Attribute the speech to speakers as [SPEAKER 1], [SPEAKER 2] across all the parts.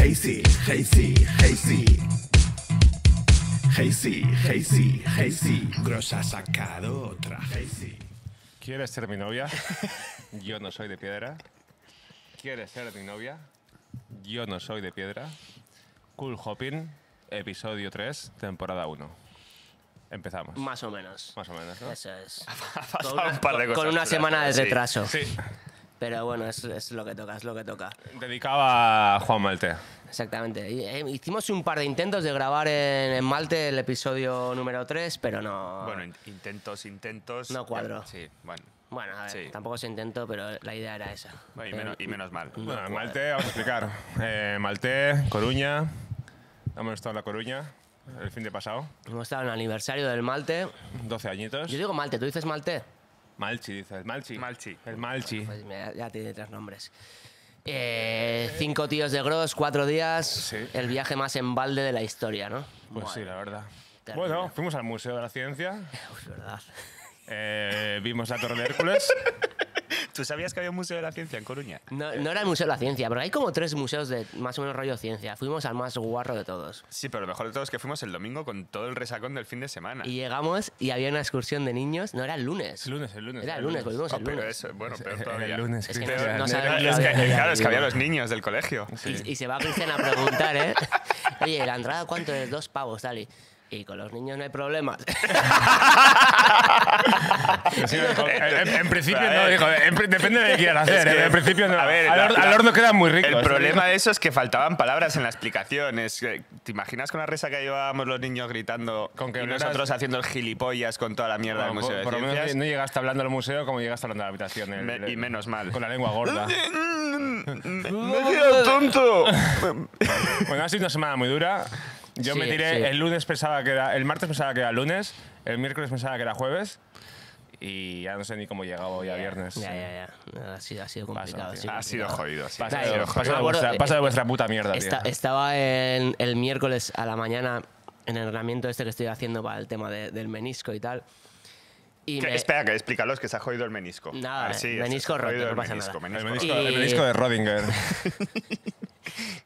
[SPEAKER 1] Hazy, hazy, hazy. Hazy, hazy, hazy. Gross ha sacado otra. Hazy.
[SPEAKER 2] ¿Quieres ser mi novia? Yo no soy de piedra. ¿Quieres ser mi novia? Yo no soy de piedra. Cool Hopping, episodio 3, temporada 1. Empezamos.
[SPEAKER 3] Más o menos.
[SPEAKER 2] Más o menos, ¿no?
[SPEAKER 3] Eso es.
[SPEAKER 4] pasado
[SPEAKER 3] Con una-
[SPEAKER 4] un par de
[SPEAKER 3] con-
[SPEAKER 4] cosas,
[SPEAKER 3] Con una
[SPEAKER 4] pero
[SPEAKER 3] semana de
[SPEAKER 4] sí.
[SPEAKER 3] retraso.
[SPEAKER 2] Sí.
[SPEAKER 3] Pero bueno, es, es lo que toca, es lo que toca.
[SPEAKER 2] Dedicaba a Juan Malte.
[SPEAKER 3] Exactamente. Y, eh, hicimos un par de intentos de grabar en, en Malte el episodio número 3, pero no.
[SPEAKER 4] Bueno, in- intentos, intentos.
[SPEAKER 3] No cuadro.
[SPEAKER 4] Sí, bueno.
[SPEAKER 3] Bueno, a ver,
[SPEAKER 4] sí.
[SPEAKER 3] tampoco se intentó, pero la idea era esa. Eh,
[SPEAKER 4] Bueno, y, menos, y menos mal.
[SPEAKER 2] Bueno, Malte, vamos a explicar. Eh, Malte, Coruña. Hemos estado en La Coruña el fin de pasado.
[SPEAKER 3] Hemos estado en el aniversario del Malte.
[SPEAKER 2] 12 añitos.
[SPEAKER 3] Yo digo Malte, ¿tú dices Malte?
[SPEAKER 2] Malchi, dices. Malchi.
[SPEAKER 4] Malchi.
[SPEAKER 2] El Malchi.
[SPEAKER 3] Pues mira, ya tiene tres nombres. Eh, cinco tíos de Gross, cuatro días.
[SPEAKER 2] Sí.
[SPEAKER 3] El viaje más en balde de la historia, ¿no?
[SPEAKER 2] Pues sí, la verdad.
[SPEAKER 3] terrible.
[SPEAKER 2] Bueno, fuimos al Museo de la Ciencia.
[SPEAKER 3] Uf, verdad.
[SPEAKER 2] eh, vimos la Torre de Hércules.
[SPEAKER 4] ¿Tú sabías que había un museo de la ciencia en Coruña?
[SPEAKER 3] No, no era el Museo de la Ciencia, pero hay como tres museos de más o menos rollo ciencia. Fuimos al más guarro de todos.
[SPEAKER 4] Sí, pero lo mejor de todo es que fuimos el domingo con todo el resacón del fin de semana.
[SPEAKER 3] Y llegamos y había una excursión de niños. No, era el lunes.
[SPEAKER 2] El lunes, el lunes.
[SPEAKER 3] Era el lunes, volvimos
[SPEAKER 4] Oh,
[SPEAKER 3] el
[SPEAKER 4] pero
[SPEAKER 3] lunes.
[SPEAKER 4] eso, bueno, peor
[SPEAKER 2] Era
[SPEAKER 4] todavía.
[SPEAKER 2] el lunes,
[SPEAKER 3] Es que no-
[SPEAKER 2] Cristian.
[SPEAKER 3] no
[SPEAKER 2] Era
[SPEAKER 3] sabemos
[SPEAKER 2] el
[SPEAKER 4] Es
[SPEAKER 2] lunes.
[SPEAKER 4] que,
[SPEAKER 3] Todavía,
[SPEAKER 4] claro, es que había
[SPEAKER 3] digo.
[SPEAKER 4] los niños del colegio.
[SPEAKER 3] Y, y se va Cristian a preguntar, ¿eh? Oye, ¿la entrada cuánto es? Dos pavos, tal. Y, y con los niños no hay problemas.
[SPEAKER 2] Sí, dijo, en, Eh, en principio
[SPEAKER 4] A
[SPEAKER 2] no,
[SPEAKER 4] ver.
[SPEAKER 2] dijo, en pri- depende de qué quieras hacer. eh,
[SPEAKER 4] Es que-
[SPEAKER 2] en principio no.
[SPEAKER 4] a ver,
[SPEAKER 2] al,
[SPEAKER 4] la-
[SPEAKER 2] horno-
[SPEAKER 4] la-
[SPEAKER 2] al horno quedan muy ¿eh? ricos.
[SPEAKER 4] El problema de eso es que faltaban palabras en la explicación. Es que, ¿Te imaginas con la resa que llevábamos los niños gritando
[SPEAKER 2] Con que
[SPEAKER 4] y
[SPEAKER 2] no eras-
[SPEAKER 4] nosotros haciendo el gilipollas con toda la mierda
[SPEAKER 2] Bueno,
[SPEAKER 4] del Museo
[SPEAKER 2] por, por
[SPEAKER 4] de
[SPEAKER 2] lo menos
[SPEAKER 4] Ciencias?
[SPEAKER 2] no llegaste hablando al museo como llegaste hablando a la habitación. el-
[SPEAKER 4] Me- y menos mal.
[SPEAKER 2] Con la lengua gorda.
[SPEAKER 4] ¡Me he quedado tonto!
[SPEAKER 2] bueno, ha sido una semana muy dura. Yo me
[SPEAKER 3] Sí,
[SPEAKER 2] tiré,
[SPEAKER 3] sí.
[SPEAKER 2] el lunes pensaba que era, el martes pensaba que era lunes, el miércoles pensaba que era jueves y ya no sé ni cómo llegaba hoy a viernes.
[SPEAKER 3] Ya, ya, ya. Ha sido, ha sido complicado.
[SPEAKER 2] tío.
[SPEAKER 3] complicado.
[SPEAKER 4] Ha sido jodido, sí.
[SPEAKER 2] Pasa,
[SPEAKER 4] Ha
[SPEAKER 2] de-
[SPEAKER 4] sido
[SPEAKER 3] Claro,
[SPEAKER 2] pasa
[SPEAKER 4] jodido.
[SPEAKER 3] yo me
[SPEAKER 2] de
[SPEAKER 3] acuerdo- eh,
[SPEAKER 2] vuestra, pasa de vuestra puta mierda, tío.
[SPEAKER 3] Esta- estaba en- el miércoles a la mañana en el entrenamiento este que estoy haciendo para el tema de- del menisco y tal. Y
[SPEAKER 4] Que-
[SPEAKER 3] me-
[SPEAKER 4] Espera, que explícalos que se ha jodido el menisco.
[SPEAKER 3] Nada,
[SPEAKER 4] Ah, sí,
[SPEAKER 3] eh,
[SPEAKER 4] se ha
[SPEAKER 3] menisco roto,
[SPEAKER 4] jodido
[SPEAKER 3] no
[SPEAKER 4] el
[SPEAKER 3] pasa
[SPEAKER 4] menisco,
[SPEAKER 3] nada.
[SPEAKER 2] el,
[SPEAKER 4] menisco
[SPEAKER 2] menisco,
[SPEAKER 4] roto.
[SPEAKER 2] el
[SPEAKER 3] Y-
[SPEAKER 2] menisco de Rodinger.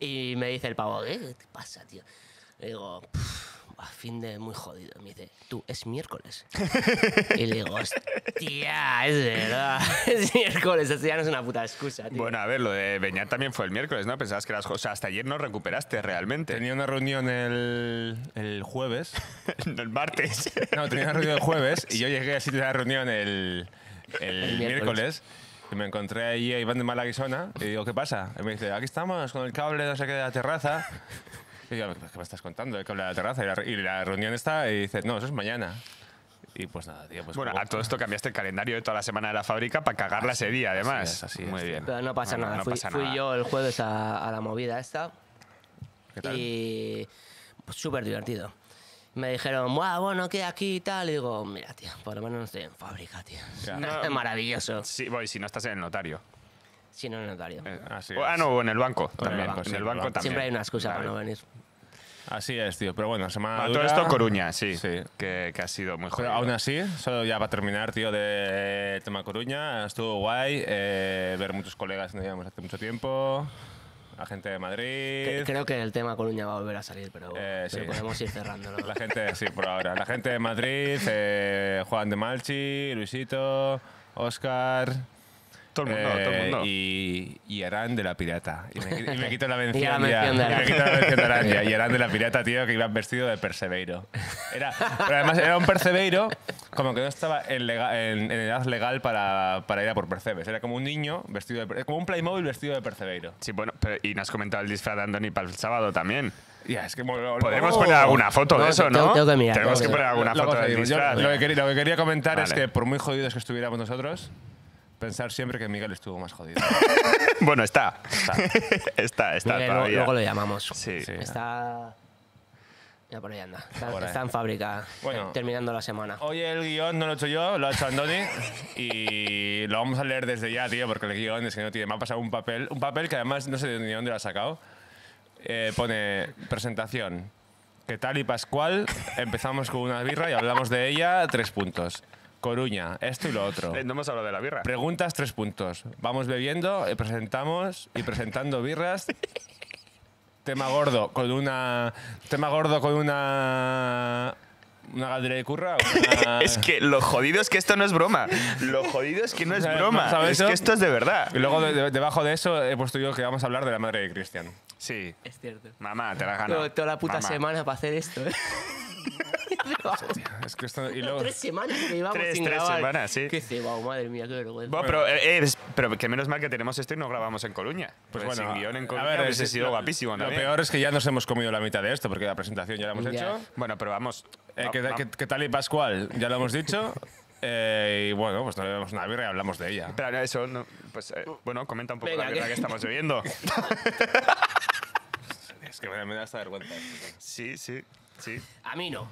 [SPEAKER 3] Y me dice el pavo, ¿qué te pasa, tío? Le digo, "Pff, a fin de muy jodido. Me dice, tú, es miércoles. y le digo, hostia, es verdad, es miércoles. Eso ya no es una puta excusa, tío.
[SPEAKER 4] Bueno, a ver, lo de Beñat también fue el miércoles, ¿no? Pensabas que eras... jo- O sea, hasta ayer no recuperaste realmente.
[SPEAKER 2] Tenía una reunión el, el jueves.
[SPEAKER 4] el martes.
[SPEAKER 2] No, tenía una reunión el jueves y yo llegué al sitio de la reunión el, el
[SPEAKER 3] El
[SPEAKER 2] miércoles.
[SPEAKER 3] miércoles.
[SPEAKER 2] Y me encontré ahí a Iván de Malaguisona y digo, ¿qué pasa? Y me dice, aquí estamos con el cable, no sé qué, de la terraza. Y yo, ¿qué me estás contando? El cable de la terraza. Y la, y la reunión está y dice, no, eso es mañana. Y pues nada, tío. Pues
[SPEAKER 4] Bueno,
[SPEAKER 2] como-
[SPEAKER 4] a todo esto cambiaste el calendario de toda la semana de la fábrica para cagarla ese día, además.
[SPEAKER 2] es, así es,
[SPEAKER 4] Muy
[SPEAKER 2] tío.
[SPEAKER 4] bien.
[SPEAKER 3] Pero no pasa
[SPEAKER 4] Bueno,
[SPEAKER 3] nada.
[SPEAKER 4] no
[SPEAKER 3] fui,
[SPEAKER 4] pasa
[SPEAKER 3] fui
[SPEAKER 4] nada.
[SPEAKER 3] yo el jueves a, a la movida esta.
[SPEAKER 2] ¿Qué tal?
[SPEAKER 3] Y pues, súper divertido. Me dijeron, "Buah, bueno, ¿qué aquí y tal? Y digo, mira, tío, por lo menos no estoy en fábrica, tío.
[SPEAKER 2] Ya.
[SPEAKER 3] Es maravilloso.
[SPEAKER 4] Sí, voy, si no estás en el notario.
[SPEAKER 3] Si no, no notario.
[SPEAKER 4] Eh,
[SPEAKER 2] Así
[SPEAKER 4] o- ah,
[SPEAKER 2] es.
[SPEAKER 4] no, o en el banco
[SPEAKER 2] en el
[SPEAKER 4] también.
[SPEAKER 2] banco, sí,
[SPEAKER 4] en el
[SPEAKER 2] en el
[SPEAKER 4] banco
[SPEAKER 2] banco.
[SPEAKER 4] también.
[SPEAKER 3] Siempre hay una excusa para no
[SPEAKER 4] Vale.
[SPEAKER 3] venir.
[SPEAKER 2] Así es, tío. Pero bueno, semana
[SPEAKER 4] A
[SPEAKER 2] dura.
[SPEAKER 4] todo esto Coruña, sí.
[SPEAKER 2] Sí.
[SPEAKER 4] Que, que ha sido muy
[SPEAKER 2] Pero
[SPEAKER 4] jodido.
[SPEAKER 2] aún así, solo ya para terminar, tío, de eh, tema Coruña, estuvo guay eh, ver muchos colegas que no llevamos hace mucho tiempo, la gente de Madrid,
[SPEAKER 3] Que- Creo que el tema Coruña va a volver a salir, pero,
[SPEAKER 2] Eh,
[SPEAKER 3] pero
[SPEAKER 2] sí.
[SPEAKER 3] podemos ir cerrándolo.
[SPEAKER 2] la gente, sí, por ahora, la gente de Madrid, eh, Juan de Malchi, Luisito, Oscar.
[SPEAKER 4] Todo el mundo, todo el mundo.
[SPEAKER 2] Eh, Y, y Arán de la Pirata. Y me, y me quito la mención,
[SPEAKER 3] Y la
[SPEAKER 2] ya. Y
[SPEAKER 3] mención de
[SPEAKER 2] me
[SPEAKER 3] Arán.
[SPEAKER 2] quito la mención de Arán ya. Y Arán de la Pirata, tío, que iba vestido de Perseveiro. Era, pero además era un Perseveiro como que no estaba en, lega- en- en edad legal para, para ir a por Percebes. Era como un niño vestido de... per- Como un Playmobil vestido de Perseveiro.
[SPEAKER 4] Sí, bueno, pero- y nos has comentado el disfraz de Andoni para el sábado también.
[SPEAKER 2] Ya, es que... mo- lo-
[SPEAKER 4] Podemos
[SPEAKER 2] lo-
[SPEAKER 4] poner alguna foto de
[SPEAKER 3] No,
[SPEAKER 4] eso,
[SPEAKER 3] tengo-
[SPEAKER 4] ¿no?
[SPEAKER 3] tengo que mirar,
[SPEAKER 4] Tenemos que
[SPEAKER 3] tengo que
[SPEAKER 4] poner alguna
[SPEAKER 2] lo
[SPEAKER 4] foto del
[SPEAKER 2] conseguimos. Yo
[SPEAKER 4] disfraz.
[SPEAKER 2] lo, que, quería- lo que quería comentar es
[SPEAKER 4] Vale.
[SPEAKER 2] que por muy jodidos que estuviéramos nosotros, pensar siempre que Miguel estuvo más jodido.
[SPEAKER 4] Bueno, está. Está, está
[SPEAKER 3] Miguel, luego,
[SPEAKER 4] todavía.
[SPEAKER 3] luego lo llamamos.
[SPEAKER 4] Sí.
[SPEAKER 2] Sí.
[SPEAKER 3] Está. Ya por ahí anda. Está,
[SPEAKER 2] Por ahí.
[SPEAKER 3] está en fábrica,
[SPEAKER 2] Bueno.
[SPEAKER 3] eh, terminando la semana.
[SPEAKER 2] Hoy el guión no lo he hecho yo, lo ha hecho Andoni y lo vamos a leer desde ya, tío, porque el guión es que no tiene. Me ha pasado un papel, un papel que además no sé ni dónde lo ha sacado. Eh, pone presentación. ¿Qué tal y Pascual? Empezamos con una birra y hablamos de ella, tres puntos. Coruña, esto y lo otro.
[SPEAKER 4] Eh, No hemos hablado de la birra.
[SPEAKER 2] Preguntas, tres puntos. Vamos bebiendo, eh, presentamos y presentando birras. tema gordo con una. Tema gordo con una. Una galería de curra. una-
[SPEAKER 4] Es que lo jodido es que esto no es broma. Lo jodido es que no es
[SPEAKER 2] ¿Sabes-
[SPEAKER 4] broma.
[SPEAKER 2] sabes
[SPEAKER 4] Es
[SPEAKER 2] eso?
[SPEAKER 4] que esto es de verdad.
[SPEAKER 2] Y luego de- de- debajo de eso he puesto yo que vamos a hablar de la madre de Cristian.
[SPEAKER 4] Sí.
[SPEAKER 3] Es cierto.
[SPEAKER 4] Mamá, te la
[SPEAKER 2] Ah,
[SPEAKER 4] has ganado.
[SPEAKER 3] Tengo toda la puta
[SPEAKER 4] Mamá.
[SPEAKER 3] semana para hacer esto, ¿eh?
[SPEAKER 2] Es que esto. Y luego.
[SPEAKER 3] tres semanas que llevamos
[SPEAKER 4] Tres-
[SPEAKER 3] sin
[SPEAKER 4] tres
[SPEAKER 3] grabar.
[SPEAKER 4] semanas, sí.
[SPEAKER 3] Qué cebado, madre mía, qué vergüenza.
[SPEAKER 4] Bueno, pero, eh, eh, es- pero que menos mal que tenemos esto y no grabamos en Coruña.
[SPEAKER 2] Pues
[SPEAKER 4] Pues
[SPEAKER 2] bueno,
[SPEAKER 4] sin guión en
[SPEAKER 2] a
[SPEAKER 4] Coruña
[SPEAKER 2] ver,
[SPEAKER 4] hubiese
[SPEAKER 2] es-
[SPEAKER 4] sido
[SPEAKER 2] lo-
[SPEAKER 4] guapísimo.
[SPEAKER 2] Lo
[SPEAKER 4] también.
[SPEAKER 2] peor es que ya nos hemos comido la mitad de esto, porque la presentación ya la hemos
[SPEAKER 3] Ya.
[SPEAKER 2] hecho.
[SPEAKER 4] Bueno, pero vamos.
[SPEAKER 2] Eh,
[SPEAKER 4] va-
[SPEAKER 2] ¿qué,
[SPEAKER 4] va-
[SPEAKER 2] qué- qué tal y Pascual? Ya lo hemos dicho. Eh, y bueno, pues nos bebemos una birra y hablamos de ella.
[SPEAKER 4] Espera, no, eso. no, pues eh,
[SPEAKER 2] Uh.
[SPEAKER 4] bueno, comenta un poco
[SPEAKER 3] Venga,
[SPEAKER 4] la verdad
[SPEAKER 3] que-
[SPEAKER 4] que estamos bebiendo.
[SPEAKER 2] Es que me, da esta vergüenza.
[SPEAKER 4] Sí, sí, sí.
[SPEAKER 3] A mí no.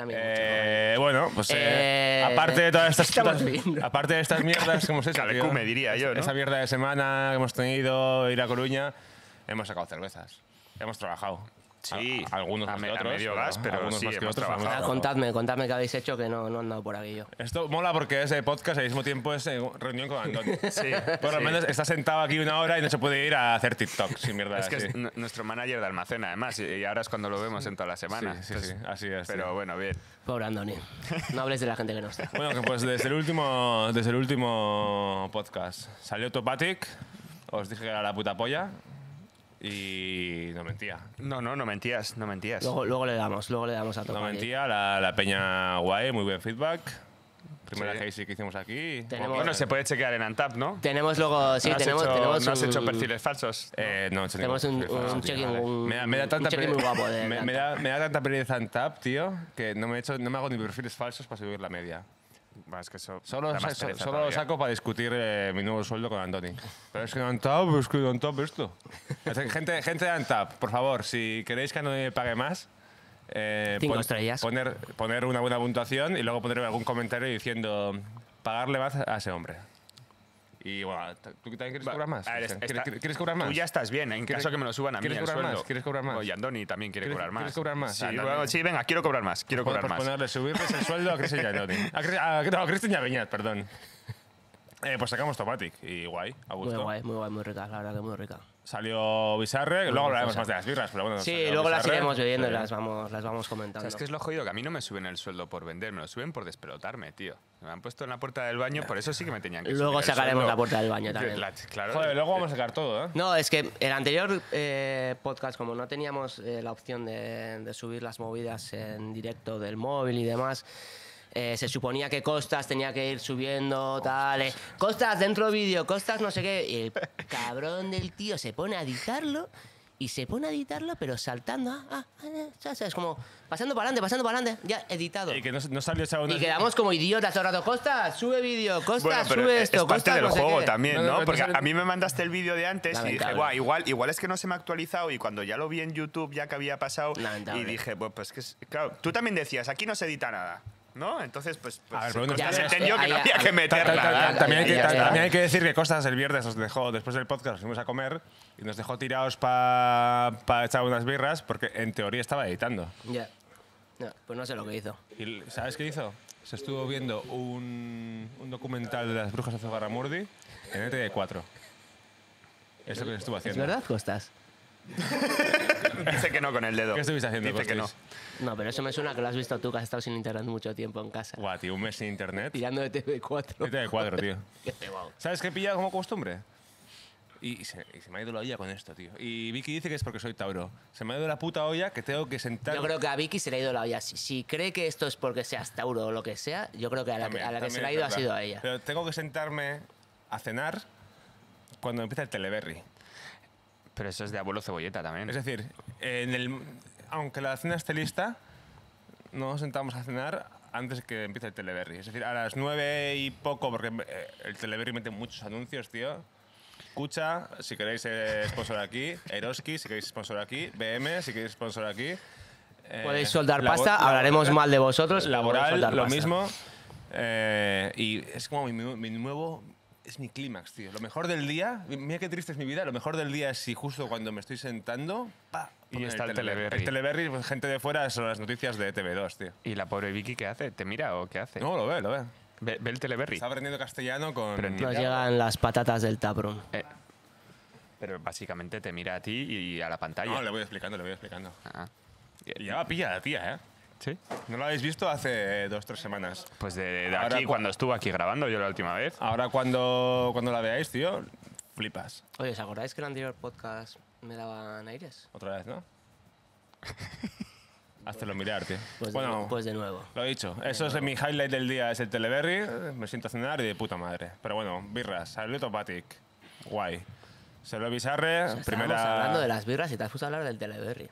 [SPEAKER 3] A mí no,
[SPEAKER 2] Eh, bueno, pues eh,
[SPEAKER 3] Eh,
[SPEAKER 2] aparte de todas estas
[SPEAKER 3] estamos
[SPEAKER 2] putas-
[SPEAKER 3] bebiendo.
[SPEAKER 2] aparte de estas mierdas que hemos hecho,
[SPEAKER 4] Calecu,
[SPEAKER 2] tío,
[SPEAKER 4] me diría yo, ¿no?
[SPEAKER 2] esa mierda de semana que hemos tenido, ir a Coruña, hemos sacado cervezas, hemos trabajado.
[SPEAKER 4] Sí,
[SPEAKER 2] A- algunos
[SPEAKER 4] a
[SPEAKER 2] más
[SPEAKER 4] me-
[SPEAKER 2] que
[SPEAKER 4] a
[SPEAKER 2] otros,
[SPEAKER 4] medio gas, pero
[SPEAKER 2] algunos
[SPEAKER 4] sí,
[SPEAKER 2] más que
[SPEAKER 4] hemos
[SPEAKER 2] otros,
[SPEAKER 4] trabajado.
[SPEAKER 2] algunos
[SPEAKER 3] chaval. Ah,
[SPEAKER 2] más que otros.
[SPEAKER 3] contadme, contadme qué habéis hecho que no, no he andado por aquí yo.
[SPEAKER 2] Esto mola porque es de podcast y al mismo tiempo es eh, reunión con Antonio.
[SPEAKER 4] Sí,
[SPEAKER 2] Por lo
[SPEAKER 4] sí.
[SPEAKER 2] menos está sentado aquí una hora y no se puede ir a hacer TikTok sin mierda.
[SPEAKER 4] Es que
[SPEAKER 2] así.
[SPEAKER 4] es n- nuestro manager de almacén, además, y- y ahora es cuando lo vemos en toda la semana.
[SPEAKER 2] Sí, sí,
[SPEAKER 4] Entonces,
[SPEAKER 2] sí, así es,
[SPEAKER 4] Pero
[SPEAKER 2] sí.
[SPEAKER 4] bueno, bien.
[SPEAKER 3] Pobre Andoni. No hables de la gente que no está.
[SPEAKER 2] Bueno, que pues desde el último, desde el último podcast salió Topatic, os dije que era la puta polla y no mentía.
[SPEAKER 4] No, no, no mentías, no mentías.
[SPEAKER 3] Luego, luego le damos, luego le damos a
[SPEAKER 2] No
[SPEAKER 3] tocar.
[SPEAKER 2] mentía, la, la peña guay, muy buen feedback. Primera
[SPEAKER 4] Sí.
[SPEAKER 2] que que hicimos aquí.
[SPEAKER 3] Tenemos-
[SPEAKER 4] Bueno, se puede chequear en Antap, ¿no?
[SPEAKER 3] Tenemos luego, sí,
[SPEAKER 4] ¿No has
[SPEAKER 3] tenemos,
[SPEAKER 4] hecho-
[SPEAKER 3] tenemos
[SPEAKER 4] ¿No has
[SPEAKER 3] un-
[SPEAKER 4] hecho perfiles falsos?
[SPEAKER 2] Eh, no, he hecho
[SPEAKER 3] Tenemos
[SPEAKER 2] ningún
[SPEAKER 3] un-
[SPEAKER 2] perfil
[SPEAKER 3] un
[SPEAKER 2] falso, tío,
[SPEAKER 3] check-in,
[SPEAKER 2] vale.
[SPEAKER 3] un-
[SPEAKER 2] me, da, me da
[SPEAKER 3] un
[SPEAKER 2] tanta
[SPEAKER 3] check-in
[SPEAKER 2] pere-
[SPEAKER 3] muy guapo de
[SPEAKER 2] me,
[SPEAKER 3] la
[SPEAKER 2] me da, me da tanta pereza en tap, tío, que no me, he hecho, no me hago ni perfiles falsos para subir la media.
[SPEAKER 4] Bah, es que eso
[SPEAKER 2] Solo,
[SPEAKER 4] da
[SPEAKER 2] sa-
[SPEAKER 4] más
[SPEAKER 2] so-
[SPEAKER 4] pereza
[SPEAKER 2] solo lo
[SPEAKER 4] todavía.
[SPEAKER 2] saco para discutir eh, mi nuevo sueldo con Antoni. Pero es que no han tap, es que no han tap esto. Es que gente, gente de Antap, por favor, si queréis que no me pague más, eh,
[SPEAKER 3] Cinco estrellas.
[SPEAKER 2] Poner, poner una buena puntuación y luego poner algún comentario diciendo pagarle más a ese hombre. Y bueno, ¿tú también quieres
[SPEAKER 4] Va,
[SPEAKER 2] cobrar más?
[SPEAKER 4] a ver,
[SPEAKER 2] Cristian?
[SPEAKER 4] está-
[SPEAKER 2] ¿Quieres, quieres cobrar más?
[SPEAKER 4] Tú ya estás bien, en
[SPEAKER 2] ¿Quieres-
[SPEAKER 4] caso que me lo suban a mí
[SPEAKER 2] quieres
[SPEAKER 4] el
[SPEAKER 2] cobrar más?
[SPEAKER 4] sueldo.
[SPEAKER 2] ¿Quieres cobrar más?
[SPEAKER 4] Oye, Andoni también quiere
[SPEAKER 2] ¿Quieres-
[SPEAKER 4] cobrar más.
[SPEAKER 2] quieres cobrar más?
[SPEAKER 4] Sí,
[SPEAKER 2] Ah,
[SPEAKER 4] yo
[SPEAKER 2] Andoni. pues
[SPEAKER 4] hago, sí, venga, quiero cobrar más, quiero
[SPEAKER 2] Podemos
[SPEAKER 4] cobrar más.
[SPEAKER 2] ponerle, subirles el sueldo a Cristian Yanoni. A, Cri- a, no, a Cristian Yabeñat, perdón. Eh, pues sacamos Tomatic y guay, a
[SPEAKER 3] Muy
[SPEAKER 2] gusto.
[SPEAKER 3] guay, muy guay, muy rica, la verdad que muy rica.
[SPEAKER 2] Salió Bizarre, que luego hablaremos
[SPEAKER 3] Bizarre.
[SPEAKER 2] más de las birras, pero bueno.
[SPEAKER 3] Sí,
[SPEAKER 2] salió
[SPEAKER 3] luego las
[SPEAKER 2] Bizarre.
[SPEAKER 3] iremos bebiendo y
[SPEAKER 2] Sí.
[SPEAKER 3] las vamos, las vamos
[SPEAKER 4] O
[SPEAKER 3] comentando.
[SPEAKER 4] sea, es que es lo jodido, que a mí no me suben el sueldo por vender, me lo suben por despelotarme, tío. Me han puesto en la puerta del baño, por eso sí que me tenían que
[SPEAKER 3] Luego
[SPEAKER 4] subir el
[SPEAKER 3] sacaremos
[SPEAKER 4] sueldo.
[SPEAKER 3] la puerta del baño también.
[SPEAKER 4] La- claro.
[SPEAKER 2] Joder, luego vamos a sacar todo, ¿eh?
[SPEAKER 3] No, es que el anterior eh, podcast, como no teníamos eh, la opción de, de subir las movidas en directo del móvil y demás, eh, se suponía que Costas tenía que ir subiendo, tal. eh, Costas dentro vídeo, Costas no sé qué. Y el cabrón del tío se pone a editarlo y se pone a editarlo, pero saltando. Ah, ah, ah, ya sabes, como pasando para adelante, pasando para adelante, ya editado.
[SPEAKER 2] Y que no, no salió esa una.
[SPEAKER 3] Y quedamos como idiotas todo el rato. Costas, sube vídeo, Costas,
[SPEAKER 4] Bueno, pero
[SPEAKER 3] sube
[SPEAKER 4] es-
[SPEAKER 3] esto,
[SPEAKER 4] es parte
[SPEAKER 3] Costas,
[SPEAKER 4] del
[SPEAKER 3] no sé
[SPEAKER 4] juego
[SPEAKER 3] qué.
[SPEAKER 4] también,
[SPEAKER 2] No,
[SPEAKER 4] ¿no?
[SPEAKER 2] no, pero
[SPEAKER 4] Porque
[SPEAKER 2] no sale-
[SPEAKER 4] a mí me mandaste el vídeo de antes y dije,
[SPEAKER 3] Lamentable.
[SPEAKER 4] guau, igual, igual es que no se me ha actualizado y cuando ya lo vi en YouTube ya que había pasado
[SPEAKER 3] Lamentable.
[SPEAKER 4] y dije, bueno, pues que es- claro, tú también decías, aquí no se edita nada, ¿no? Entonces, pues, pues
[SPEAKER 2] A ver, pero bueno,
[SPEAKER 3] ya,
[SPEAKER 4] Costas
[SPEAKER 3] ya,
[SPEAKER 4] entendió
[SPEAKER 3] ya,
[SPEAKER 4] que no
[SPEAKER 3] ya,
[SPEAKER 4] había
[SPEAKER 3] ya, ya,
[SPEAKER 4] que
[SPEAKER 2] Ta- ta-
[SPEAKER 4] meterla.
[SPEAKER 2] ta-
[SPEAKER 3] Ya, ya,
[SPEAKER 2] también, hay que,
[SPEAKER 3] ¿eh? ya,
[SPEAKER 2] ta-
[SPEAKER 3] ya.
[SPEAKER 2] también hay que decir que Costas el viernes nos dejó, después del podcast nos fuimos a comer y nos dejó tirados para echar unas birras porque en teoría estaba editando.
[SPEAKER 3] Ya. No, pues no sé lo que hizo.
[SPEAKER 2] ¿Y l- sabes qué hizo? Se estuvo viendo un, un documental de las brujas de Zogarramurdi en E ETV4. Eso que estuvo
[SPEAKER 3] ¿Es
[SPEAKER 2] haciendo.
[SPEAKER 3] verdad, Costas?
[SPEAKER 4] Dice que no con el dedo.
[SPEAKER 2] ¿Qué estuviste haciendo,
[SPEAKER 4] Dice que no.
[SPEAKER 2] Costis?
[SPEAKER 3] No, pero eso me suena que lo has visto tú, que has estado sin internet mucho tiempo en casa.
[SPEAKER 2] Guau, tío, un mes sin internet. E
[SPEAKER 3] Tirando de TV4.
[SPEAKER 2] ETV4, tío.
[SPEAKER 3] Qué cebado.
[SPEAKER 2] ¿Sabes qué he pillado como costumbre? Y, y se, y se me ha ido la olla con esto, tío. Y Vicky dice que es porque soy Tauro. Se me ha ido la puta olla que tengo que sentar.
[SPEAKER 3] Yo creo que a Vicky se le ha ido la olla. Si, si cree que esto es porque seas Tauro o lo que sea, yo creo que a la, que-
[SPEAKER 2] También,
[SPEAKER 3] a la que se
[SPEAKER 2] también Eh,
[SPEAKER 3] le ha
[SPEAKER 2] es
[SPEAKER 3] ido
[SPEAKER 2] verdad.
[SPEAKER 3] ha sido a ella.
[SPEAKER 2] Pero tengo que sentarme a cenar cuando empieza el Teleberry.
[SPEAKER 4] Pero eso es de abuelo cebolleta también.
[SPEAKER 2] Es decir, en el, aunque la cena esté lista, no nos sentamos a cenar antes que empiece el Teleberry. Es decir, a las nueve y poco, porque eh, el Teleberry mete muchos anuncios, tío. Cucha, si queréis eh, sponsor aquí. Eroski, si queréis sponsor aquí. BM, si queréis sponsor aquí. Eh,
[SPEAKER 3] Podéis soldar
[SPEAKER 2] labo-
[SPEAKER 3] pasta,
[SPEAKER 2] labo-
[SPEAKER 3] hablaremos mal de vosotros. pero podéis
[SPEAKER 2] Laboral,
[SPEAKER 3] soldar
[SPEAKER 2] lo
[SPEAKER 3] pasta.
[SPEAKER 2] mismo. Eh, y es como mi, nu- mi nuevo. Es mi clímax, tío. Lo mejor del día. Mira qué triste es mi vida. Lo mejor del día es si justo cuando me estoy sentando. pa,
[SPEAKER 4] Y
[SPEAKER 2] ponen
[SPEAKER 4] está el Teleberry.
[SPEAKER 2] El Teleberry, pues, gente de fuera, son las noticias de TV2, tío.
[SPEAKER 4] ¿Y la pobre Vicky qué hace? ¿Te mira o qué hace?
[SPEAKER 2] No, lo ve, lo ve.
[SPEAKER 4] Ve, ve el Teleberry.
[SPEAKER 3] Pues
[SPEAKER 2] Está aprendiendo castellano con.
[SPEAKER 4] Pero entiendo.
[SPEAKER 3] Nos llegan las patatas del Taproom.
[SPEAKER 4] Eh, Pero básicamente te mira a ti y a la pantalla.
[SPEAKER 2] No, le voy explicando, le voy explicando.
[SPEAKER 4] Ah.
[SPEAKER 2] Y ya va pilla la tía, ¿eh?
[SPEAKER 4] ¿Sí?
[SPEAKER 2] No lo habéis visto hace eh, dos, tres semanas.
[SPEAKER 4] Pues de, de
[SPEAKER 2] Ahora Ah,
[SPEAKER 4] aquí,
[SPEAKER 2] cua-
[SPEAKER 4] cuando estuvo aquí grabando yo la última vez.
[SPEAKER 2] Ahora cuando, cuando la veáis, tío, flipas.
[SPEAKER 3] Oye, ¿os acordáis que en el anterior podcast me daban aires?
[SPEAKER 2] Otra vez, ¿no? Hazlo mirar, tío.
[SPEAKER 3] Pues, de,
[SPEAKER 2] bueno,
[SPEAKER 3] nue- pues de nuevo.
[SPEAKER 2] lo he dicho. Eso es mi highlight del día, es el Teleberry. Eh, Me siento a cenar y de puta madre. Pero bueno, birras, saludo Batic. Guay. Se lo
[SPEAKER 3] O sea,
[SPEAKER 2] Bizarre,
[SPEAKER 3] estábamos
[SPEAKER 2] primera...
[SPEAKER 3] hablando de las birras y te has puesto a hablar del Teleberry.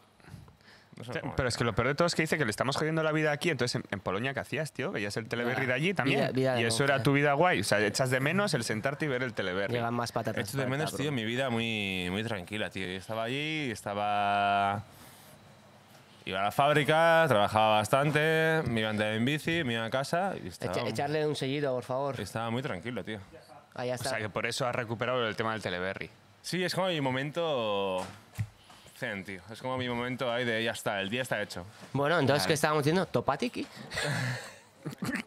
[SPEAKER 2] No eh. sé
[SPEAKER 4] Te-
[SPEAKER 2] cómo-
[SPEAKER 4] Pero es que lo peor de todo es que dice que le estamos jodiendo la vida aquí. Entonces, en, en Polonia, ¿qué hacías, tío? Veías el Teleberry
[SPEAKER 3] Vida-
[SPEAKER 4] de allí también.
[SPEAKER 3] vida- vida
[SPEAKER 4] y
[SPEAKER 3] de
[SPEAKER 4] eso
[SPEAKER 3] monje.
[SPEAKER 4] era tu vida guay. O sea, echas de menos el sentarte y ver el Teleberry.
[SPEAKER 3] Llegan más patatas.
[SPEAKER 2] Echo de
[SPEAKER 3] para el
[SPEAKER 2] menos,
[SPEAKER 3] cabrón.
[SPEAKER 2] tío, mi vida muy, muy tranquila, tío. Yo estaba allí, estaba... Iba a la fábrica, trabajaba bastante, me iba a andar en bici, me iba a casa y estaba,
[SPEAKER 3] Echa- echarle un sellito, por favor.
[SPEAKER 2] estaba muy tranquilo, tío.
[SPEAKER 3] Ahí
[SPEAKER 4] O
[SPEAKER 3] está.
[SPEAKER 4] sea, que por eso has recuperado el tema del Teleberry.
[SPEAKER 2] Sí, es como mi momento zen, tío. Es como mi momento ahí de ya está, el día está hecho.
[SPEAKER 3] Bueno, entonces, ¿qué estábamos diciendo? Topatiki.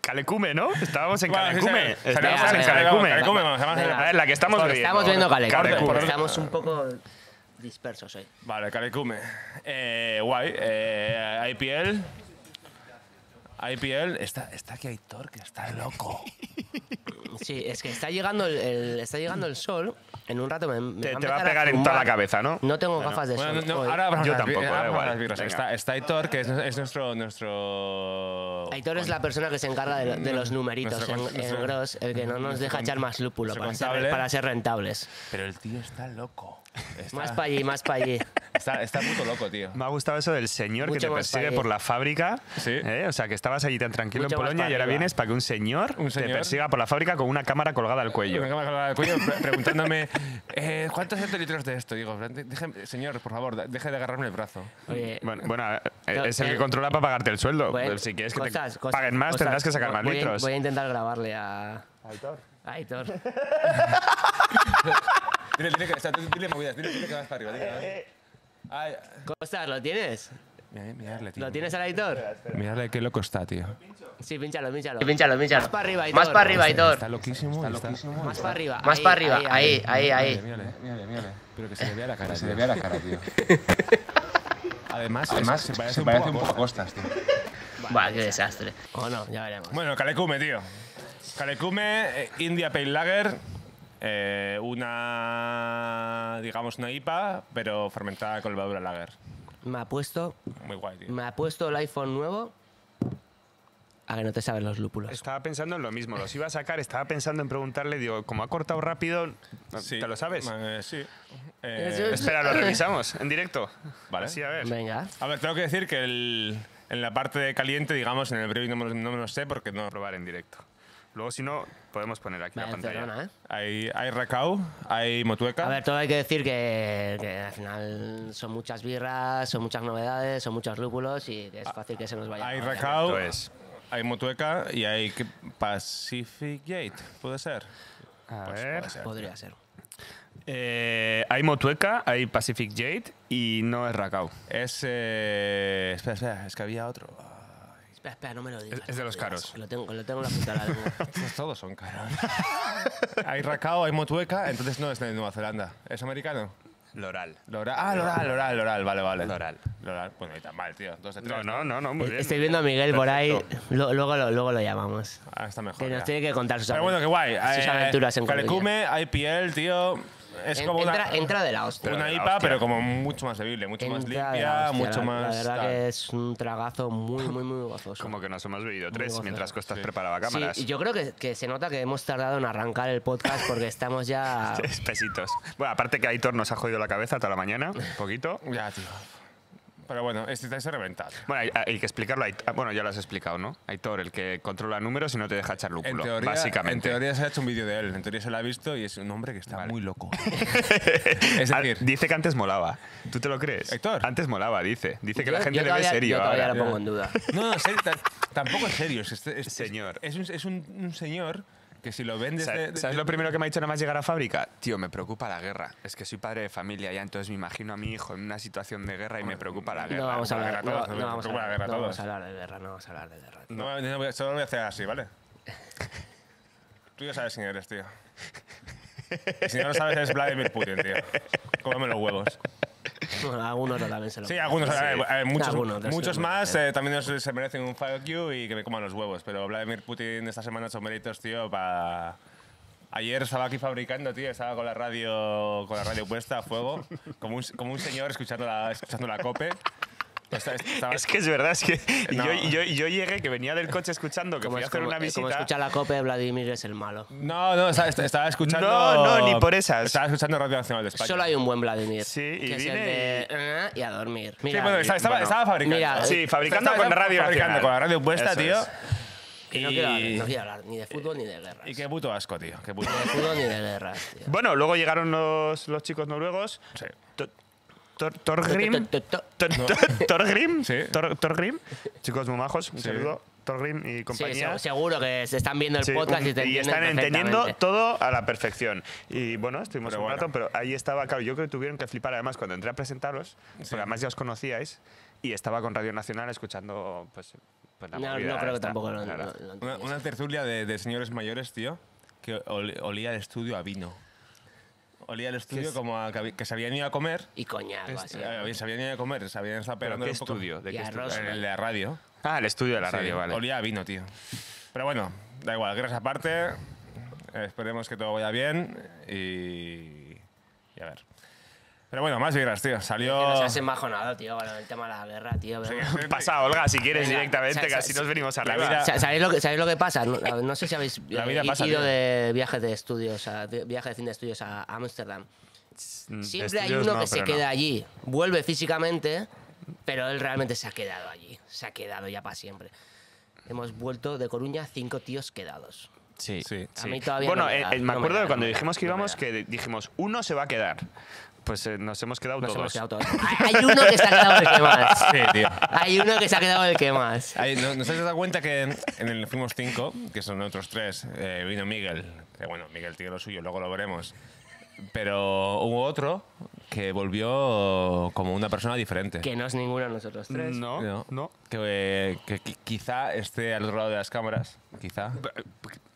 [SPEAKER 4] Calecume, ¿no? Estábamos en
[SPEAKER 2] Bueno, sí,
[SPEAKER 4] Calecume.
[SPEAKER 2] sabe-
[SPEAKER 4] Estábamos
[SPEAKER 3] sabe-
[SPEAKER 4] en
[SPEAKER 3] sabe-
[SPEAKER 4] Calecume.
[SPEAKER 2] Calecume, vamos, vamos,
[SPEAKER 4] A ver, la que estamos
[SPEAKER 3] Porque
[SPEAKER 4] viendo.
[SPEAKER 3] estamos viendo Calecume,
[SPEAKER 4] Calecume.
[SPEAKER 3] porque estamos un poco dispersos hoy.
[SPEAKER 2] Vale, Calecume. Eh, guay. Eh, IPL. IPL. Está, está aquí Aitor, que está loco.
[SPEAKER 3] Sí, es que está llegando el, el- está llegando el sol. En un rato me, me
[SPEAKER 4] Te, te
[SPEAKER 3] empezar
[SPEAKER 4] va a pegar en
[SPEAKER 3] zumbar.
[SPEAKER 4] toda la cabeza, ¿no?
[SPEAKER 3] No tengo gafas de sol.
[SPEAKER 2] Bueno, no,
[SPEAKER 3] hoy.
[SPEAKER 2] ahora vamos
[SPEAKER 4] Yo
[SPEAKER 2] a las bi-
[SPEAKER 4] tampoco,
[SPEAKER 2] ahora vamos a
[SPEAKER 4] da igual.
[SPEAKER 2] las birras.
[SPEAKER 4] Venga.
[SPEAKER 2] Está, está Aitor, que es, es nuestro... nuestro
[SPEAKER 3] Aitor es la persona que se encarga de, de
[SPEAKER 4] Mm,
[SPEAKER 3] los numeritos
[SPEAKER 2] Nuestro
[SPEAKER 3] en,
[SPEAKER 2] con-
[SPEAKER 3] en
[SPEAKER 2] nuestro-
[SPEAKER 3] Gross, el que no nos
[SPEAKER 2] nuestro
[SPEAKER 3] deja
[SPEAKER 2] con-
[SPEAKER 3] echar más lúpulo
[SPEAKER 2] nuestro
[SPEAKER 3] para ser,
[SPEAKER 2] contable.
[SPEAKER 3] para ser rentables.
[SPEAKER 2] Pero el tío está loco. Está,
[SPEAKER 3] Más para allí, más para allí.
[SPEAKER 2] está, está puto loco, tío.
[SPEAKER 4] Me ha gustado eso del señor
[SPEAKER 3] Mucho
[SPEAKER 4] que te
[SPEAKER 3] más
[SPEAKER 4] persigue
[SPEAKER 3] país.
[SPEAKER 4] por la fábrica.
[SPEAKER 2] Sí.
[SPEAKER 4] ¿eh? O sea, que estabas allí tan tranquilo
[SPEAKER 3] Mucho
[SPEAKER 4] en
[SPEAKER 3] más
[SPEAKER 4] Polonia y
[SPEAKER 3] arriba.
[SPEAKER 4] ahora vienes para que un señor,
[SPEAKER 2] Un
[SPEAKER 4] te
[SPEAKER 2] señor. Eh,
[SPEAKER 4] persiga por la fábrica con una cámara colgada al
[SPEAKER 2] Y
[SPEAKER 4] cuello.
[SPEAKER 2] me acaba de colgar el cuello pre- preguntándome eh, ¿cuántos centilitros de esto? Digo, déjeme- señor, por favor, da- deje de agarrarme el brazo.
[SPEAKER 3] Oye,
[SPEAKER 4] Bueno, bueno, a ver,
[SPEAKER 3] No,
[SPEAKER 4] es el
[SPEAKER 3] eh,
[SPEAKER 4] que controla para pagarte el sueldo.
[SPEAKER 3] bueno,
[SPEAKER 4] si quieres que
[SPEAKER 3] cosas,
[SPEAKER 4] te
[SPEAKER 3] cosas,
[SPEAKER 4] paguen más,
[SPEAKER 3] cosas.
[SPEAKER 4] tendrás que sacar más
[SPEAKER 3] Voy a-
[SPEAKER 4] litros.
[SPEAKER 3] Voy a intentar grabarle a. Aitor. Aitor.
[SPEAKER 2] Dile, dile que, o sea, tú dile movidas, dile, dile que vas para arriba. Dile, Ay,
[SPEAKER 3] Cosas, ¿lo tienes?
[SPEAKER 2] mira, mirarle, tío.
[SPEAKER 3] ¿Lo tienes al Aitor?
[SPEAKER 2] Mirarle qué loco está, tío.
[SPEAKER 3] Sí, pínchalo, pínchalo. Pínchalo, pínchalo. Más para arriba, Aitor.
[SPEAKER 5] Más para arriba, Aitor.
[SPEAKER 2] Está loquísimo. Está loquísimo.
[SPEAKER 3] Más para arriba.
[SPEAKER 5] Más
[SPEAKER 3] ahí,
[SPEAKER 5] para arriba, ahí, ahí, ahí.
[SPEAKER 2] Mírale, mírale, mírale. Pero Ah. que se le vea la cara, se le vea la cara, tío. Ah, Además, Además se parece, un, poco a Costas, tío.
[SPEAKER 5] Buah, qué desastre.
[SPEAKER 3] O no, ya veremos.
[SPEAKER 2] Bueno, Calecume, tío. Calecume, eh, India Pale Lager, eh, una, ah, digamos, una IPA, pero fermentada con levadura lager.
[SPEAKER 3] Me ha puesto,
[SPEAKER 2] Muy guay, tío.
[SPEAKER 3] me ha puesto el iPhone nuevo a que no te saben los lúpulos.
[SPEAKER 4] Estaba pensando en lo mismo, los iba a sacar, estaba pensando en preguntarle, digo, como ha cortado rápido,
[SPEAKER 2] Sí.
[SPEAKER 4] ¿te lo sabes?
[SPEAKER 2] Eh, sí. Eh,
[SPEAKER 3] Eso es-
[SPEAKER 4] Espera, lo revisamos en directo.
[SPEAKER 2] Vale.
[SPEAKER 4] Sí, a ver.
[SPEAKER 3] Venga.
[SPEAKER 2] a ver, tengo que decir que el- en la parte de caliente, digamos, en el brewing no me, lo- no me lo sé porque no.
[SPEAKER 4] Probar en directo. Luego, si no, podemos poner aquí
[SPEAKER 3] Vaya
[SPEAKER 4] la pantalla.
[SPEAKER 3] encerrona, ¿eh?
[SPEAKER 2] Hay, hay Rakau, hay Motueka.
[SPEAKER 3] A ver, todo hay que decir que, que al final son muchas birras, son muchas novedades, son muchos lúpulos y que es fácil que se nos vaya.
[SPEAKER 2] hay
[SPEAKER 3] la olla.
[SPEAKER 2] Rakau,
[SPEAKER 4] Esto es.
[SPEAKER 2] hay Motueka y hay ¿qué? Pacific Gate, puede ser.
[SPEAKER 4] A ver.
[SPEAKER 3] Podría ser.
[SPEAKER 4] Pues Eh, hay Motueka, hay Pacific Jade y no es Rakao.
[SPEAKER 2] Es. eh, espera, espera, es que había otro. Ah,
[SPEAKER 3] Espera, espera, no me lo digas.
[SPEAKER 4] Es- es de los caros.
[SPEAKER 3] Lo tengo, lo tengo en la punta de la
[SPEAKER 2] Pues todos son caros. hay Rakau, hay Motueka, entonces no es de Nueva Zelanda, es americano.
[SPEAKER 4] Loral.
[SPEAKER 2] Loral, ah, Loral, Loral, Loral, vale, vale.
[SPEAKER 4] Loral.
[SPEAKER 2] Loral, bueno, ni tan mal, tío. Dos de tres.
[SPEAKER 4] No, no, no, no, muy bien.
[SPEAKER 3] Estoy viendo a Miguel por ahí. Lo- luego, lo, luego lo llamamos.
[SPEAKER 2] Ah, está mejor.
[SPEAKER 3] Que nos
[SPEAKER 2] ya.
[SPEAKER 3] tiene que contar sus,
[SPEAKER 2] Pero
[SPEAKER 3] aven-
[SPEAKER 2] bueno, qué guay.
[SPEAKER 3] sus
[SPEAKER 2] Eh,
[SPEAKER 3] aventuras en Coruña.
[SPEAKER 2] Calecume, IPL, tío. Es
[SPEAKER 3] En-
[SPEAKER 2] como una,
[SPEAKER 3] entra, entra de la hostia.
[SPEAKER 2] una
[SPEAKER 4] de
[SPEAKER 2] IPA,
[SPEAKER 4] la hostia.
[SPEAKER 2] pero como mucho más bebible, mucho más
[SPEAKER 3] Entra de la
[SPEAKER 2] limpia,
[SPEAKER 3] hostia,
[SPEAKER 2] mucho
[SPEAKER 3] la-
[SPEAKER 2] más.
[SPEAKER 3] La verdad
[SPEAKER 2] tal.
[SPEAKER 3] que es un tragazo muy, muy, muy gozoso.
[SPEAKER 4] Como que nos hemos bebido tres
[SPEAKER 3] gozoso.
[SPEAKER 4] mientras Costas
[SPEAKER 2] Sí.
[SPEAKER 4] preparaba cámaras.
[SPEAKER 3] Sí, yo creo que, que se nota que hemos tardado en arrancar el podcast porque estamos ya.
[SPEAKER 4] Tres pesitos. Bueno, aparte que Aitor nos ha jodido la cabeza toda la mañana, un poquito.
[SPEAKER 2] Ya, tío. Pero bueno, este está reventado.
[SPEAKER 4] Bueno, hay, hay que explicarlo. a Ait- ah, Bueno, ya lo has explicado, ¿no? Aitor, el que controla números y no te deja echar
[SPEAKER 2] En
[SPEAKER 4] lúpulo,
[SPEAKER 2] teoría, en
[SPEAKER 4] básicamente.
[SPEAKER 2] teoría se ha hecho un vídeo de él, en teoría se lo ha visto y es un hombre que está muy loco. es
[SPEAKER 4] Ah,
[SPEAKER 2] decir,
[SPEAKER 4] dice que antes molaba. ¿Tú te lo crees?
[SPEAKER 2] Aitor.
[SPEAKER 4] Antes molaba, dice. Dice que la
[SPEAKER 3] Yo-
[SPEAKER 4] gente
[SPEAKER 3] yo
[SPEAKER 4] le ve
[SPEAKER 3] todavía-
[SPEAKER 4] serio
[SPEAKER 3] Yo todavía
[SPEAKER 4] ahora.
[SPEAKER 3] lo pongo en duda.
[SPEAKER 2] no, no, en serio, ta- tampoco es serio. Es, es- es-
[SPEAKER 4] Señor.
[SPEAKER 2] Es, un, es un- un señor que si lo vendes.
[SPEAKER 4] ¿Sabes, sabes lo primero que me ha dicho nada más llegar a fábrica? Tío, me preocupa la guerra. Es que soy padre de familia ya, entonces me imagino a mi hijo en una situación de guerra y me preocupa la guerra.
[SPEAKER 3] No vamos a
[SPEAKER 2] la guerra a
[SPEAKER 3] hablar, no,
[SPEAKER 2] todos,
[SPEAKER 3] no
[SPEAKER 2] nos
[SPEAKER 3] vamos a
[SPEAKER 2] preocupa la guerra
[SPEAKER 3] hablar,
[SPEAKER 2] a
[SPEAKER 3] no
[SPEAKER 2] todos.
[SPEAKER 3] vamos a hablar de guerra, no vamos a hablar de guerra. tío.
[SPEAKER 2] No, no, voy a- solo voy a hacer así, ¿vale? Tú ya sabes quién eres, tío. Y si no lo sabes, es Vladimir Putin, tío. Cómame los huevos.
[SPEAKER 3] Bueno, algunos también se lo
[SPEAKER 2] Sí, algunos, a ver, a ver, muchos,
[SPEAKER 3] Algunos, otros
[SPEAKER 2] muchos
[SPEAKER 3] no.
[SPEAKER 2] más eh, también nos- se merecen un fuck you y que me coman los huevos. Pero Vladimir Putin esta semana ha hecho méritos, tío, para... Ayer estaba aquí fabricando, tío, estaba con la radio, con la radio puesta a fuego, como un, como un señor escuchando la, escuchando la cope. O sea, estaba-
[SPEAKER 4] Es que es verdad, es que
[SPEAKER 2] No.
[SPEAKER 4] yo, yo, yo llegué, que venía del coche escuchando, que
[SPEAKER 3] Como,
[SPEAKER 4] voy a
[SPEAKER 3] es-
[SPEAKER 4] hacer
[SPEAKER 3] como-
[SPEAKER 4] una
[SPEAKER 3] eh, como
[SPEAKER 4] visita.
[SPEAKER 3] escuchar la copa de Vladimir es el malo.
[SPEAKER 2] No, no, estaba, estaba escuchando...
[SPEAKER 4] No, no, ni por esas.
[SPEAKER 2] Estaba escuchando Radio Nacional de España.
[SPEAKER 3] Solo hay un buen Vladimir.
[SPEAKER 4] Sí, y
[SPEAKER 3] que es el
[SPEAKER 4] vine
[SPEAKER 3] de, "Ah", y a dormir.
[SPEAKER 2] Sí,
[SPEAKER 3] Mira,
[SPEAKER 2] bueno, estaba, estaba-
[SPEAKER 4] bueno.
[SPEAKER 2] estaba fabricando.
[SPEAKER 3] Mira,
[SPEAKER 4] sí, fabricando
[SPEAKER 2] Estaba
[SPEAKER 4] con radio
[SPEAKER 2] Fabricando
[SPEAKER 4] nacional.
[SPEAKER 2] con la radio puesta,
[SPEAKER 4] Eso
[SPEAKER 2] tío.
[SPEAKER 4] es.
[SPEAKER 3] que no, quiero hablar, no quiero hablar ni de fútbol ni de guerras.
[SPEAKER 2] Y qué puto asco, tío. Qué puto
[SPEAKER 3] Ni de fútbol ni de guerras, tío.
[SPEAKER 4] Bueno, luego llegaron los, los chicos noruegos.
[SPEAKER 2] Sí.
[SPEAKER 4] To- Tor- Torgrim.
[SPEAKER 3] To- to- to-
[SPEAKER 4] Tor- Tor- Torgrim.
[SPEAKER 2] Sí.
[SPEAKER 4] Tor- Torgrim. Chicos muy majos, un
[SPEAKER 2] Sí.
[SPEAKER 4] saludo. Torgrim y
[SPEAKER 3] Sí,
[SPEAKER 4] compañía.
[SPEAKER 3] se- seguro que se están viendo el
[SPEAKER 4] Sí,
[SPEAKER 3] podcast
[SPEAKER 4] un-
[SPEAKER 3] y, te
[SPEAKER 4] y
[SPEAKER 3] entienden
[SPEAKER 4] están entendiendo
[SPEAKER 3] perfectamente.
[SPEAKER 4] todo a la perfección. Y bueno, estuvimos
[SPEAKER 2] Pero
[SPEAKER 4] un
[SPEAKER 2] bueno.
[SPEAKER 4] rato, pero ahí estaba, claro, yo creo que tuvieron que flipar además cuando entré a presentaros, porque además ya os conocíais, y estaba con Radio Nacional escuchando, pues, pues la
[SPEAKER 3] No,
[SPEAKER 4] movida
[SPEAKER 3] no creo que
[SPEAKER 4] esta,
[SPEAKER 3] tampoco lo, lo-
[SPEAKER 4] claro.
[SPEAKER 3] lo
[SPEAKER 2] Una,
[SPEAKER 4] Pues
[SPEAKER 3] entiendas.
[SPEAKER 2] una tertulia de, de señores mayores, tío, que ol- olía el estudio a vino. Olía el estudio como a que, habi- que se habían ido a comer.
[SPEAKER 3] Y coñac,
[SPEAKER 4] Este,
[SPEAKER 2] Es-
[SPEAKER 3] así.
[SPEAKER 2] eh, se habían ido a comer, se habían estado
[SPEAKER 4] ¿Pero
[SPEAKER 2] pegando
[SPEAKER 4] qué
[SPEAKER 2] un poco.
[SPEAKER 4] estudio? ¿De
[SPEAKER 3] Y
[SPEAKER 4] qué
[SPEAKER 3] arroz,
[SPEAKER 4] estudio?
[SPEAKER 2] En el de la radio.
[SPEAKER 4] Ah, el estudio de la
[SPEAKER 2] Sí,
[SPEAKER 4] radio, vale.
[SPEAKER 2] Olía a vino, tío. Pero bueno, da igual, guerras aparte. eh, Esperemos que todo vaya bien y. y a ver. Pero bueno, más guerras, tío.
[SPEAKER 3] Que nos
[SPEAKER 2] Salió.
[SPEAKER 3] has embajonado, tío, con el tema de la guerra, tío. pero-
[SPEAKER 2] Sí,
[SPEAKER 4] Pasa, Olga, si quieres
[SPEAKER 3] Venga,
[SPEAKER 4] directamente,
[SPEAKER 3] sa-
[SPEAKER 4] que
[SPEAKER 3] sa-
[SPEAKER 4] así nos venimos
[SPEAKER 2] la
[SPEAKER 4] arriba.
[SPEAKER 2] vida-
[SPEAKER 3] O sea, ¿Sabéis lo, que, ¿Sabéis lo que pasa? No, no sé si habéis
[SPEAKER 2] La vida
[SPEAKER 3] eh,
[SPEAKER 2] pasa,
[SPEAKER 3] ido
[SPEAKER 2] tío.
[SPEAKER 3] de viajes de estudios, a, de viajes de fin de estudios a Ámsterdam.
[SPEAKER 4] Mm,
[SPEAKER 3] Siempre hay
[SPEAKER 4] estudios
[SPEAKER 3] uno
[SPEAKER 4] no,
[SPEAKER 3] que se
[SPEAKER 4] pero
[SPEAKER 3] queda
[SPEAKER 4] no.
[SPEAKER 3] allí, vuelve físicamente, pero él realmente se ha quedado allí, se ha quedado ya para siempre. Hemos vuelto de Coruña cinco tíos quedados.
[SPEAKER 4] Sí,
[SPEAKER 2] Sí.
[SPEAKER 3] A mí todavía
[SPEAKER 4] bueno,
[SPEAKER 3] no me
[SPEAKER 4] eh,
[SPEAKER 3] da,
[SPEAKER 4] eh,
[SPEAKER 3] no
[SPEAKER 4] me
[SPEAKER 3] me
[SPEAKER 4] acuerdo
[SPEAKER 3] da,
[SPEAKER 4] de cuando
[SPEAKER 3] no me
[SPEAKER 4] dijimos
[SPEAKER 3] da,
[SPEAKER 4] que
[SPEAKER 3] no me
[SPEAKER 4] íbamos,
[SPEAKER 3] da.
[SPEAKER 4] que dijimos, uno se va a quedar. Pues eh, nos hemos quedado
[SPEAKER 3] Nos
[SPEAKER 4] todos.
[SPEAKER 3] hemos quedado todos. Hay hay uno que se ha quedado el que más.
[SPEAKER 2] Sí, tío.
[SPEAKER 3] Hay uno que se ha quedado el que más.
[SPEAKER 2] Ay, ¿no, ¿Nos habéis dado cuenta que en el Fuimos 5, que son otros tres, eh, vino Miguel? Que bueno, Miguel tiene lo suyo, luego lo veremos. Pero hubo otro que volvió como una persona diferente.
[SPEAKER 3] Que no es ninguno de nosotros tres.
[SPEAKER 4] No, no.
[SPEAKER 2] No, Que, eh, que qui- quizá esté al otro lado de las cámaras. Quizá.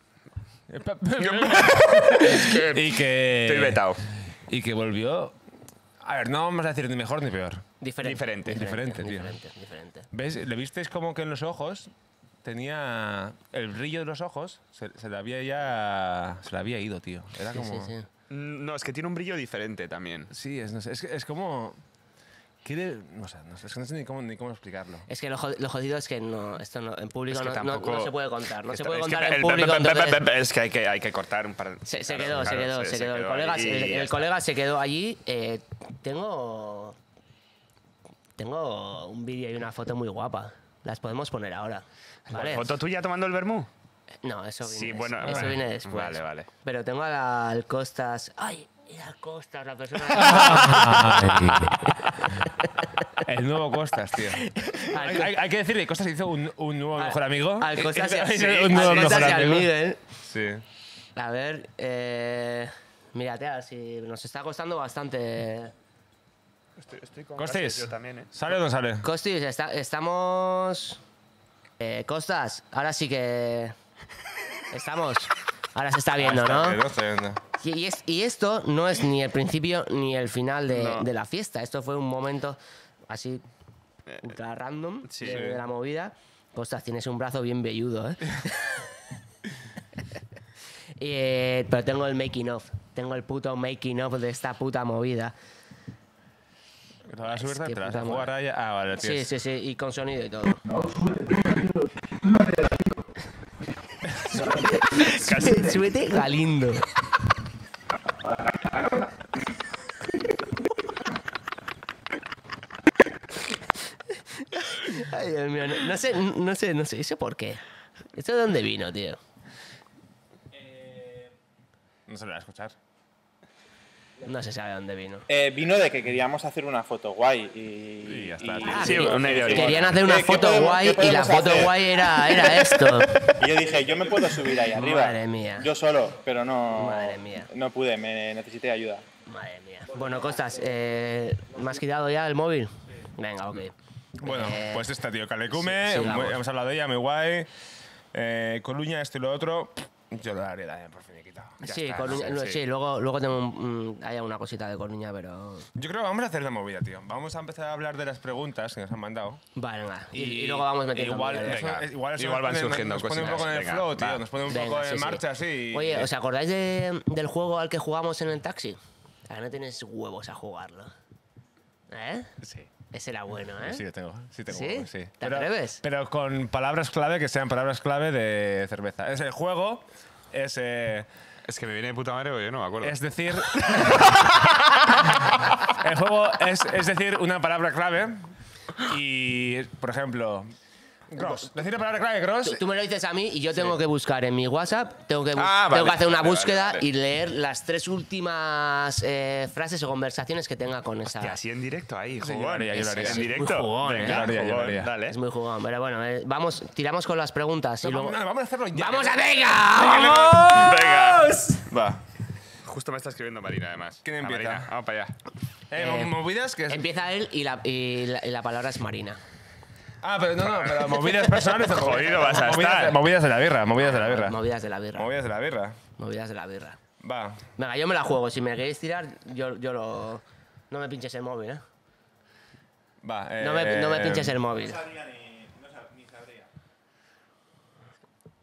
[SPEAKER 2] y que.
[SPEAKER 4] Estoy vetado.
[SPEAKER 2] Y que volvió. A ver, no vamos a decir ni mejor ni peor.
[SPEAKER 3] Diferente.
[SPEAKER 4] Diferente,
[SPEAKER 2] diferente, tío.
[SPEAKER 3] Diferente, diferente.
[SPEAKER 2] ¿Ves? ¿Le visteis como que en los ojos tenía el brillo de los ojos? Se, se le había ya. Se le había ido, tío. Era
[SPEAKER 3] Sí, sí,
[SPEAKER 2] como.
[SPEAKER 3] sí.
[SPEAKER 4] Mm, No, es que tiene un brillo diferente también.
[SPEAKER 2] Sí, es, no sé, es, que- es como. Quiere. No sé, no sé, es que no sé ni cómo, ni cómo explicarlo.
[SPEAKER 3] Es que lo, jod- lo jodido es que no, esto no, en público
[SPEAKER 4] Es que
[SPEAKER 3] no- no,
[SPEAKER 4] tampoco-
[SPEAKER 3] no se puede contar. No se
[SPEAKER 4] Esto-
[SPEAKER 3] puede
[SPEAKER 4] es que
[SPEAKER 3] contar en
[SPEAKER 4] el-
[SPEAKER 3] público.
[SPEAKER 4] pe- pe- pe-
[SPEAKER 3] entonces-
[SPEAKER 4] pe- Es que hay que, hay que cortar un par
[SPEAKER 3] Se, se
[SPEAKER 4] claro,
[SPEAKER 3] quedó, se
[SPEAKER 4] claro,
[SPEAKER 3] quedó, se quedó. El colega,
[SPEAKER 4] ahí
[SPEAKER 3] se- el,
[SPEAKER 4] y ya
[SPEAKER 3] el
[SPEAKER 4] está.
[SPEAKER 3] colega se quedó allí. eh, tengo. Tengo un vídeo y una foto muy guapa. Las podemos poner ahora. ¿vale?
[SPEAKER 4] ¿Foto tuya tomando el vermú?
[SPEAKER 3] No, eso viene,
[SPEAKER 4] Sí,
[SPEAKER 3] des-
[SPEAKER 4] bueno,
[SPEAKER 3] eso
[SPEAKER 4] bueno.
[SPEAKER 3] viene después.
[SPEAKER 4] Vale, vale.
[SPEAKER 3] Pero tengo a la- al Costas. ¡Ay! Era al Costas, la persona.
[SPEAKER 2] El nuevo Costas, tío. Hay, hay- hay que decirle que Costas hizo un, un nuevo mejor amigo.
[SPEAKER 3] Al Costas y al,
[SPEAKER 2] Hizo
[SPEAKER 3] sí,
[SPEAKER 2] un
[SPEAKER 3] al
[SPEAKER 2] nuevo
[SPEAKER 3] Costas
[SPEAKER 2] mejor
[SPEAKER 3] y al
[SPEAKER 2] amigo.
[SPEAKER 3] Miguel.
[SPEAKER 2] Sí.
[SPEAKER 3] A ver, eh, mírate, a ver si nos está costando bastante.
[SPEAKER 4] Estoy, con
[SPEAKER 2] Costis.
[SPEAKER 3] ¿eh?
[SPEAKER 4] ¿eh?
[SPEAKER 2] ¿Sale o no sale?
[SPEAKER 3] Costis, está- estamos. Eh, Costas, ahora sí que. Estamos. Ahora se está viendo,
[SPEAKER 2] Está
[SPEAKER 3] ¿no?
[SPEAKER 2] bien, Está bien.
[SPEAKER 3] Y, y es- y esto no es ni el principio ni el final de,
[SPEAKER 4] No.
[SPEAKER 3] de la fiesta. Esto fue un momento así. ultra random
[SPEAKER 4] Eh, sí.
[SPEAKER 3] de, de la movida. Costas, tienes un brazo bien velludo, ¿eh? Y, eh, pero tengo el making of. Tengo el puto making of de esta puta movida.
[SPEAKER 2] Te vas a subir
[SPEAKER 3] Es que
[SPEAKER 2] detrás.
[SPEAKER 3] puta
[SPEAKER 2] a jugar ahí- Ah, vale, tío.
[SPEAKER 3] Sí, sí, sí, y con sonido y todo. Súbete, súbete Galindo. Ay, Dios mío, no, no sé, no sé, no sé, ¿eso por qué? ¿Esto de dónde vino, tío?
[SPEAKER 2] No se le va a escuchar.
[SPEAKER 3] No se sabe dónde vino.
[SPEAKER 6] Eh, vino de que queríamos hacer una foto guay y,
[SPEAKER 2] Y ya está,
[SPEAKER 6] y-
[SPEAKER 2] tío.
[SPEAKER 4] Sí, una idea
[SPEAKER 6] sí.
[SPEAKER 3] Ah, Querían hacer una
[SPEAKER 6] ¿Qué- qué
[SPEAKER 3] foto
[SPEAKER 6] podemos-
[SPEAKER 3] guay
[SPEAKER 6] qué
[SPEAKER 3] y la
[SPEAKER 6] podemos
[SPEAKER 3] foto
[SPEAKER 6] hacer?
[SPEAKER 3] guay era, era esto.
[SPEAKER 6] Y yo dije, yo me puedo subir ahí arriba.
[SPEAKER 3] Madre mía.
[SPEAKER 6] Yo solo, pero no,
[SPEAKER 3] Madre mía.
[SPEAKER 6] no pude, me necesité ayuda.
[SPEAKER 3] Madre mía. Bueno, Costas, eh, ¿me has quitado ya el móvil? Venga, ok.
[SPEAKER 2] Bueno,
[SPEAKER 3] Eh,
[SPEAKER 2] pues esta, tío. Calecume,
[SPEAKER 3] sí, sí,
[SPEAKER 2] muy-
[SPEAKER 3] vamos.
[SPEAKER 2] hemos hablado de ella, muy guay. Eh, Coluña, esto y lo otro. Yo lo daría también por finiquitado. Ya
[SPEAKER 3] sí,
[SPEAKER 2] está,
[SPEAKER 3] Coruña-
[SPEAKER 2] ¿no?
[SPEAKER 3] no, sí. luego, luego tengo un- mm, hay una cosita de Coruña, pero.
[SPEAKER 2] Yo creo que vamos a hacer la movida, tío. Vamos a empezar a hablar de las preguntas que nos han mandado.
[SPEAKER 3] Vale, venga. Y, y luego vamos metiendo.
[SPEAKER 2] Igual,
[SPEAKER 3] mierda.
[SPEAKER 2] eso-
[SPEAKER 4] Venga.
[SPEAKER 2] eh, igual, eso
[SPEAKER 4] Igual
[SPEAKER 2] nos
[SPEAKER 4] van
[SPEAKER 2] pone-
[SPEAKER 4] surgiendo
[SPEAKER 2] Nos pone un
[SPEAKER 4] cositas.
[SPEAKER 2] poco en el
[SPEAKER 4] Venga,
[SPEAKER 2] flow,
[SPEAKER 4] va.
[SPEAKER 2] tío. Nos pone un
[SPEAKER 3] Venga,
[SPEAKER 2] poco
[SPEAKER 3] sí,
[SPEAKER 2] en
[SPEAKER 3] sí.
[SPEAKER 2] marcha, así.
[SPEAKER 3] Oye, ¿os acordáis de- del juego al que jugábamos en el taxi? Ahora no tienes huevos a jugarlo. ¿Eh?
[SPEAKER 2] Sí.
[SPEAKER 3] Ese era bueno, ¿eh?
[SPEAKER 2] Sí, tengo. Sí, tengo.
[SPEAKER 3] ¿Sí?
[SPEAKER 2] sí.
[SPEAKER 3] ¿Te atreves?
[SPEAKER 2] Pero con palabras clave que sean palabras clave de cerveza. Es el juego, es, eh,
[SPEAKER 4] Es que me viene de puta madre porque yo no me acuerdo.
[SPEAKER 2] es decir. el juego es, es decir una palabra clave y, por ejemplo. Gross. Decir la palabra clave,
[SPEAKER 3] Tú,
[SPEAKER 2] gross.
[SPEAKER 3] tú me lo dices a mí y yo tengo que buscar en mi WhatsApp, tengo que, bu-
[SPEAKER 4] Ah,
[SPEAKER 3] tengo
[SPEAKER 4] vale,
[SPEAKER 3] que hacer una
[SPEAKER 4] vale, vale,
[SPEAKER 3] búsqueda
[SPEAKER 4] vale.
[SPEAKER 3] y leer las tres últimas eh, frases o conversaciones que tenga con esa.
[SPEAKER 4] Y así en directo ahí,
[SPEAKER 2] yo lo
[SPEAKER 4] jugón.
[SPEAKER 2] haría, yo lo haría.
[SPEAKER 4] En
[SPEAKER 2] Sí,
[SPEAKER 4] directo.
[SPEAKER 3] muy jugón,
[SPEAKER 4] Venga,
[SPEAKER 3] ¿eh? Yo lo
[SPEAKER 2] haría, yo lo
[SPEAKER 4] jugón,
[SPEAKER 2] haría.
[SPEAKER 4] Dale.
[SPEAKER 3] Es muy jugón, pero bueno, eh, vamos, tiramos con las preguntas y luego.
[SPEAKER 2] No, vamos a hacerlo ya.
[SPEAKER 3] ¡Vamos a Vega! ¡Vamos!
[SPEAKER 4] Venga. Va. Justo me está escribiendo Marina, además.
[SPEAKER 2] ¿Quién
[SPEAKER 4] Va,
[SPEAKER 2] empieza?
[SPEAKER 4] Marina, vamos para allá.
[SPEAKER 2] Eh,
[SPEAKER 3] Eh,
[SPEAKER 2] movidas que es-
[SPEAKER 3] Empieza él y la, y la- y la palabra es Marina.
[SPEAKER 2] Ah, pero no, no, pero movidas personales. o
[SPEAKER 4] Jodido vas a
[SPEAKER 2] movidas,
[SPEAKER 4] estar.
[SPEAKER 2] Movidas de la birra, movidas de la birra.
[SPEAKER 3] Movidas de la birra.
[SPEAKER 2] Movidas de la birra.
[SPEAKER 3] Movidas de la birra.
[SPEAKER 2] Va.
[SPEAKER 3] Venga, yo me la juego. Si me queréis tirar, yo, yo lo. No me pinches el móvil, ¿eh?
[SPEAKER 2] Va, eh,
[SPEAKER 3] No me, no me pinches el móvil.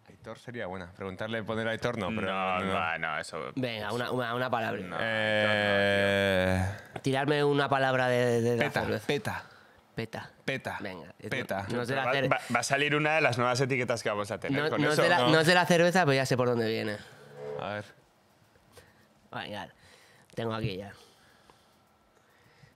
[SPEAKER 2] Aitor sería buena. Preguntarle poner Aitor no, pero.
[SPEAKER 4] No, no, no, eso.
[SPEAKER 3] Venga, una, una, una palabra.
[SPEAKER 2] Eh,
[SPEAKER 3] Tirarme una palabra de, de la
[SPEAKER 2] peta,
[SPEAKER 3] cerveza.
[SPEAKER 2] peta,
[SPEAKER 3] Peta.
[SPEAKER 2] peta.
[SPEAKER 3] Venga.
[SPEAKER 2] Peta.
[SPEAKER 3] No, no es de
[SPEAKER 4] Va,
[SPEAKER 3] la cer-
[SPEAKER 4] va- va a salir una de las nuevas etiquetas que vamos a tener
[SPEAKER 3] no-
[SPEAKER 4] con
[SPEAKER 3] no es
[SPEAKER 4] eso.
[SPEAKER 3] de la-
[SPEAKER 4] ¿no?
[SPEAKER 3] no es de la cerveza, pero ya sé por dónde viene.
[SPEAKER 2] A ver.
[SPEAKER 3] Venga, tengo aquí ya.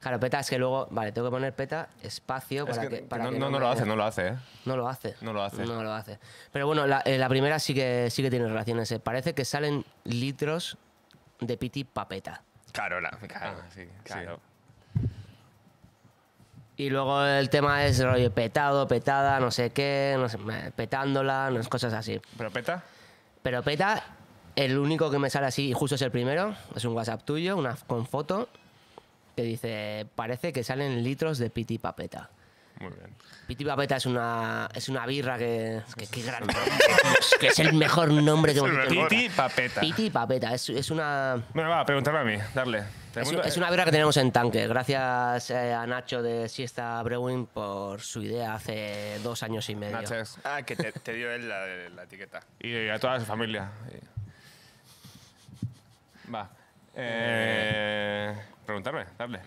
[SPEAKER 3] Claro, peta es que luego. Vale, tengo que poner peta, espacio
[SPEAKER 2] Es
[SPEAKER 3] para
[SPEAKER 2] que,
[SPEAKER 3] que.
[SPEAKER 2] que
[SPEAKER 3] para
[SPEAKER 2] no,
[SPEAKER 3] que
[SPEAKER 2] no, no
[SPEAKER 3] me-
[SPEAKER 2] lo hace, no lo hace, eh.
[SPEAKER 3] No lo hace.
[SPEAKER 2] No lo hace.
[SPEAKER 3] No lo hace. Pero bueno, la, eh, la primera sí que, sí que tiene relaciones. eh. Parece que salen litros de piti papeta.
[SPEAKER 4] Claro, la- claro,
[SPEAKER 2] Ah, sí,
[SPEAKER 4] claro.
[SPEAKER 3] Y luego el tema es rollo petado, petada, no sé qué, no sé, me- petándola, no, cosas así.
[SPEAKER 2] ¿Pero peta?
[SPEAKER 3] Pero peta, el único que me sale así, y justo es el primero, es un WhatsApp tuyo, una con foto, que dice, parece que salen litros de piti papeta.
[SPEAKER 2] Muy bien.
[SPEAKER 3] Piti Papeta es una, es una birra que. que, qué gran nombre, Dios, que es el mejor nombre que hemos
[SPEAKER 4] el
[SPEAKER 3] tenido.
[SPEAKER 4] mejor.
[SPEAKER 2] Piti papeta.
[SPEAKER 3] Piti Papeta, es, es una.
[SPEAKER 2] Bueno, va, preguntarme a mí, darle.
[SPEAKER 3] Es,
[SPEAKER 2] Segundo,
[SPEAKER 3] es una birra que tenemos en tanque. Gracias eh, a Nacho de Siesta Brewing por su idea hace dos años y
[SPEAKER 2] eh,
[SPEAKER 3] medio.
[SPEAKER 2] Naches.
[SPEAKER 4] Ah, que te, te dio él la, la etiqueta.
[SPEAKER 2] Y a toda su familia. Va. Eh, preguntarme, darle.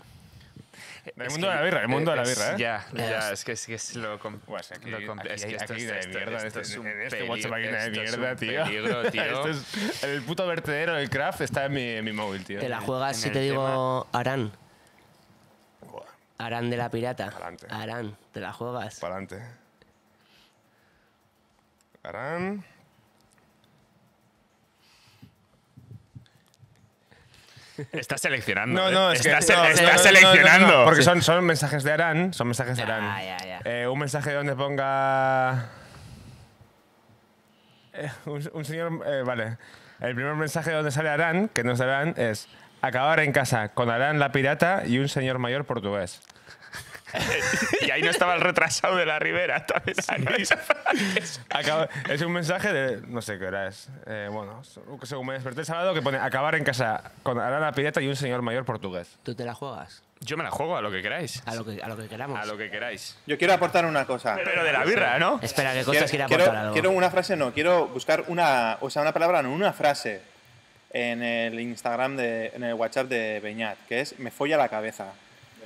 [SPEAKER 2] El
[SPEAKER 4] Es
[SPEAKER 2] mundo de
[SPEAKER 4] que-
[SPEAKER 2] la birra, el mundo de la
[SPEAKER 4] es-
[SPEAKER 2] birra, ¿eh?
[SPEAKER 4] Ya, ya,
[SPEAKER 3] Eh,
[SPEAKER 4] es que es, que es lo com-
[SPEAKER 2] Pues aquí,
[SPEAKER 4] lo com-
[SPEAKER 2] aquí
[SPEAKER 4] es
[SPEAKER 2] hay-
[SPEAKER 4] que esto
[SPEAKER 2] aquí
[SPEAKER 4] es-
[SPEAKER 2] de
[SPEAKER 4] esto-
[SPEAKER 2] mierda,
[SPEAKER 4] esto
[SPEAKER 2] este-
[SPEAKER 4] es un
[SPEAKER 2] en este
[SPEAKER 4] peligro,
[SPEAKER 2] WhatsApp hay una de
[SPEAKER 4] esto es un
[SPEAKER 2] mierda, tío.
[SPEAKER 4] peligro, tío.
[SPEAKER 2] Esto es- el puto vertedero del craft está en mi, en mi móvil, tío.
[SPEAKER 3] Te la juegas
[SPEAKER 4] en
[SPEAKER 3] si
[SPEAKER 4] el
[SPEAKER 3] te digo Arán.
[SPEAKER 2] Buah,
[SPEAKER 3] Arán de la Pirata.
[SPEAKER 2] Pa'lante.
[SPEAKER 3] Arán, te la juegas.
[SPEAKER 2] Para adelante. Arán.
[SPEAKER 4] Está seleccionando.
[SPEAKER 2] No,
[SPEAKER 4] ¿eh?
[SPEAKER 2] no, es que.
[SPEAKER 4] Está se-
[SPEAKER 2] no, no,
[SPEAKER 4] está
[SPEAKER 2] no, no,
[SPEAKER 4] seleccionando.
[SPEAKER 2] no, no, porque son, son mensajes de Arán. Son mensajes de
[SPEAKER 3] Ya,
[SPEAKER 2] Arán.
[SPEAKER 3] ya,
[SPEAKER 2] Eh, un mensaje donde ponga. Eh, un, un señor. eh, vale. El primer mensaje donde sale Arán, que no es de Arán, es. Acabar en casa con Arán la pirata y un señor mayor portugués.
[SPEAKER 4] Y ahí no estaba el retrasado de la Ribera. también.
[SPEAKER 2] Acaba- es un mensaje de. No sé qué hora es. Eh, bueno, según me desperté el sábado, que pone acabar en casa con Arán la pirata y un señor mayor portugués.
[SPEAKER 3] Tú te la juegas.
[SPEAKER 4] Yo me la juego a lo que queráis.
[SPEAKER 3] A lo que, a lo que queramos.
[SPEAKER 4] A lo que queráis.
[SPEAKER 6] Yo quiero aportar una cosa.
[SPEAKER 4] Pero de la birra, ¿no?
[SPEAKER 3] Espera, que
[SPEAKER 6] Quiero,
[SPEAKER 3] Costas quiere
[SPEAKER 6] quiero-
[SPEAKER 3] aportar algo.
[SPEAKER 6] quiero una frase, no, quiero buscar una, o sea, una palabra, no, una frase en el Instagram, de, en el WhatsApp de Beñat, que es me folla la cabeza.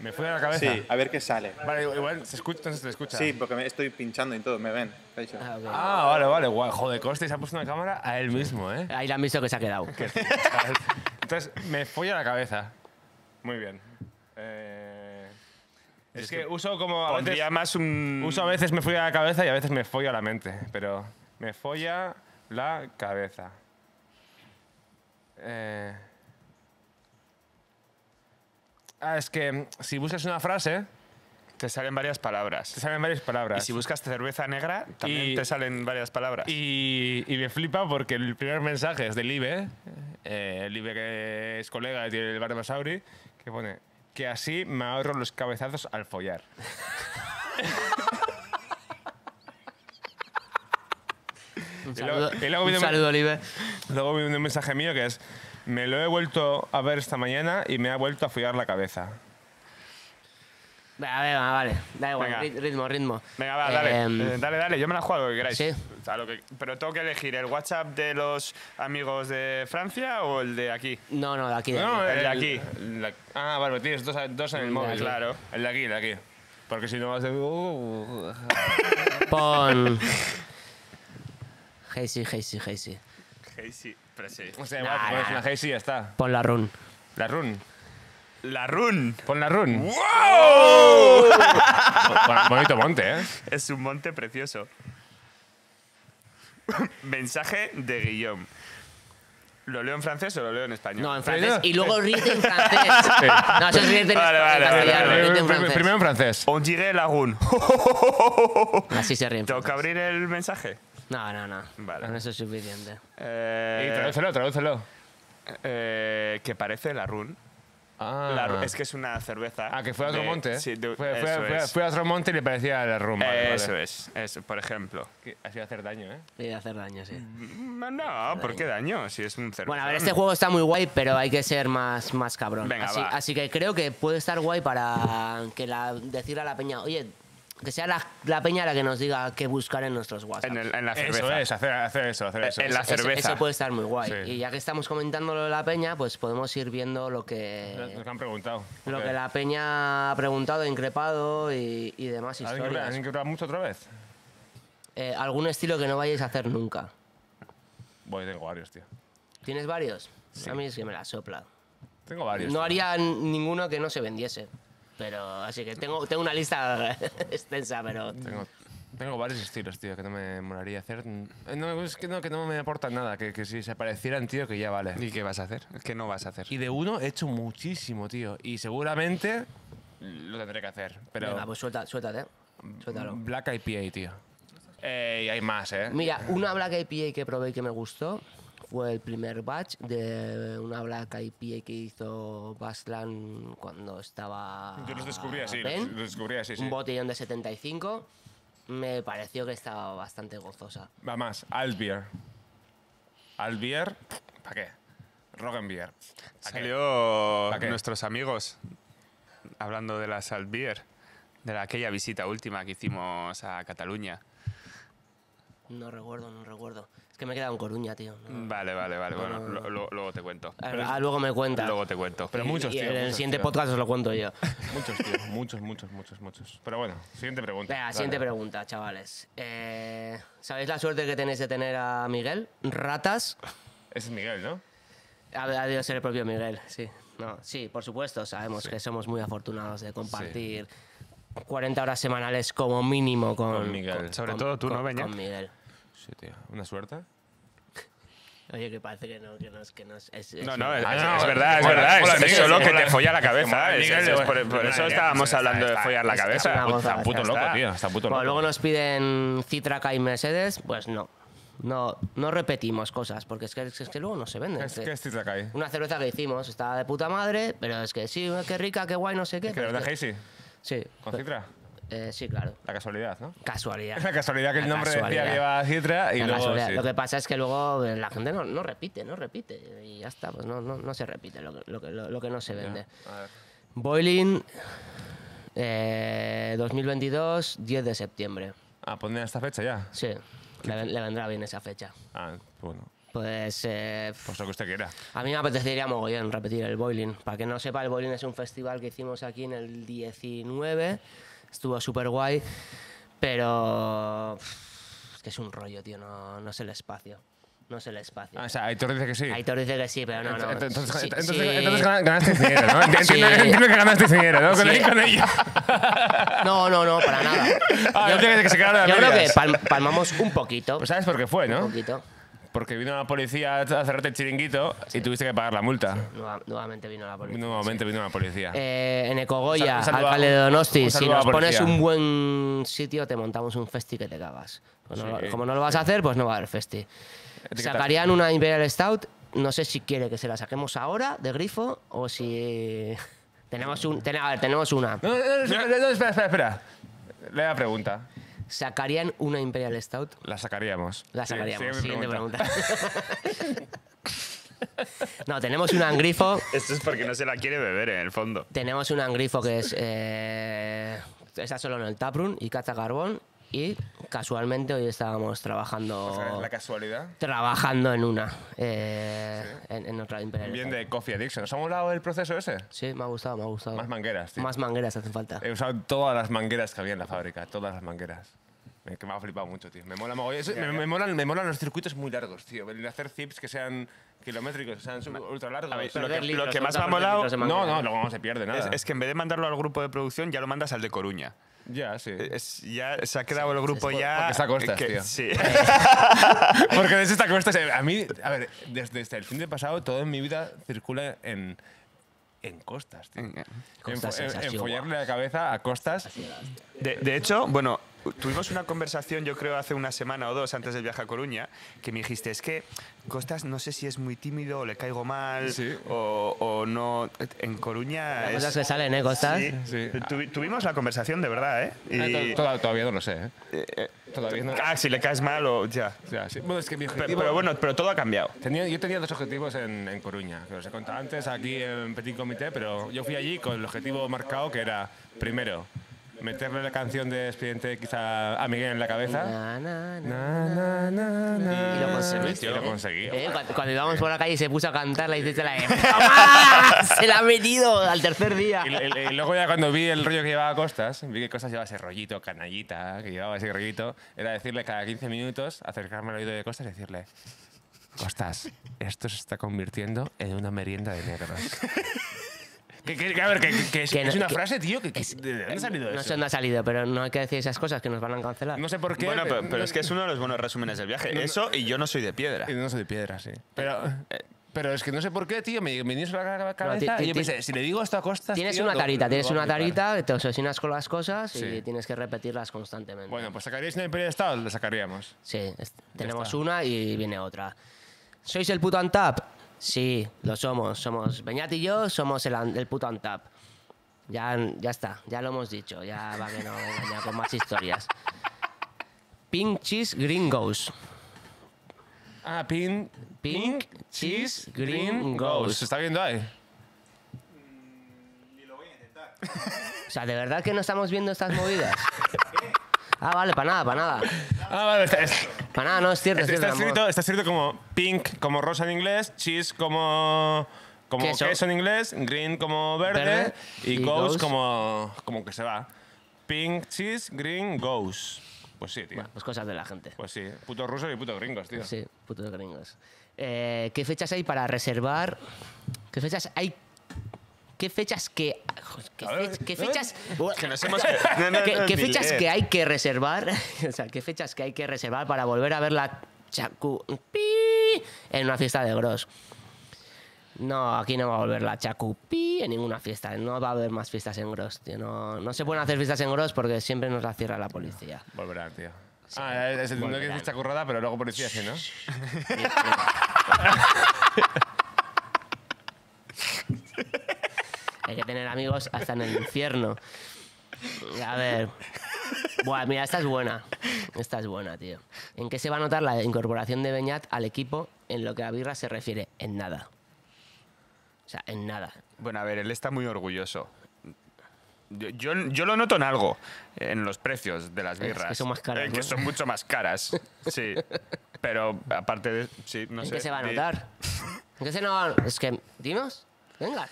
[SPEAKER 2] Me fue a la cabeza.
[SPEAKER 6] Sí, a ver qué sale.
[SPEAKER 2] Vale, igual se escucha, entonces se escucha.
[SPEAKER 6] Sí, porque me estoy pinchando y todo, me ven. de hecho.
[SPEAKER 3] Ah, ok.
[SPEAKER 2] Ah, vale, vale, guau. Joder, Costa y se ha puesto una cámara a él mismo, ¿eh?
[SPEAKER 3] Ahí la han visto que se ha quedado.
[SPEAKER 2] Entonces, me folla la cabeza. Muy bien. Eh, es que mm, uso como. A veces,
[SPEAKER 4] Pondría más un.
[SPEAKER 2] uso a veces me folla la cabeza y a veces me folla la mente. Pero me folla la cabeza. Eh, ah, es que si buscas una frase,
[SPEAKER 4] Te salen varias
[SPEAKER 2] te
[SPEAKER 4] palabras.
[SPEAKER 2] salen varias
[SPEAKER 4] Y
[SPEAKER 2] palabras.
[SPEAKER 4] si buscas cerveza negra, también
[SPEAKER 2] Y-
[SPEAKER 4] te salen varias palabras.
[SPEAKER 2] Y, y me flipa porque el primer mensaje es del Ibe, eh, el Ibe que es colega y tiene el bar de Masauri, que pone que así me ahorro los cabezazos al follar.
[SPEAKER 3] Un
[SPEAKER 2] Y luego-
[SPEAKER 3] saludo,
[SPEAKER 2] y luego
[SPEAKER 3] un
[SPEAKER 2] viene-
[SPEAKER 3] saludo Oliver.
[SPEAKER 2] Luego viene un mensaje mío que es, me lo he vuelto a ver esta mañana y me ha vuelto a follar la cabeza.
[SPEAKER 3] Va, A ver, va, vale. Da igual,
[SPEAKER 4] Venga.
[SPEAKER 3] ri- ritmo, ritmo.
[SPEAKER 4] Venga, va, dale.
[SPEAKER 3] Em,
[SPEAKER 4] Eh, dale, dale, yo me la juego lo que
[SPEAKER 2] Eh,
[SPEAKER 4] queráis.
[SPEAKER 3] sí.
[SPEAKER 4] A lo que- pero tengo que elegir el WhatsApp de los amigos de Francia o el de aquí.
[SPEAKER 3] no, no, de aquí. de
[SPEAKER 2] No,
[SPEAKER 3] aquí.
[SPEAKER 4] el de aquí.
[SPEAKER 2] el de- ah, vale, tienes dos, dos en el
[SPEAKER 3] El de
[SPEAKER 2] móvil.
[SPEAKER 3] aquí.
[SPEAKER 2] Claro. El de aquí, el de aquí. Porque si no vas de... Uh,
[SPEAKER 3] Pon. Hey, sí, hey, sí, hey, sí.
[SPEAKER 4] sí, pero sí.
[SPEAKER 2] o sea,
[SPEAKER 3] Nah,
[SPEAKER 2] igual, pones
[SPEAKER 3] nah,
[SPEAKER 2] la
[SPEAKER 3] nah.
[SPEAKER 2] G y ya está.
[SPEAKER 3] Pon la run.
[SPEAKER 2] La run.
[SPEAKER 4] La run.
[SPEAKER 2] Pon la run. Bo- Bonito monte, ¿eh?
[SPEAKER 4] Es un monte precioso. Mensaje de Guillaume. ¿Lo leo en francés o lo leo en español?
[SPEAKER 3] No, en
[SPEAKER 2] Pero
[SPEAKER 3] francés.
[SPEAKER 2] no.
[SPEAKER 3] Y luego ríete en francés. No, eso es ríete en
[SPEAKER 4] Vale, vale,
[SPEAKER 3] castellano,
[SPEAKER 4] vale, vale.
[SPEAKER 3] ríete en
[SPEAKER 2] Primero-
[SPEAKER 3] francés.
[SPEAKER 2] Primero en francés.
[SPEAKER 4] On dirait la rune.
[SPEAKER 3] Así se ríen.
[SPEAKER 4] ¿Tengo que abrir el mensaje?
[SPEAKER 3] No, no, no.
[SPEAKER 4] Vale.
[SPEAKER 3] Con eso es suficiente.
[SPEAKER 4] Eh,
[SPEAKER 2] Y tradúcelo, tradúcelo.
[SPEAKER 4] eh, que parece la run.
[SPEAKER 2] Ah.
[SPEAKER 4] La Ru- es que es una cerveza.
[SPEAKER 2] Ah, que fue a otro
[SPEAKER 4] de-
[SPEAKER 2] monte. ¿eh?
[SPEAKER 4] Sí, de-
[SPEAKER 2] fue, fue-
[SPEAKER 4] eso
[SPEAKER 2] fue-
[SPEAKER 4] es.
[SPEAKER 2] fue a otro monte y le parecía la rumba.
[SPEAKER 4] Eso es, eso, por ejemplo.
[SPEAKER 2] Ha sido hacer daño, ¿eh?
[SPEAKER 3] Y de hacer daño, sí.
[SPEAKER 4] Mm, No, ¿por qué daño? Si es un cerveza.
[SPEAKER 3] Bueno, a ver, este juego está muy guay, pero hay que ser más, más cabrón.
[SPEAKER 4] Venga,
[SPEAKER 3] así,
[SPEAKER 4] va.
[SPEAKER 3] así que creo que puede estar guay para que la, decirle a la peña, oye, que sea la, la peña la que nos diga qué buscar en nuestros WhatsApp.
[SPEAKER 4] En, el- en la cerveza.
[SPEAKER 2] Eso es, hacer, hacer eso, hacer
[SPEAKER 4] Eh,
[SPEAKER 2] eso.
[SPEAKER 4] en la
[SPEAKER 3] Eso-
[SPEAKER 4] cerveza.
[SPEAKER 3] Eso puede estar muy guay.
[SPEAKER 2] Sí.
[SPEAKER 3] Y ya que estamos comentando lo de la peña, pues podemos ir viendo lo
[SPEAKER 2] Nos
[SPEAKER 3] que,
[SPEAKER 2] lo han preguntado.
[SPEAKER 3] lo
[SPEAKER 2] Ok.
[SPEAKER 3] que la peña ha preguntado, increpado y, y demás
[SPEAKER 2] ¿Han incorporado- ¿Han
[SPEAKER 3] historias.
[SPEAKER 2] incorporado mucho otra vez?
[SPEAKER 3] Eh, algún estilo que no vayáis a hacer nunca.
[SPEAKER 2] Voy, tengo varios, tío.
[SPEAKER 3] ¿Tienes varios? A mí es que me la sopla.
[SPEAKER 2] Tengo varios.
[SPEAKER 3] No
[SPEAKER 2] tío.
[SPEAKER 3] haría ninguno que no se vendiese. Pero así que tengo, tengo una lista extensa, pero...
[SPEAKER 2] Tengo, tengo varios estilos, tío, que no me molaría hacer. Eh, No, es que no, que no me aportan nada, que, que si se parecieran, tío, que ya vale.
[SPEAKER 4] ¿Y qué vas a hacer? ¿Qué no vas a hacer?
[SPEAKER 2] Y de uno he hecho muchísimo, tío. Y seguramente lo tendré que hacer. Pero
[SPEAKER 3] Venga, pues suelta, suéltate. Suéltalo.
[SPEAKER 2] Black IPA, tío. Eh, y hay más, ¿eh?
[SPEAKER 3] Mira, una Black IPA que probé y que me gustó fue el primer batch de una Black IPA que hizo Baslan cuando estaba...
[SPEAKER 2] Yo los descubrí así,
[SPEAKER 3] Ben.
[SPEAKER 2] los, los descubrí así, sí.
[SPEAKER 3] Un botellón de 75. Me pareció que estaba bastante gozosa.
[SPEAKER 2] Va más, Albier. Albier, ¿para qué? Rogenbier. ¿Para qué?
[SPEAKER 4] Salió
[SPEAKER 2] ¿Para qué?
[SPEAKER 4] nuestros amigos hablando de la Salbier, de la- aquella visita última que hicimos a Cataluña.
[SPEAKER 3] No recuerdo, no recuerdo. Es que me he quedado en Coruña, tío. no.
[SPEAKER 4] Vale, vale, vale. Bueno, lo- lo- luego te cuento.
[SPEAKER 3] Ah, luego me cuentas.
[SPEAKER 4] Luego te cuento.
[SPEAKER 2] Pero
[SPEAKER 3] Y-
[SPEAKER 2] muchos,
[SPEAKER 3] y
[SPEAKER 2] tío.
[SPEAKER 3] En el
[SPEAKER 2] muchos,
[SPEAKER 3] siguiente
[SPEAKER 2] tío.
[SPEAKER 3] podcast os lo cuento yo.
[SPEAKER 2] Muchos, tío. Muchos, muchos, muchos, muchos. Pero bueno, siguiente pregunta.
[SPEAKER 3] Venga,
[SPEAKER 2] Dale.
[SPEAKER 3] siguiente pregunta, chavales. Eh, ¿Sabéis la suerte que tenéis de tener a Miguel? ¿Ratas?
[SPEAKER 2] Ese es Miguel, ¿no?
[SPEAKER 3] Ha ha de ser el propio Miguel, sí. No, sí, por supuesto, sabemos que somos muy afortunados de compartir 40 horas semanales como mínimo con,
[SPEAKER 2] Con Miguel.
[SPEAKER 4] Sobre todo tú,
[SPEAKER 3] con-
[SPEAKER 4] ¿no, Beñat?
[SPEAKER 3] Con Miguel.
[SPEAKER 2] Sí, tío. ¿Una suerte?
[SPEAKER 3] Oye, que parece que no, que no, es- que no es- es- es-
[SPEAKER 4] No, no, es,
[SPEAKER 2] Ah,
[SPEAKER 4] es-
[SPEAKER 2] no,
[SPEAKER 4] es verdad, es
[SPEAKER 2] hola,
[SPEAKER 4] verdad.
[SPEAKER 2] hola,
[SPEAKER 4] es, es
[SPEAKER 2] Miguel,
[SPEAKER 4] solo que
[SPEAKER 2] hola.
[SPEAKER 4] te folla la cabeza.
[SPEAKER 2] Hola,
[SPEAKER 4] es-
[SPEAKER 2] Miguel,
[SPEAKER 4] es- es
[SPEAKER 2] hola.
[SPEAKER 4] por, por
[SPEAKER 2] Hola,
[SPEAKER 4] eso
[SPEAKER 2] ya,
[SPEAKER 4] estábamos
[SPEAKER 2] está,
[SPEAKER 4] hablando de
[SPEAKER 2] está,
[SPEAKER 4] follar la
[SPEAKER 2] está,
[SPEAKER 4] cabeza.
[SPEAKER 3] está, está.
[SPEAKER 2] Está puto
[SPEAKER 4] Ya
[SPEAKER 2] loco,
[SPEAKER 4] está.
[SPEAKER 2] tío. Está puto
[SPEAKER 3] Bueno,
[SPEAKER 2] loco.
[SPEAKER 3] luego nos piden Citraca y Mercedes, pues no. No, no repetimos cosas, porque es que, es que luego no se venden.
[SPEAKER 2] Es que es Titlacay.
[SPEAKER 3] Una cerveza que hicimos, estaba de puta madre, pero es que sí, qué rica, qué guay, no sé qué.
[SPEAKER 2] Que
[SPEAKER 3] pero
[SPEAKER 2] la
[SPEAKER 3] es que-
[SPEAKER 2] Hazy,
[SPEAKER 3] Sí.
[SPEAKER 2] con
[SPEAKER 3] pe-
[SPEAKER 2] Citra.
[SPEAKER 3] eh, sí, claro.
[SPEAKER 2] La casualidad, ¿no?
[SPEAKER 3] Casualidad.
[SPEAKER 2] La casualidad que el
[SPEAKER 3] La
[SPEAKER 2] nombre decía
[SPEAKER 3] casualidad.
[SPEAKER 2] que iba a Citra y
[SPEAKER 3] La
[SPEAKER 2] luego.
[SPEAKER 3] casualidad.
[SPEAKER 2] sí.
[SPEAKER 3] Lo que pasa es que luego eh, la gente no, no repite, no repite. Y ya está, pues no, no, no se repite lo que, lo, que, lo- lo que no se vende.
[SPEAKER 2] A ver.
[SPEAKER 3] Boiling eh, 2022, 10 de septiembre.
[SPEAKER 2] Ah, poner esta fecha ya.
[SPEAKER 3] Sí, le, ven- le vendrá bien esa fecha.
[SPEAKER 2] Ah, bueno.
[SPEAKER 3] Pues eh,
[SPEAKER 2] Pues lo que usted quiera.
[SPEAKER 3] a mí me apetecería mogollón repetir el Boiling. Para que no sepa, el Boiling es un festival que hicimos aquí en el 19. Estuvo súper guay, pero pff, es que es un rollo, tío. No, no es el espacio. No es el espacio.
[SPEAKER 2] Ah, o sea, Aitor dice que sí.
[SPEAKER 3] Aitor dice que sí, pero no, no.
[SPEAKER 2] Ent- Entonces,
[SPEAKER 3] Sí,
[SPEAKER 2] entonces,
[SPEAKER 3] sí.
[SPEAKER 2] entonces gana- ganaste dinero, ¿no? Enti-
[SPEAKER 3] Sí.
[SPEAKER 2] Entiendo, entiendo que ganaste dinero, ¿no? Con,
[SPEAKER 3] Sí.
[SPEAKER 2] con ella.
[SPEAKER 3] No, no, no, para nada.
[SPEAKER 2] Ah, yo creo que se quedaron a
[SPEAKER 3] Yo creo que
[SPEAKER 2] medias.
[SPEAKER 3] pal- palmamos un poquito.
[SPEAKER 2] Pues sabes por qué fue,
[SPEAKER 3] Un
[SPEAKER 2] ¿no?
[SPEAKER 3] poquito.
[SPEAKER 2] Porque vino la policía a cerrarte el chiringuito y tuviste que pagar la multa.
[SPEAKER 3] Nueva- Nuevamente vino la policía.
[SPEAKER 2] Nuevamente vino la policía.
[SPEAKER 3] Eh, en
[SPEAKER 2] Un sal-
[SPEAKER 3] Ecogoya,
[SPEAKER 2] un saludo a-
[SPEAKER 3] alcalde de Donosti,
[SPEAKER 2] un
[SPEAKER 3] si
[SPEAKER 2] saludo a
[SPEAKER 3] nos
[SPEAKER 2] la
[SPEAKER 3] pones
[SPEAKER 2] policía.
[SPEAKER 3] un buen sitio, te montamos un festi que te cagas. Pues no
[SPEAKER 2] Sí.
[SPEAKER 3] lo- como no lo vas a hacer, pues no va a haber festi.
[SPEAKER 2] Etiqueta.
[SPEAKER 3] Sacarían una Imperial Stout, no sé si quiere que se la saquemos ahora de grifo o si. Tenemos, un, ten- a ver, tenemos una.
[SPEAKER 2] No, no, no, no, no, espera, espera, espera. La pregunta.
[SPEAKER 3] ¿Sacarían una Imperial Stout?
[SPEAKER 2] La sacaríamos.
[SPEAKER 3] La
[SPEAKER 2] Sí, sigue
[SPEAKER 3] sacaríamos.
[SPEAKER 2] mi
[SPEAKER 3] Siguiente
[SPEAKER 2] pregunta.
[SPEAKER 3] pregunta. no, tenemos un angrifo.
[SPEAKER 4] Esto es porque no se la quiere beber, eh, en el fondo.
[SPEAKER 3] Tenemos un angrifo que es. Eh, está solo en el Taproom y Caza Carbón. Y casualmente hoy estábamos trabajando.
[SPEAKER 2] ¿Sabes La casualidad.
[SPEAKER 3] Trabajando en una. eh, en, en otra Imperial.
[SPEAKER 2] Bien
[SPEAKER 3] Stout.
[SPEAKER 2] de Coffee Addiction. ¿Os ha molado el proceso ese?
[SPEAKER 3] Sí, me ha gustado, me ha gustado.
[SPEAKER 2] Más Eh, mangueras, tío.
[SPEAKER 3] Pues Más mangueras hacen falta.
[SPEAKER 2] He usado todas las mangueras que había en la fábrica, todas las mangueras. Me, que me ha flipado mucho, tío. Me mola mogollón. Eso- me, me molan, me molan los circuitos muy largos, tío. El hacer zips que sean kilométricos, que sean sub- ultra largos.
[SPEAKER 4] lo que,
[SPEAKER 3] Perder litros,
[SPEAKER 4] lo que más me
[SPEAKER 3] contar perder
[SPEAKER 4] ha molado
[SPEAKER 3] litros de
[SPEAKER 2] no,
[SPEAKER 3] manguera.
[SPEAKER 2] no, luego no se pierde nada.
[SPEAKER 4] es, es que en vez de mandarlo al grupo de producción, ya lo mandas al de Coruña.
[SPEAKER 2] ya, sí.
[SPEAKER 4] Es- ya se ha quedado el grupo ya.
[SPEAKER 2] porque
[SPEAKER 4] eh,
[SPEAKER 2] está a costas,
[SPEAKER 4] que-
[SPEAKER 2] tío.
[SPEAKER 4] Sí. eh,
[SPEAKER 2] Porque desde esta costa, se- a mí, a ver, desde, desde el fin de pasado, todo en mi vida circula en, en costas, tío. En,
[SPEAKER 3] Costas
[SPEAKER 2] fo- en-
[SPEAKER 3] es así,
[SPEAKER 2] en
[SPEAKER 3] guau.
[SPEAKER 2] follarle la cabeza a costas.
[SPEAKER 4] De, de hecho, bueno, tuvimos una conversación, yo creo, hace una semana o dos antes del viaje a Coruña, que me dijiste, es que Costas no sé si es muy tímido o le caigo mal
[SPEAKER 2] Sí.
[SPEAKER 4] o, o no. En Coruña es...
[SPEAKER 3] Cosas que salen, ¿eh? Costas.
[SPEAKER 4] Sí,
[SPEAKER 2] Sí.
[SPEAKER 4] Tuvi- tuvimos la conversación de verdad, ¿eh? Y-
[SPEAKER 2] Toda- todavía Ah, no lo sé, ¿eh? Todavía no.
[SPEAKER 4] Ah, si le caes mal o ya.
[SPEAKER 2] Ya, sí. Bueno, es que mi
[SPEAKER 4] Pe-
[SPEAKER 2] objetivo-
[SPEAKER 4] Pero, bueno, pero todo ha cambiado.
[SPEAKER 2] Tenía- yo tenía dos objetivos en, en Coruña, que os he contado antes aquí en Petit Comité, pero yo fui allí con el objetivo marcado que era, primero, meterle la canción de Expediente quizá a Miguel en la cabeza.
[SPEAKER 3] Na, na, na.
[SPEAKER 2] Na, na, na, na.
[SPEAKER 3] Y lo conseguiste.
[SPEAKER 2] Y lo conseguí.
[SPEAKER 3] Ah, Eh, cuando, cuando íbamos por la calle y se puso a cantar, la hiciste la de. "Mamá, ¡Se la ha metido al tercer día!
[SPEAKER 2] Y, y- y luego ya cuando vi el rollo que llevaba Costas, vi que Costas llevaba ese rollito canallita, que llevaba ese rollito, era decirle cada 15 minutos, acercarme al oído de Costas y decirle, Costas, esto se está convirtiendo en una merienda de negros. que, que- que, a ver, que, que- que es,
[SPEAKER 3] Que no-
[SPEAKER 2] es una
[SPEAKER 3] que-
[SPEAKER 2] frase, tío, que, que-
[SPEAKER 3] es-
[SPEAKER 2] ¿de dónde ha salido
[SPEAKER 3] No sé
[SPEAKER 2] eso?
[SPEAKER 3] dónde ha salido, pero no hay que decir esas cosas que nos van a cancelar.
[SPEAKER 2] No sé por qué.
[SPEAKER 4] Bueno, pero, pero es que es uno de los buenos resúmenes del viaje. Eso y yo no soy de piedra.
[SPEAKER 2] Y no soy de piedra, sí. Pero...
[SPEAKER 3] Eh,
[SPEAKER 2] Pero es que no sé por qué, tío, me, me hizo la ca- cabeza
[SPEAKER 3] ti-
[SPEAKER 2] y yo
[SPEAKER 3] ti-
[SPEAKER 2] pensé, si le digo esto a Costas,
[SPEAKER 3] Tienes
[SPEAKER 2] tío,
[SPEAKER 3] una
[SPEAKER 2] lo-
[SPEAKER 3] carita,
[SPEAKER 2] lo
[SPEAKER 3] tienes
[SPEAKER 2] va a
[SPEAKER 3] una
[SPEAKER 2] flipar.
[SPEAKER 3] carita, te obsesionas con las cosas
[SPEAKER 2] Sí.
[SPEAKER 3] y tienes que repetirlas constantemente.
[SPEAKER 2] Bueno, pues sacaríais una Imperio de Estado, la sacaríamos.
[SPEAKER 3] Sí, es- tenemos
[SPEAKER 2] está.
[SPEAKER 3] una y viene otra. ¿Sois el puto Antap? Sí, lo somos. Somos Beñat y yo, somos el, an- el puto Antap. Ya, ya está, ya lo hemos dicho. Ya va que no venga ya con más historias. Pink Cheese Gringos.
[SPEAKER 2] Ah, pin.
[SPEAKER 3] Pink, cheese, green, ghost.
[SPEAKER 2] ¿Se está viendo ahí?
[SPEAKER 3] O sea, ¿de verdad que no estamos viendo estas movidas? Ah, vale, para nada, para nada.
[SPEAKER 2] Ah, vale, está, es-
[SPEAKER 3] Para nada, no es cierto. es
[SPEAKER 2] está
[SPEAKER 3] cierto, mi amor.
[SPEAKER 2] escrito, está escrito como pink, como rosa en inglés, cheese como. Como queso.
[SPEAKER 3] Queso.
[SPEAKER 2] en inglés, green como verde,
[SPEAKER 3] Verde,
[SPEAKER 2] y,
[SPEAKER 3] y
[SPEAKER 2] ghost,
[SPEAKER 3] ghost.
[SPEAKER 2] como, como que se va. Pink, cheese, green, ghost. Pues sí, tío.
[SPEAKER 3] Bueno, pues cosas de la gente.
[SPEAKER 2] Pues sí, puto ruso y puto gringos, tío.
[SPEAKER 3] Sí, putos gringos. Eh, ¿Qué fechas hay para reservar? ¿Qué fechas hay? ¿Qué fechas que.? ¿Qué,
[SPEAKER 2] A ver,
[SPEAKER 3] fech- qué
[SPEAKER 2] a ver.
[SPEAKER 3] fechas.?
[SPEAKER 4] Que nos hemos- No, eh, no,
[SPEAKER 3] ¿Qué,
[SPEAKER 4] no,
[SPEAKER 3] qué
[SPEAKER 4] ni
[SPEAKER 3] fechas
[SPEAKER 4] leer.
[SPEAKER 3] que hay que reservar? O sea, ¿qué fechas que hay que reservar para volver a ver la Chacu. pi en una fiesta de Gross? No, aquí no va a volver la Chacu. pi en ninguna fiesta. No va a haber más fiestas en Gross, tío. No, no se pueden hacer fiestas en Gross porque siempre nos la cierra la policía.
[SPEAKER 2] Volverán, tío. Ah, es el que
[SPEAKER 3] volverán.
[SPEAKER 2] dice esta currada, pero luego policía, sí, ¿no?
[SPEAKER 3] Hay que tener amigos hasta en el infierno. A ver. Buah, mira, esta es buena. Esta es buena, tío. ¿En qué se va a notar la incorporación de Beñat al equipo en lo que a Birra se refiere? En nada. O sea, en nada.
[SPEAKER 4] Bueno, a ver, él está muy orgulloso. Yo, yo- yo lo noto en algo, en los precios de las
[SPEAKER 3] Es que
[SPEAKER 4] birras.
[SPEAKER 3] son más caras,
[SPEAKER 4] Eh, que
[SPEAKER 3] ¿no?
[SPEAKER 4] son mucho más caras, sí. Pero aparte de... Sí, no
[SPEAKER 3] ¿En
[SPEAKER 4] sé.
[SPEAKER 3] qué se va a
[SPEAKER 4] Di-
[SPEAKER 3] notar? ¿En qué se no va a- Es que. Dinos, venga.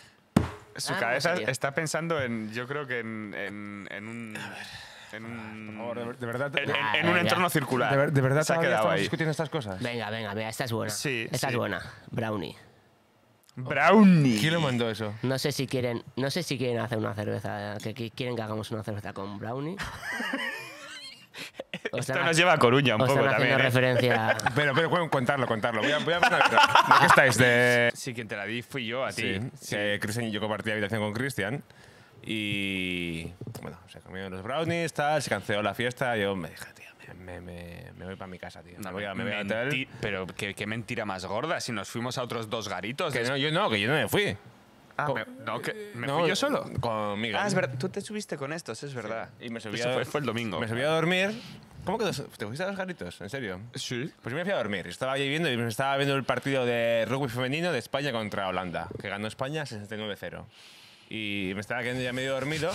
[SPEAKER 4] Su
[SPEAKER 3] Ah, no
[SPEAKER 4] cabeza
[SPEAKER 3] sabía.
[SPEAKER 4] está pensando en, yo creo que en, en, en un... En un,
[SPEAKER 2] Por favor, de, ver- de verdad.
[SPEAKER 4] en-
[SPEAKER 2] De,
[SPEAKER 4] en-
[SPEAKER 3] Ah,
[SPEAKER 4] en un
[SPEAKER 3] venga.
[SPEAKER 4] entorno circular.
[SPEAKER 2] de ver- de verdad,
[SPEAKER 4] se ha
[SPEAKER 2] todavía
[SPEAKER 4] quedado
[SPEAKER 2] estamos
[SPEAKER 4] ahí.
[SPEAKER 2] discutiendo estas cosas.
[SPEAKER 3] Venga, venga, mira, esta es buena.
[SPEAKER 4] Sí,
[SPEAKER 3] Esta
[SPEAKER 4] sí.
[SPEAKER 3] es buena. Brownie.
[SPEAKER 4] Brownie.
[SPEAKER 2] ¿Quién lo mandó eso?
[SPEAKER 3] No sé si quieren, no sé si quieren hacer una cerveza, que qui- quieren que hagamos una cerveza con brownie. O
[SPEAKER 4] Esto
[SPEAKER 3] están
[SPEAKER 4] nos
[SPEAKER 3] ha-
[SPEAKER 4] lleva a Coruña un
[SPEAKER 3] o
[SPEAKER 4] poco
[SPEAKER 3] están haciendo
[SPEAKER 4] también. ¿eh?
[SPEAKER 3] referencia. a-
[SPEAKER 2] Pero, pero, bueno, contarlo, contarlo. Voy a, voy a ¿De qué estáis? De...
[SPEAKER 4] Sí, quien te la di fui yo a ti.
[SPEAKER 2] Sí, que Cristian y yo compartí habitación con Cristian. Y bueno, se comieron los brownies, tal, se canceló la fiesta. Yo me dije, tío, me, me- me- me voy para mi casa, tío. me voy a, me voy a hotel.
[SPEAKER 4] Menti- Pero qué, qué mentira más gorda si nos fuimos a otros dos garitos.
[SPEAKER 2] Que no, yo no, que yo no me fui.
[SPEAKER 4] Ah, me- no, que- me
[SPEAKER 2] No,
[SPEAKER 4] fui yo solo.
[SPEAKER 2] Conmigo.
[SPEAKER 4] Ah, es verdad. Tú te subiste con estos, es verdad.
[SPEAKER 2] Y me subí
[SPEAKER 4] Eso
[SPEAKER 2] a,
[SPEAKER 4] fue, fue el domingo.
[SPEAKER 2] Me subí a dormir ¿Cómo que dos- te fuiste a los garritos? ¿En serio?
[SPEAKER 4] Sí.
[SPEAKER 2] Pues yo me fui a dormir. Estaba allí viendo y me estaba viendo el partido de rugby femenino de España contra Holanda, que ganó España 69-0. Y me estaba quedando ya medio dormido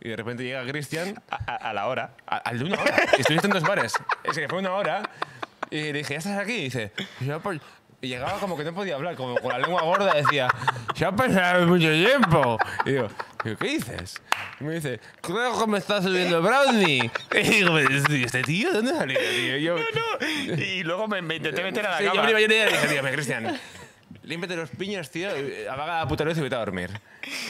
[SPEAKER 2] y de repente llega Cristian
[SPEAKER 4] A, a- a la hora.
[SPEAKER 2] a- al de una hora. Y estuviste en dos bares. Es que fue una hora. Y le dije, ¿ya estás aquí? Y dice, "Ya, pues". Y llegaba como que no podía hablar, como con la lengua gorda. Decía, ya ha pasado mucho tiempo. Y digo, "¿Pero ¿qué dices? Y me dice, creo que me está subiendo Brownie. Y digo, "Pero este- ¿este tío dónde ha salido, tío? Y yo,
[SPEAKER 4] Y luego me, me intenté meter a
[SPEAKER 2] Sí,
[SPEAKER 4] la
[SPEAKER 2] yo
[SPEAKER 4] cama.
[SPEAKER 2] primero llegué y dije, tío, me, Cristian, límpiate los piños, tío, y apaga la puta luz y vete a dormir.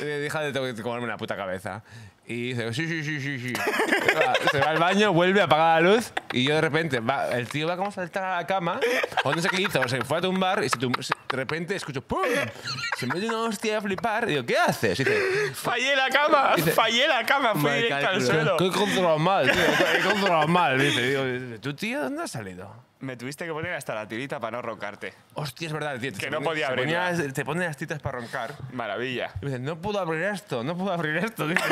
[SPEAKER 2] Eh, Deja de to- comerme la puta cabeza. Y dice, sí, sí, sí, sí, sí. Va, Se va al baño, vuelve, apaga la luz y yo de repente, va- el tío va como a saltar a la cama, o no sé qué hizo, se fue a tumbar y se tum- se- de repente escucho ¡pum! Se mete una hostia a flipar y digo, ¿qué haces? Y dice,
[SPEAKER 4] Fallé la cama,
[SPEAKER 2] Dice,
[SPEAKER 4] fallé la cama, fui
[SPEAKER 2] me
[SPEAKER 4] directo al
[SPEAKER 2] calculo.
[SPEAKER 4] suelo.
[SPEAKER 2] Que he controlado mal, tío, que he controlado mal. Dice, digo, ¿tú, tío, dónde has salido?
[SPEAKER 4] Me tuviste que poner hasta la tirita para no roncarte.
[SPEAKER 2] Hostia, es verdad, tío.
[SPEAKER 4] Que no podía
[SPEAKER 2] abrir.
[SPEAKER 4] abrirla.
[SPEAKER 2] te ponen las titas para roncar.
[SPEAKER 4] Maravilla.
[SPEAKER 2] Y me dicen, no puedo abrir esto, no puedo abrir esto. tío.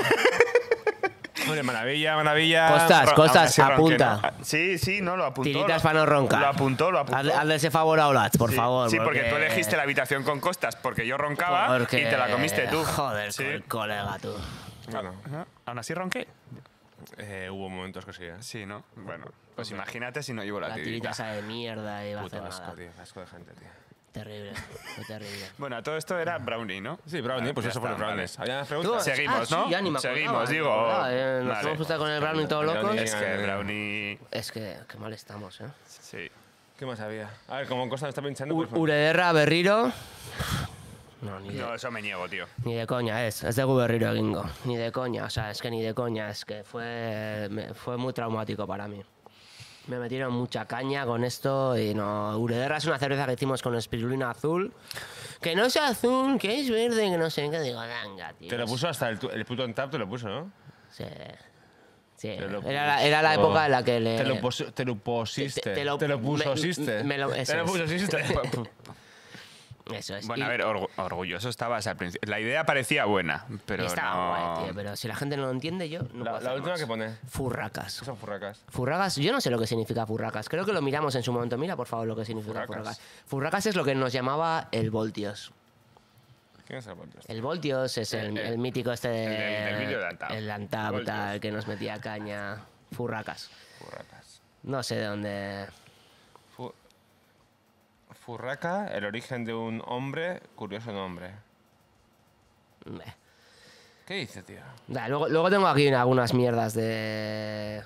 [SPEAKER 2] Hombre, maravilla, maravilla.
[SPEAKER 3] Costas,
[SPEAKER 4] Ro-
[SPEAKER 3] costas,
[SPEAKER 4] aún así ronqué,
[SPEAKER 3] apunta.
[SPEAKER 4] ¿no? Ah, Sí, sí, no, lo apuntó.
[SPEAKER 3] Tiritas
[SPEAKER 4] lo-
[SPEAKER 3] para no roncar.
[SPEAKER 4] Lo apuntó, lo apuntó.
[SPEAKER 3] Hazle, hazle ese favor a Olatz, por
[SPEAKER 4] Sí,
[SPEAKER 3] favor.
[SPEAKER 4] Sí, porque tú elegiste la habitación con costas, porque yo roncaba
[SPEAKER 3] porque-
[SPEAKER 4] y te la comiste tú.
[SPEAKER 3] Joder,
[SPEAKER 4] Sí.
[SPEAKER 3] col- colega, tú.
[SPEAKER 2] Bueno,
[SPEAKER 4] Ajá. ¿Aún así ronqué?
[SPEAKER 2] eh, hubo momentos que sí, ¿eh?
[SPEAKER 4] Sí, ¿no? Bueno, pues imagínate si no llevo la,
[SPEAKER 3] La tirita
[SPEAKER 4] tirita.
[SPEAKER 3] esa de mierda y va a hacer
[SPEAKER 2] Puto asco,
[SPEAKER 3] nada.
[SPEAKER 2] tío. Asco de gente, tío.
[SPEAKER 3] Terrible, muy terrible.
[SPEAKER 4] Bueno, todo esto era brownie, ¿no? Ah,
[SPEAKER 2] Sí, brownie, pues
[SPEAKER 4] ya
[SPEAKER 2] eso fue
[SPEAKER 4] está,
[SPEAKER 2] los brownies. ¿Había más preguntas?
[SPEAKER 3] Tú,
[SPEAKER 4] Seguimos,
[SPEAKER 3] ah, sí,
[SPEAKER 4] ¿no?
[SPEAKER 3] ya ni me acordaba,
[SPEAKER 4] Seguimos,
[SPEAKER 3] ni me
[SPEAKER 4] digo.
[SPEAKER 3] acordaba, eh, nos
[SPEAKER 4] Vale.
[SPEAKER 3] hemos juntado con el Brown y todos locos.
[SPEAKER 2] Brownie.
[SPEAKER 4] Es que brownie...
[SPEAKER 3] Es que, qué mal estamos, ¿eh?
[SPEAKER 4] Sí.
[SPEAKER 2] ¿Qué más había? A ver, como Costa me está pinchando... pues,
[SPEAKER 3] U- Urederra, Berriro. No, ni de,
[SPEAKER 4] No, eso me niego, tío.
[SPEAKER 3] ni de coña es. Es de Berriro, Gingo. Ni de coña, o sea, es que ni de coña. Es que fue, me- fue muy traumático para mí. Me metieron mucha caña con esto y no. Urederra es una cerveza que hicimos con espirulina azul. Que no es azul, que es verde, que no sé qué. Digo, venga, tío.
[SPEAKER 2] te lo puso hasta el, tu- el puto Antap, te lo puso, ¿no?
[SPEAKER 3] Sí. Sí.
[SPEAKER 2] Te lo
[SPEAKER 3] Era la, era la
[SPEAKER 2] puso.
[SPEAKER 3] época en la que le.
[SPEAKER 2] Te lo, pos- te lo posiste.
[SPEAKER 3] Te- te lo-
[SPEAKER 2] puso
[SPEAKER 3] me-
[SPEAKER 2] siste.
[SPEAKER 3] me lo-
[SPEAKER 2] te
[SPEAKER 3] eso
[SPEAKER 2] lo
[SPEAKER 3] es.
[SPEAKER 2] puso siste.
[SPEAKER 3] Eso es.
[SPEAKER 4] Bueno,
[SPEAKER 3] Pues Y-
[SPEAKER 4] a ver, orgu- orgulloso estabas al principio. La idea parecía buena, pero
[SPEAKER 3] Está
[SPEAKER 4] no...
[SPEAKER 3] guay, tío, pero si la gente no lo entiende, yo no
[SPEAKER 2] la,
[SPEAKER 3] puedo
[SPEAKER 2] la
[SPEAKER 3] hacer
[SPEAKER 2] última
[SPEAKER 3] más.
[SPEAKER 2] que pone.
[SPEAKER 3] Furracas.
[SPEAKER 2] Son furracas.
[SPEAKER 3] Furracas, yo no sé lo que significa furracas. Creo que lo miramos en su momento. Mira, por favor, lo que significa
[SPEAKER 2] Furracas.
[SPEAKER 3] furracas. Furracas es lo que nos llamaba el Voltios.
[SPEAKER 2] ¿Quién es el Voltios?
[SPEAKER 3] El Voltios es el,
[SPEAKER 4] Eh, eh,
[SPEAKER 3] el mítico este de-
[SPEAKER 4] del- del vídeo de Antap.
[SPEAKER 3] El Antap,
[SPEAKER 4] Voltios.
[SPEAKER 3] tal, que nos metía caña. Furracas.
[SPEAKER 2] Furracas.
[SPEAKER 3] No sé de dónde.
[SPEAKER 2] Fu- Furraca, el origen de un hombre, curioso nombre.
[SPEAKER 3] Meh.
[SPEAKER 2] ¿Qué dice, tío?
[SPEAKER 3] eh, Da, luego, luego tengo aquí algunas mierdas de.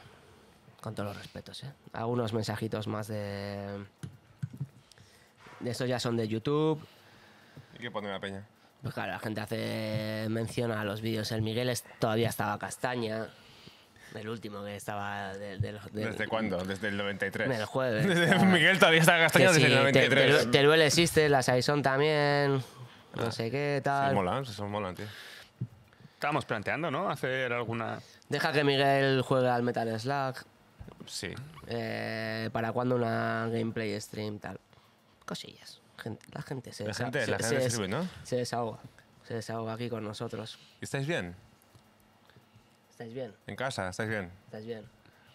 [SPEAKER 3] Con todos los respetos, ¿eh? Algunos mensajitos más de. De estos ya son de YouTube.
[SPEAKER 2] ¿Y qué pone la peña?
[SPEAKER 3] Pues claro, la gente hace mención a los vídeos. El Miguel es- todavía estaba castaña. El último que estaba de, de los- de-
[SPEAKER 2] ¿Desde cuándo? Desde el 93.
[SPEAKER 3] Del jueves.
[SPEAKER 2] Desde-
[SPEAKER 3] Ah.
[SPEAKER 2] Miguel todavía está
[SPEAKER 3] Que
[SPEAKER 2] castaño
[SPEAKER 3] sí,
[SPEAKER 2] desde el
[SPEAKER 3] te- te-
[SPEAKER 2] 93.
[SPEAKER 3] Teruel existe, la Saison también. No sé qué,
[SPEAKER 2] Sí,
[SPEAKER 3] tal.
[SPEAKER 2] molan, sí, son molan, tío.
[SPEAKER 4] Estábamos planteando, ¿no? Hacer alguna...
[SPEAKER 3] Deja que Miguel juegue al Metal Slack.
[SPEAKER 2] Sí.
[SPEAKER 3] Eh, para cuando una gameplay stream, tal. Cosillas. Gente- la gente se
[SPEAKER 2] La
[SPEAKER 3] desa-
[SPEAKER 2] gente-
[SPEAKER 3] se-
[SPEAKER 2] la gente
[SPEAKER 3] se des-
[SPEAKER 2] sirve, ¿no?
[SPEAKER 3] Se desahoga. Se desahoga aquí con nosotros.
[SPEAKER 2] ¿Y ¿Estáis bien?
[SPEAKER 3] ¿Estáis bien?
[SPEAKER 2] ¿En casa? ¿Estáis bien?
[SPEAKER 3] ¿Estáis bien?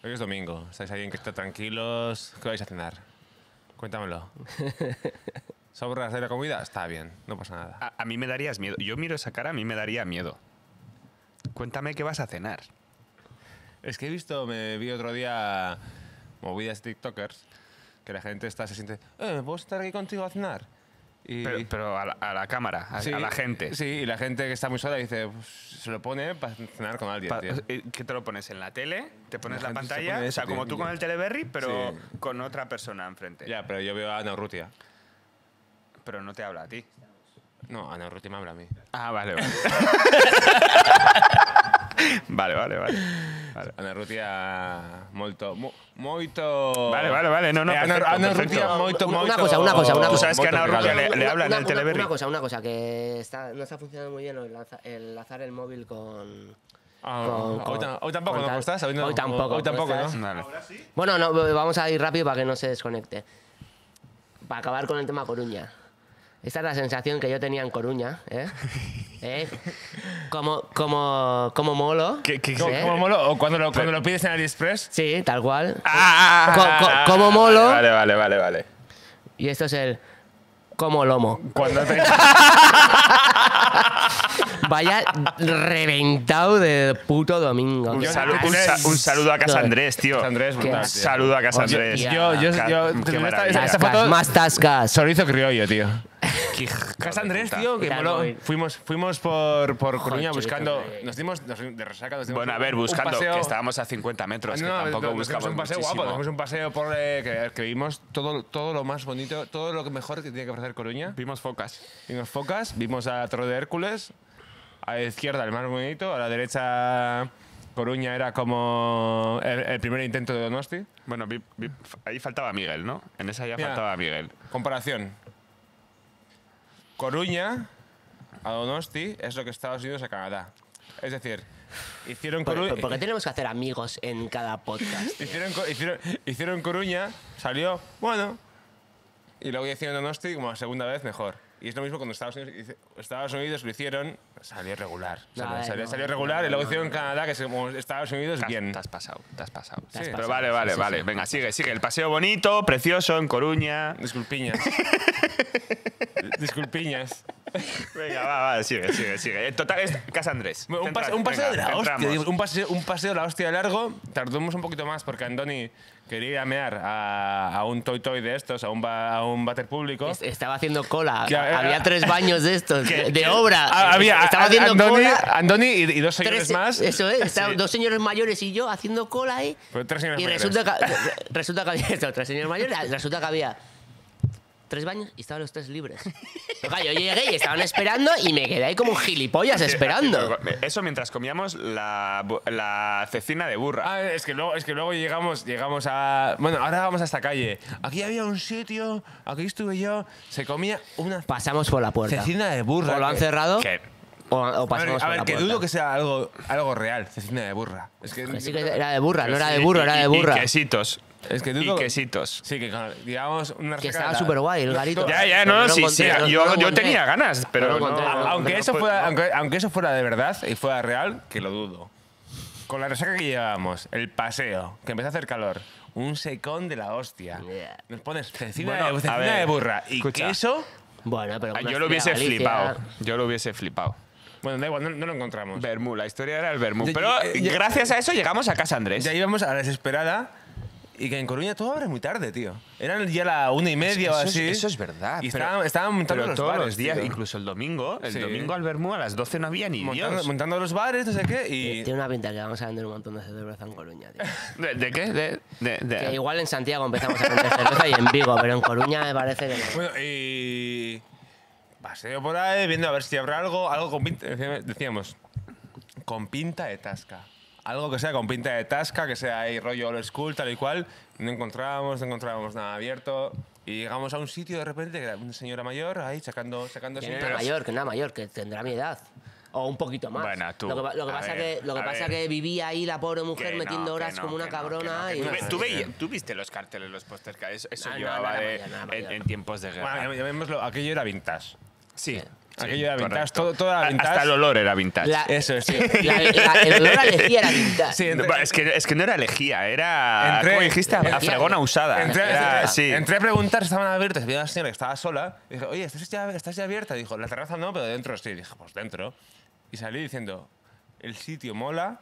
[SPEAKER 2] Hoy es domingo. ¿Estáis ahí en que está tranquilos? ¿Qué vais a cenar? Cuéntamelo. ¿Sobras de la comida? Está bien, no pasa nada.
[SPEAKER 4] A, a mí me darías miedo. Yo miro esa cara, a mí me daría miedo. Cuéntame qué vas a cenar.
[SPEAKER 2] Es que he visto, me vi otro día movidas TikTokers que la gente está, se siente, eh, ¿puedo estar aquí contigo a cenar? Y,
[SPEAKER 4] Pero, pero a, la, a la cámara, a,
[SPEAKER 2] Sí,
[SPEAKER 4] a la gente.
[SPEAKER 2] Sí, y la gente que está muy sola dice, "Pues, se lo pone para cenar con alguien,
[SPEAKER 4] Pa-
[SPEAKER 2] tío.
[SPEAKER 4] eh, ¿Qué te lo pones en la tele? ¿Te pones
[SPEAKER 2] La
[SPEAKER 4] la,
[SPEAKER 2] gente se
[SPEAKER 4] pantalla?
[SPEAKER 2] pone
[SPEAKER 4] o sea,
[SPEAKER 2] eso, tío.
[SPEAKER 4] como tú con el Teleberry, pero
[SPEAKER 2] Sí.
[SPEAKER 4] con otra persona enfrente.
[SPEAKER 2] Ya, pero yo veo a Ana Urrutia.
[SPEAKER 4] Pero no te habla a ti.
[SPEAKER 2] No, Ana Urrutia me habla a mí.
[SPEAKER 4] Ah, vale, vale. vale, vale, vale. Vale.
[SPEAKER 2] Ana Urrutia, molto, mo- moito...
[SPEAKER 4] Vale, vale, vale, no, no,
[SPEAKER 2] Eh, Ana,
[SPEAKER 4] perfecto,
[SPEAKER 2] Ana
[SPEAKER 4] perfecto.
[SPEAKER 2] Urrutia, moito,
[SPEAKER 3] Una-
[SPEAKER 2] moito...
[SPEAKER 3] una cosa, una cosa, una
[SPEAKER 4] Tú sabes que
[SPEAKER 2] moito
[SPEAKER 4] Ana Urrutia
[SPEAKER 2] pegada.
[SPEAKER 4] le- le hablan en
[SPEAKER 3] una-
[SPEAKER 4] Teleberry.
[SPEAKER 3] Una cosa, una cosa, que está- no está funcionando muy bien el, lanza- el enlazar el móvil con.
[SPEAKER 2] Ah,
[SPEAKER 3] con-
[SPEAKER 2] hoy, tam- hoy tampoco,
[SPEAKER 3] con
[SPEAKER 2] ¿no?
[SPEAKER 3] tal.
[SPEAKER 2] ¿Cómo estás?
[SPEAKER 3] Hoy,
[SPEAKER 2] no-
[SPEAKER 3] tampoco.
[SPEAKER 2] Hoy tampoco,
[SPEAKER 3] ¿cómo
[SPEAKER 2] ¿no?
[SPEAKER 3] estás?
[SPEAKER 4] Vale.
[SPEAKER 3] Bueno, no, vamos a ir rápido para que no se desconecte. Para acabar con el tema Coruña. Esta es la sensación que yo tenía en Coruña, ¿eh? ¿Eh? Como, como, como molo.
[SPEAKER 4] ¿Qué- qué-
[SPEAKER 2] ¿Cómo,
[SPEAKER 3] ¿eh?
[SPEAKER 2] cómo molo? ¿O cuando lo, cuando lo pides en AliExpress?
[SPEAKER 3] Sí, tal cual.
[SPEAKER 2] Ah,
[SPEAKER 3] Co- co- como molo.
[SPEAKER 2] Vale, vale, vale, vale.
[SPEAKER 3] Y esto es el como lomo.
[SPEAKER 2] Cuando te-
[SPEAKER 3] Vaya reventado de puto domingo.
[SPEAKER 4] Un,
[SPEAKER 2] Yo
[SPEAKER 4] salu-
[SPEAKER 2] no-
[SPEAKER 4] un sa- un saludo a Casa
[SPEAKER 3] Joder.
[SPEAKER 4] Andrés, tío.
[SPEAKER 2] Casa Andrés,
[SPEAKER 4] un
[SPEAKER 2] brutal, tío.
[SPEAKER 4] saludo a Casa
[SPEAKER 2] Oye,
[SPEAKER 4] Andrés.
[SPEAKER 3] yo-
[SPEAKER 2] yo- yo-
[SPEAKER 4] Ca-
[SPEAKER 2] yo-
[SPEAKER 4] qué
[SPEAKER 2] esta-
[SPEAKER 4] maravilla.
[SPEAKER 2] esta-
[SPEAKER 3] Tascas,
[SPEAKER 2] foto-
[SPEAKER 3] más tascas.
[SPEAKER 2] Chorizo criollo, tío. Casa Andrés,
[SPEAKER 4] puta.
[SPEAKER 2] tío, que
[SPEAKER 3] Mira,
[SPEAKER 2] moló.
[SPEAKER 3] móvil.
[SPEAKER 2] Fuimos, fuimos por, por Coruña
[SPEAKER 3] chorizo
[SPEAKER 2] buscando.
[SPEAKER 3] criollo.
[SPEAKER 2] Nos dimos nos, dimos de resaca. Nos dimos
[SPEAKER 4] Bueno, a
[SPEAKER 2] un-
[SPEAKER 4] ver,
[SPEAKER 2] un
[SPEAKER 4] buscando,
[SPEAKER 2] paseo-
[SPEAKER 4] que estábamos a 50 metros,
[SPEAKER 2] No,
[SPEAKER 4] que tampoco
[SPEAKER 2] nos dimos
[SPEAKER 4] buscamos
[SPEAKER 2] un paseo
[SPEAKER 4] muchísimo.
[SPEAKER 2] guapo, nos dimos un paseo por eh, que, que vimos todo, todo lo más bonito, todo lo que mejor que tiene que ofrecer Coruña.
[SPEAKER 4] Vimos focas.
[SPEAKER 2] Vimos focas, vimos a Toro de Hércules, a la izquierda el más bonito, a la derecha Coruña era como el, el primer intento de Donosti.
[SPEAKER 4] Bueno, vi- vi- ahí faltaba Miguel, ¿no? En esa ya
[SPEAKER 2] Mira.
[SPEAKER 4] faltaba Miguel.
[SPEAKER 2] Comparación. Coruña a Donosti es lo que Estados Unidos a Canadá. Es decir, hicieron
[SPEAKER 3] ¿Por,
[SPEAKER 2] Coruña...
[SPEAKER 3] por- por qué tenemos que hacer amigos en cada podcast?
[SPEAKER 2] Hicieron, co- hicieron, hicieron Coruña, salió, bueno. Y luego ya hicieron Donosti como la segunda vez mejor. Y es lo mismo cuando Estados Unidos, hice- Estados Unidos lo hicieron, salió regular. Salió,
[SPEAKER 3] Ay,
[SPEAKER 2] salió-
[SPEAKER 3] no,
[SPEAKER 2] salió regular y luego
[SPEAKER 3] no,
[SPEAKER 2] hicieron Canadá, que es como Estados Unidos,
[SPEAKER 4] Te has-
[SPEAKER 2] bien.
[SPEAKER 4] Te has pasado, te has pasado.
[SPEAKER 3] Te has
[SPEAKER 4] Sí,
[SPEAKER 3] pasado,
[SPEAKER 4] Pero vale,
[SPEAKER 3] sí,
[SPEAKER 4] vale,
[SPEAKER 3] sí,
[SPEAKER 4] vale.
[SPEAKER 3] sí.
[SPEAKER 4] Venga, sigue, sigue. El paseo bonito, precioso, en Coruña.
[SPEAKER 2] Disculpiñas. Disculpiñas.
[SPEAKER 4] Venga, va, va, sigue, sigue, sigue. En total es Casa Andrés.
[SPEAKER 2] Un,
[SPEAKER 4] Centra-
[SPEAKER 2] paseo- un paseo
[SPEAKER 4] venga,
[SPEAKER 2] de la hostia,
[SPEAKER 4] centramos.
[SPEAKER 2] digo, un paseo, un paseo de la hostia largo. Tardamos un poquito más porque Andoni quería ir a mear a, a un toy toy de estos, a un, ba- a un váter público.
[SPEAKER 3] Es- Estaba haciendo cola.
[SPEAKER 2] Que, eh,
[SPEAKER 3] Había tres baños de estos,
[SPEAKER 2] Que-
[SPEAKER 3] de
[SPEAKER 2] que-
[SPEAKER 3] obra.
[SPEAKER 2] Ah, había
[SPEAKER 3] Estaba
[SPEAKER 2] a-
[SPEAKER 3] haciendo
[SPEAKER 2] Andoni,
[SPEAKER 3] cola.
[SPEAKER 2] Andoni y, y dos señores
[SPEAKER 3] Tres,
[SPEAKER 2] más.
[SPEAKER 3] Eso es, estaban
[SPEAKER 2] Sí.
[SPEAKER 3] dos señores mayores y yo haciendo cola ahí.
[SPEAKER 2] Pero tres señores
[SPEAKER 3] y
[SPEAKER 2] mayores.
[SPEAKER 3] resulta que, resulta que había esto, tres señores mayores, resulta que había tres baños y estaban los tres libres. Pero claro, yo llegué y estaban esperando y me quedé ahí como un gilipollas esperando.
[SPEAKER 4] Eso mientras comíamos la, bu- la cecina de burra.
[SPEAKER 2] Ah, es que luego, es que luego llegamos, llegamos a. Bueno, ahora vamos a esta calle. Aquí había un sitio, aquí estuve yo, se comía una
[SPEAKER 3] Pasamos por la puerta.
[SPEAKER 2] cecina de burra.
[SPEAKER 3] o lo han
[SPEAKER 2] que-
[SPEAKER 3] cerrado
[SPEAKER 4] Que-
[SPEAKER 3] o, o
[SPEAKER 2] A ver,
[SPEAKER 3] pasamos
[SPEAKER 2] a ver,
[SPEAKER 3] por la
[SPEAKER 2] que
[SPEAKER 3] puerta.
[SPEAKER 2] dudo que sea algo, algo real, cecina de burra. Es que,
[SPEAKER 3] Que sí que era de burra, no era de burro,
[SPEAKER 4] y-
[SPEAKER 3] era de
[SPEAKER 4] y-
[SPEAKER 3] burra.
[SPEAKER 4] Y quesitos.
[SPEAKER 2] es que
[SPEAKER 4] Y
[SPEAKER 2] dudo-
[SPEAKER 4] quesitos.
[SPEAKER 2] Sí, que claro, digamos una
[SPEAKER 3] Que
[SPEAKER 2] resaca
[SPEAKER 3] estaba
[SPEAKER 2] de la-
[SPEAKER 3] súper guay el garito.
[SPEAKER 4] Ya, ya,
[SPEAKER 3] Pero
[SPEAKER 4] no,
[SPEAKER 3] no
[SPEAKER 4] sí,
[SPEAKER 3] encontré,
[SPEAKER 4] sí.
[SPEAKER 3] no-
[SPEAKER 4] yo
[SPEAKER 3] no
[SPEAKER 4] yo
[SPEAKER 3] encontré.
[SPEAKER 4] tenía ganas, pero.
[SPEAKER 3] No lo
[SPEAKER 4] no-
[SPEAKER 3] encontré, no lo
[SPEAKER 2] Aunque
[SPEAKER 3] Pero
[SPEAKER 2] eso,
[SPEAKER 4] fue-
[SPEAKER 2] fuera, aunque, aunque eso fuera de verdad y fuera real, que lo dudo. Con la resaca que llevábamos, el paseo, que empezó a hacer calor, un secón de la hostia.
[SPEAKER 3] Yeah.
[SPEAKER 2] Nos pones cecina,
[SPEAKER 4] Bueno,
[SPEAKER 2] de,
[SPEAKER 4] a
[SPEAKER 2] cecina
[SPEAKER 4] ver,
[SPEAKER 2] de burra y
[SPEAKER 4] escucha.
[SPEAKER 2] queso.
[SPEAKER 3] Bueno, pero una
[SPEAKER 4] Yo lo hubiese
[SPEAKER 3] estrella
[SPEAKER 4] flipado.
[SPEAKER 3] Galicia.
[SPEAKER 4] Yo lo hubiese flipado.
[SPEAKER 2] Bueno, da igual, no, no lo encontramos.
[SPEAKER 4] Bermú, la historia era el Bermú.
[SPEAKER 2] Ya-
[SPEAKER 4] Pero
[SPEAKER 2] ya- ya-
[SPEAKER 4] gracias a eso llegamos a casa Andrés.
[SPEAKER 2] Ya íbamos a la desesperada y que en Coruña todo abre muy tarde, tío. Eran ya la una y media o
[SPEAKER 4] Eso es,
[SPEAKER 2] así.
[SPEAKER 4] eso es verdad.
[SPEAKER 2] Y
[SPEAKER 4] pero-
[SPEAKER 2] estaban, estaban montando
[SPEAKER 4] pero
[SPEAKER 2] los
[SPEAKER 4] todos
[SPEAKER 2] bares,
[SPEAKER 4] los días,
[SPEAKER 2] tío.
[SPEAKER 4] incluso el domingo. El
[SPEAKER 2] Sí.
[SPEAKER 4] domingo al Bermú a las 12 no había ni
[SPEAKER 2] montando,
[SPEAKER 4] Dios.
[SPEAKER 2] montando los bares, no sé qué. Y
[SPEAKER 3] eh, Tiene una pinta que vamos a vender un montón de cerveza en Coruña, tío.
[SPEAKER 4] ¿De, de qué? De, de- de-
[SPEAKER 3] Que igual en Santiago empezamos a vender cerveza y en Vigo, pero en Coruña me parece que no.
[SPEAKER 2] Bueno, y. Paseo por ahí, viendo a ver si habrá algo, algo con pinta. Decíamos, con pinta de tasca. Algo que sea con pinta de tasca, que sea ahí rollo old school, tal y cual. No encontrábamos, no encontrábamos nada abierto. Y llegamos a un sitio de repente que era una señora mayor ahí sacando, sacando
[SPEAKER 3] Que no era
[SPEAKER 2] señoras.
[SPEAKER 3] mayor, que no era mayor, que tendrá mi edad. O un poquito más.
[SPEAKER 4] Bueno, tú,
[SPEAKER 3] Lo que, pa- lo que
[SPEAKER 4] a
[SPEAKER 3] pasa,
[SPEAKER 4] ver,
[SPEAKER 3] que, lo que,
[SPEAKER 4] a
[SPEAKER 3] pasa
[SPEAKER 4] ver.
[SPEAKER 3] que vivía ahí la pobre mujer
[SPEAKER 4] Que no,
[SPEAKER 3] metiendo
[SPEAKER 4] que
[SPEAKER 3] horas
[SPEAKER 4] no,
[SPEAKER 3] como una
[SPEAKER 4] que no,
[SPEAKER 3] cabrona.
[SPEAKER 4] que no, que
[SPEAKER 3] y...
[SPEAKER 4] no. Tú, ve- tú veías- tú viste los carteles, los pósters, que eso, eso
[SPEAKER 3] No, no,
[SPEAKER 4] llevaba
[SPEAKER 3] nada
[SPEAKER 4] de-
[SPEAKER 3] mayor, nada
[SPEAKER 4] en,
[SPEAKER 3] mayor.
[SPEAKER 4] en tiempos de guerra.
[SPEAKER 2] Bueno, llam- llamémoslo, aquello era vintage.
[SPEAKER 4] sí.
[SPEAKER 2] aquello era vintage,
[SPEAKER 4] correcto.
[SPEAKER 2] todo- todo era
[SPEAKER 4] A-
[SPEAKER 2] vintage.
[SPEAKER 4] Hasta el olor era vintage.
[SPEAKER 3] La-
[SPEAKER 2] Eso es, sí.
[SPEAKER 3] la- la- el olor a lejía era tinta.
[SPEAKER 2] Sí,
[SPEAKER 4] No,
[SPEAKER 2] entre-
[SPEAKER 4] pero es, que, es que no era lejía, era.
[SPEAKER 2] Entré-
[SPEAKER 4] ¿Cómo dijiste?
[SPEAKER 2] Lejía.
[SPEAKER 4] A fregona usada.
[SPEAKER 2] Entré,
[SPEAKER 4] Era-
[SPEAKER 2] entré-
[SPEAKER 4] sí.
[SPEAKER 2] entré a preguntar si estaban abiertas. Vi a una señora que estaba sola. Y dije, oye, ¿estás ya, ¿estás ya abierta? Dijo, la terraza no, pero dentro sí. Dije, pues dentro. Y salí diciendo, el sitio mola,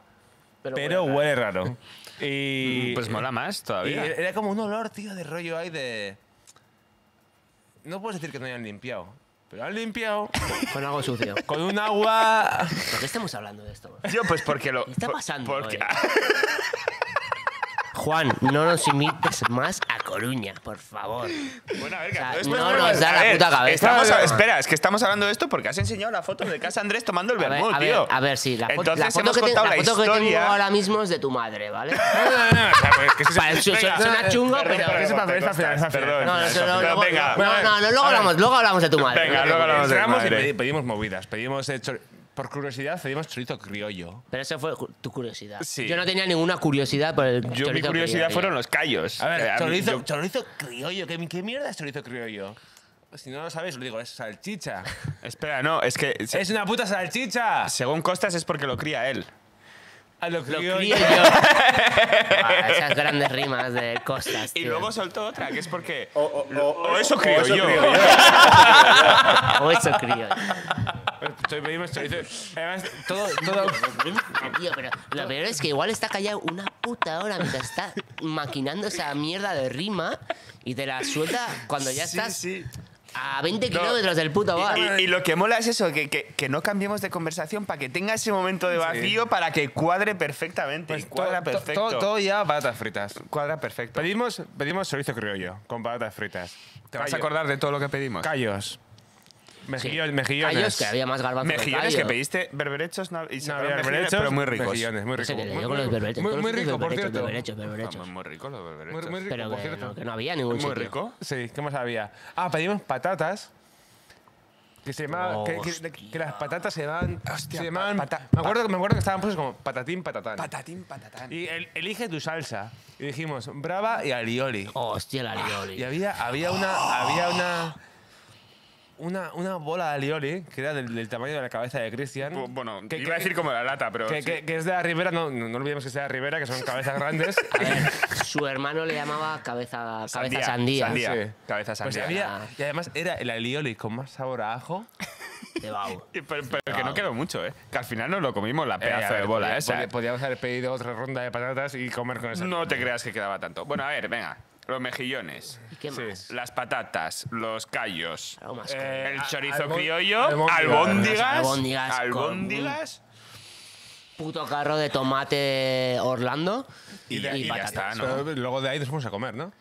[SPEAKER 2] pero,
[SPEAKER 3] Pero
[SPEAKER 2] huele, raro. Y,
[SPEAKER 4] Pues mola más
[SPEAKER 2] y
[SPEAKER 4] todavía.
[SPEAKER 2] era como un olor, tío, de rollo ahí de... No puedes decir que no hayan limpiado, pero han limpiado
[SPEAKER 3] Con algo sucio.
[SPEAKER 2] con un agua...
[SPEAKER 3] ¿Por qué estamos hablando de esto?
[SPEAKER 4] Yo, pues porque lo.
[SPEAKER 3] ¿Qué está
[SPEAKER 4] por-
[SPEAKER 3] pasando
[SPEAKER 4] Porque,
[SPEAKER 3] Juan, no nos invites más a Coruña, por favor.
[SPEAKER 4] Bueno, a ver,
[SPEAKER 3] O sea,
[SPEAKER 4] esto es
[SPEAKER 3] no
[SPEAKER 4] broma.
[SPEAKER 3] nos da
[SPEAKER 4] A
[SPEAKER 3] la
[SPEAKER 4] ver,
[SPEAKER 3] puta cabeza.
[SPEAKER 4] estamos a-
[SPEAKER 3] Claro.
[SPEAKER 4] espera, es que estamos hablando de esto porque has enseñado la foto de casa Andrés tomando el
[SPEAKER 3] A ver,
[SPEAKER 4] vermut,
[SPEAKER 3] a ver,
[SPEAKER 4] tío.
[SPEAKER 3] a ver, sí. La, fo-
[SPEAKER 4] Entonces
[SPEAKER 3] la foto,
[SPEAKER 4] hemos
[SPEAKER 3] que, te-
[SPEAKER 4] contado
[SPEAKER 3] la
[SPEAKER 4] la,
[SPEAKER 3] foto que
[SPEAKER 4] historia.
[SPEAKER 3] tengo ahora mismo es de tu madre, ¿vale?
[SPEAKER 2] No, no, no, o sea, pues, que se-
[SPEAKER 3] Vale, su-
[SPEAKER 2] Venga,
[SPEAKER 3] su- suena chungo,
[SPEAKER 2] perdón,
[SPEAKER 3] pero-
[SPEAKER 2] que eso para- eso para- eso para-
[SPEAKER 4] Perdón.
[SPEAKER 3] No, no, eso
[SPEAKER 4] Pero
[SPEAKER 3] luego,
[SPEAKER 4] venga,
[SPEAKER 3] no, no, no, luego
[SPEAKER 2] a ver.
[SPEAKER 3] hablamos, luego hablamos de tu madre.
[SPEAKER 4] Venga,
[SPEAKER 3] no te
[SPEAKER 4] luego
[SPEAKER 3] preocupes.
[SPEAKER 4] hablamos de
[SPEAKER 2] Entramos y
[SPEAKER 4] madre.
[SPEAKER 2] pedi- pedimos movidas. Pedimos, eh, chor- por curiosidad, pedimos chorizo criollo.
[SPEAKER 3] Pero eso fue cu- tu curiosidad.
[SPEAKER 4] Sí.
[SPEAKER 3] Yo no tenía ninguna curiosidad por el
[SPEAKER 4] Yo, mi
[SPEAKER 3] chorizo
[SPEAKER 4] curiosidad
[SPEAKER 3] criollo.
[SPEAKER 4] fueron los callos.
[SPEAKER 2] A ver,
[SPEAKER 4] Eh, mí-
[SPEAKER 2] chorizo,
[SPEAKER 4] yo-
[SPEAKER 2] chorizo criollo. ¿qué, qué mierda es chorizo criollo? Si no lo sabéis, lo digo, es salchicha.
[SPEAKER 4] Espera, no, es que. se-
[SPEAKER 2] ¡Es una puta salchicha!
[SPEAKER 4] Según Costas es porque lo cría él.
[SPEAKER 2] Ah, Lo
[SPEAKER 3] Lo
[SPEAKER 2] crió
[SPEAKER 3] crío
[SPEAKER 2] yo.
[SPEAKER 3] yo. Ah, esas grandes rimas de costas.
[SPEAKER 4] Y
[SPEAKER 3] tío.
[SPEAKER 4] luego soltó otra, que es porque.
[SPEAKER 2] Oh,
[SPEAKER 6] O, o- o-
[SPEAKER 4] O eso
[SPEAKER 6] o
[SPEAKER 4] creo yo.
[SPEAKER 3] O eso crío.
[SPEAKER 2] Estoy me estoy dice- Además, todo, todo.
[SPEAKER 3] Tío, pero lo peor es que igual está callado una puta hora mientras está maquinando esa mierda de rima y te la suelta cuando ya estás
[SPEAKER 4] sí.
[SPEAKER 3] a 20
[SPEAKER 4] No.
[SPEAKER 3] kilómetros del puto bar.
[SPEAKER 4] Y, y lo que mola es eso, que, que- que no cambiemos de conversación para que tenga ese momento de vacío para que cuadre perfectamente. y cuadra
[SPEAKER 2] todo-
[SPEAKER 4] perfecto.
[SPEAKER 2] Pues Todo, todo ya patatas fritas.
[SPEAKER 4] Cuadra perfecto.
[SPEAKER 2] Pedimos, pedimos chorizo criollo con patatas fritas.
[SPEAKER 4] ¿Te vas a acordar de todo lo que pedimos?
[SPEAKER 2] Callos.
[SPEAKER 3] Sí.
[SPEAKER 2] Mejillo- Mejillones.
[SPEAKER 3] Callos, que había más garbanzos. que
[SPEAKER 4] Mejillones que
[SPEAKER 3] callos.
[SPEAKER 4] pediste, berberechos no, y
[SPEAKER 2] No,
[SPEAKER 4] sacaron
[SPEAKER 2] había
[SPEAKER 4] mejillones,
[SPEAKER 2] berberechos,
[SPEAKER 4] pero muy ricos.
[SPEAKER 2] Mejillones, muy
[SPEAKER 3] No sé
[SPEAKER 2] ricos.
[SPEAKER 3] qué le
[SPEAKER 2] Muy,
[SPEAKER 3] dio con los berberechos.
[SPEAKER 2] muy-
[SPEAKER 3] Todos
[SPEAKER 2] muy
[SPEAKER 3] los
[SPEAKER 2] rico, por
[SPEAKER 3] berberechos,
[SPEAKER 2] cierto.
[SPEAKER 3] berberechos, berberechos.
[SPEAKER 4] Vamos, muy ricos los berberechos.
[SPEAKER 2] Muy, muy rico,
[SPEAKER 3] Pero
[SPEAKER 2] por
[SPEAKER 3] que
[SPEAKER 2] cierto.
[SPEAKER 3] no, que no había ningún
[SPEAKER 4] Muy
[SPEAKER 3] sitio.
[SPEAKER 4] rico.
[SPEAKER 2] Sí, ¿qué más había? Ah, pedimos patatas. Que se llamaban. Que, que-
[SPEAKER 3] Hostia.
[SPEAKER 2] que las patatas se llamaban.
[SPEAKER 4] Hostia,
[SPEAKER 2] se llamaban
[SPEAKER 4] pa- pata-
[SPEAKER 2] me, acuerdo, me acuerdo que estaban puestos como patatín, patatán.
[SPEAKER 4] Patatín, patatán.
[SPEAKER 2] y el- elige tu salsa. Y dijimos, brava y alioli.
[SPEAKER 3] Hostia, la lioli.
[SPEAKER 2] Y había, había una. Había una. Una, una bola de alioli que era del, del tamaño de la cabeza de Cristian.
[SPEAKER 4] Bu- Bueno,
[SPEAKER 2] que,
[SPEAKER 4] iba a
[SPEAKER 2] que-
[SPEAKER 4] decir como la lata, pero.
[SPEAKER 2] que,
[SPEAKER 4] sí.
[SPEAKER 2] que- que es de la Ribera, no, no, no olvidemos que es de la Ribera, que son cabezas grandes.
[SPEAKER 4] Ah,
[SPEAKER 3] A ver, su hermano le llamaba cabeza, cabeza sandía.
[SPEAKER 4] Sandía.
[SPEAKER 2] Sí.
[SPEAKER 4] Cabeza
[SPEAKER 2] Pues
[SPEAKER 4] sandía.
[SPEAKER 2] había, y además era el alioli con más sabor a ajo.
[SPEAKER 3] De Bau.
[SPEAKER 4] Y Pero, pero que no quedó mucho, ¿eh? Que al final nos lo comimos
[SPEAKER 2] Eh,
[SPEAKER 4] la pedazo de bola esa. ¿eh?
[SPEAKER 2] Podríamos haber pedido otra ronda de patatas y comer con esa.
[SPEAKER 4] No te creas que quedaba tanto. Bueno, a ver, venga. Los mejillones,
[SPEAKER 3] ¿Y qué
[SPEAKER 2] Sí.
[SPEAKER 3] más?
[SPEAKER 4] las patatas, los callos,
[SPEAKER 3] Algo más. Ah,
[SPEAKER 2] Eh,
[SPEAKER 4] el
[SPEAKER 2] a-
[SPEAKER 4] chorizo
[SPEAKER 2] albó-
[SPEAKER 4] criollo,
[SPEAKER 2] albóndigas.
[SPEAKER 4] albóndigas,
[SPEAKER 3] Albóndigas con-
[SPEAKER 4] albóndigas,
[SPEAKER 3] Puto carro de tomate Orlando y,
[SPEAKER 4] de- y ya
[SPEAKER 3] patatas.
[SPEAKER 4] está. Ah, no.
[SPEAKER 2] Pero luego de ahí nos fuimos a comer, ¿no?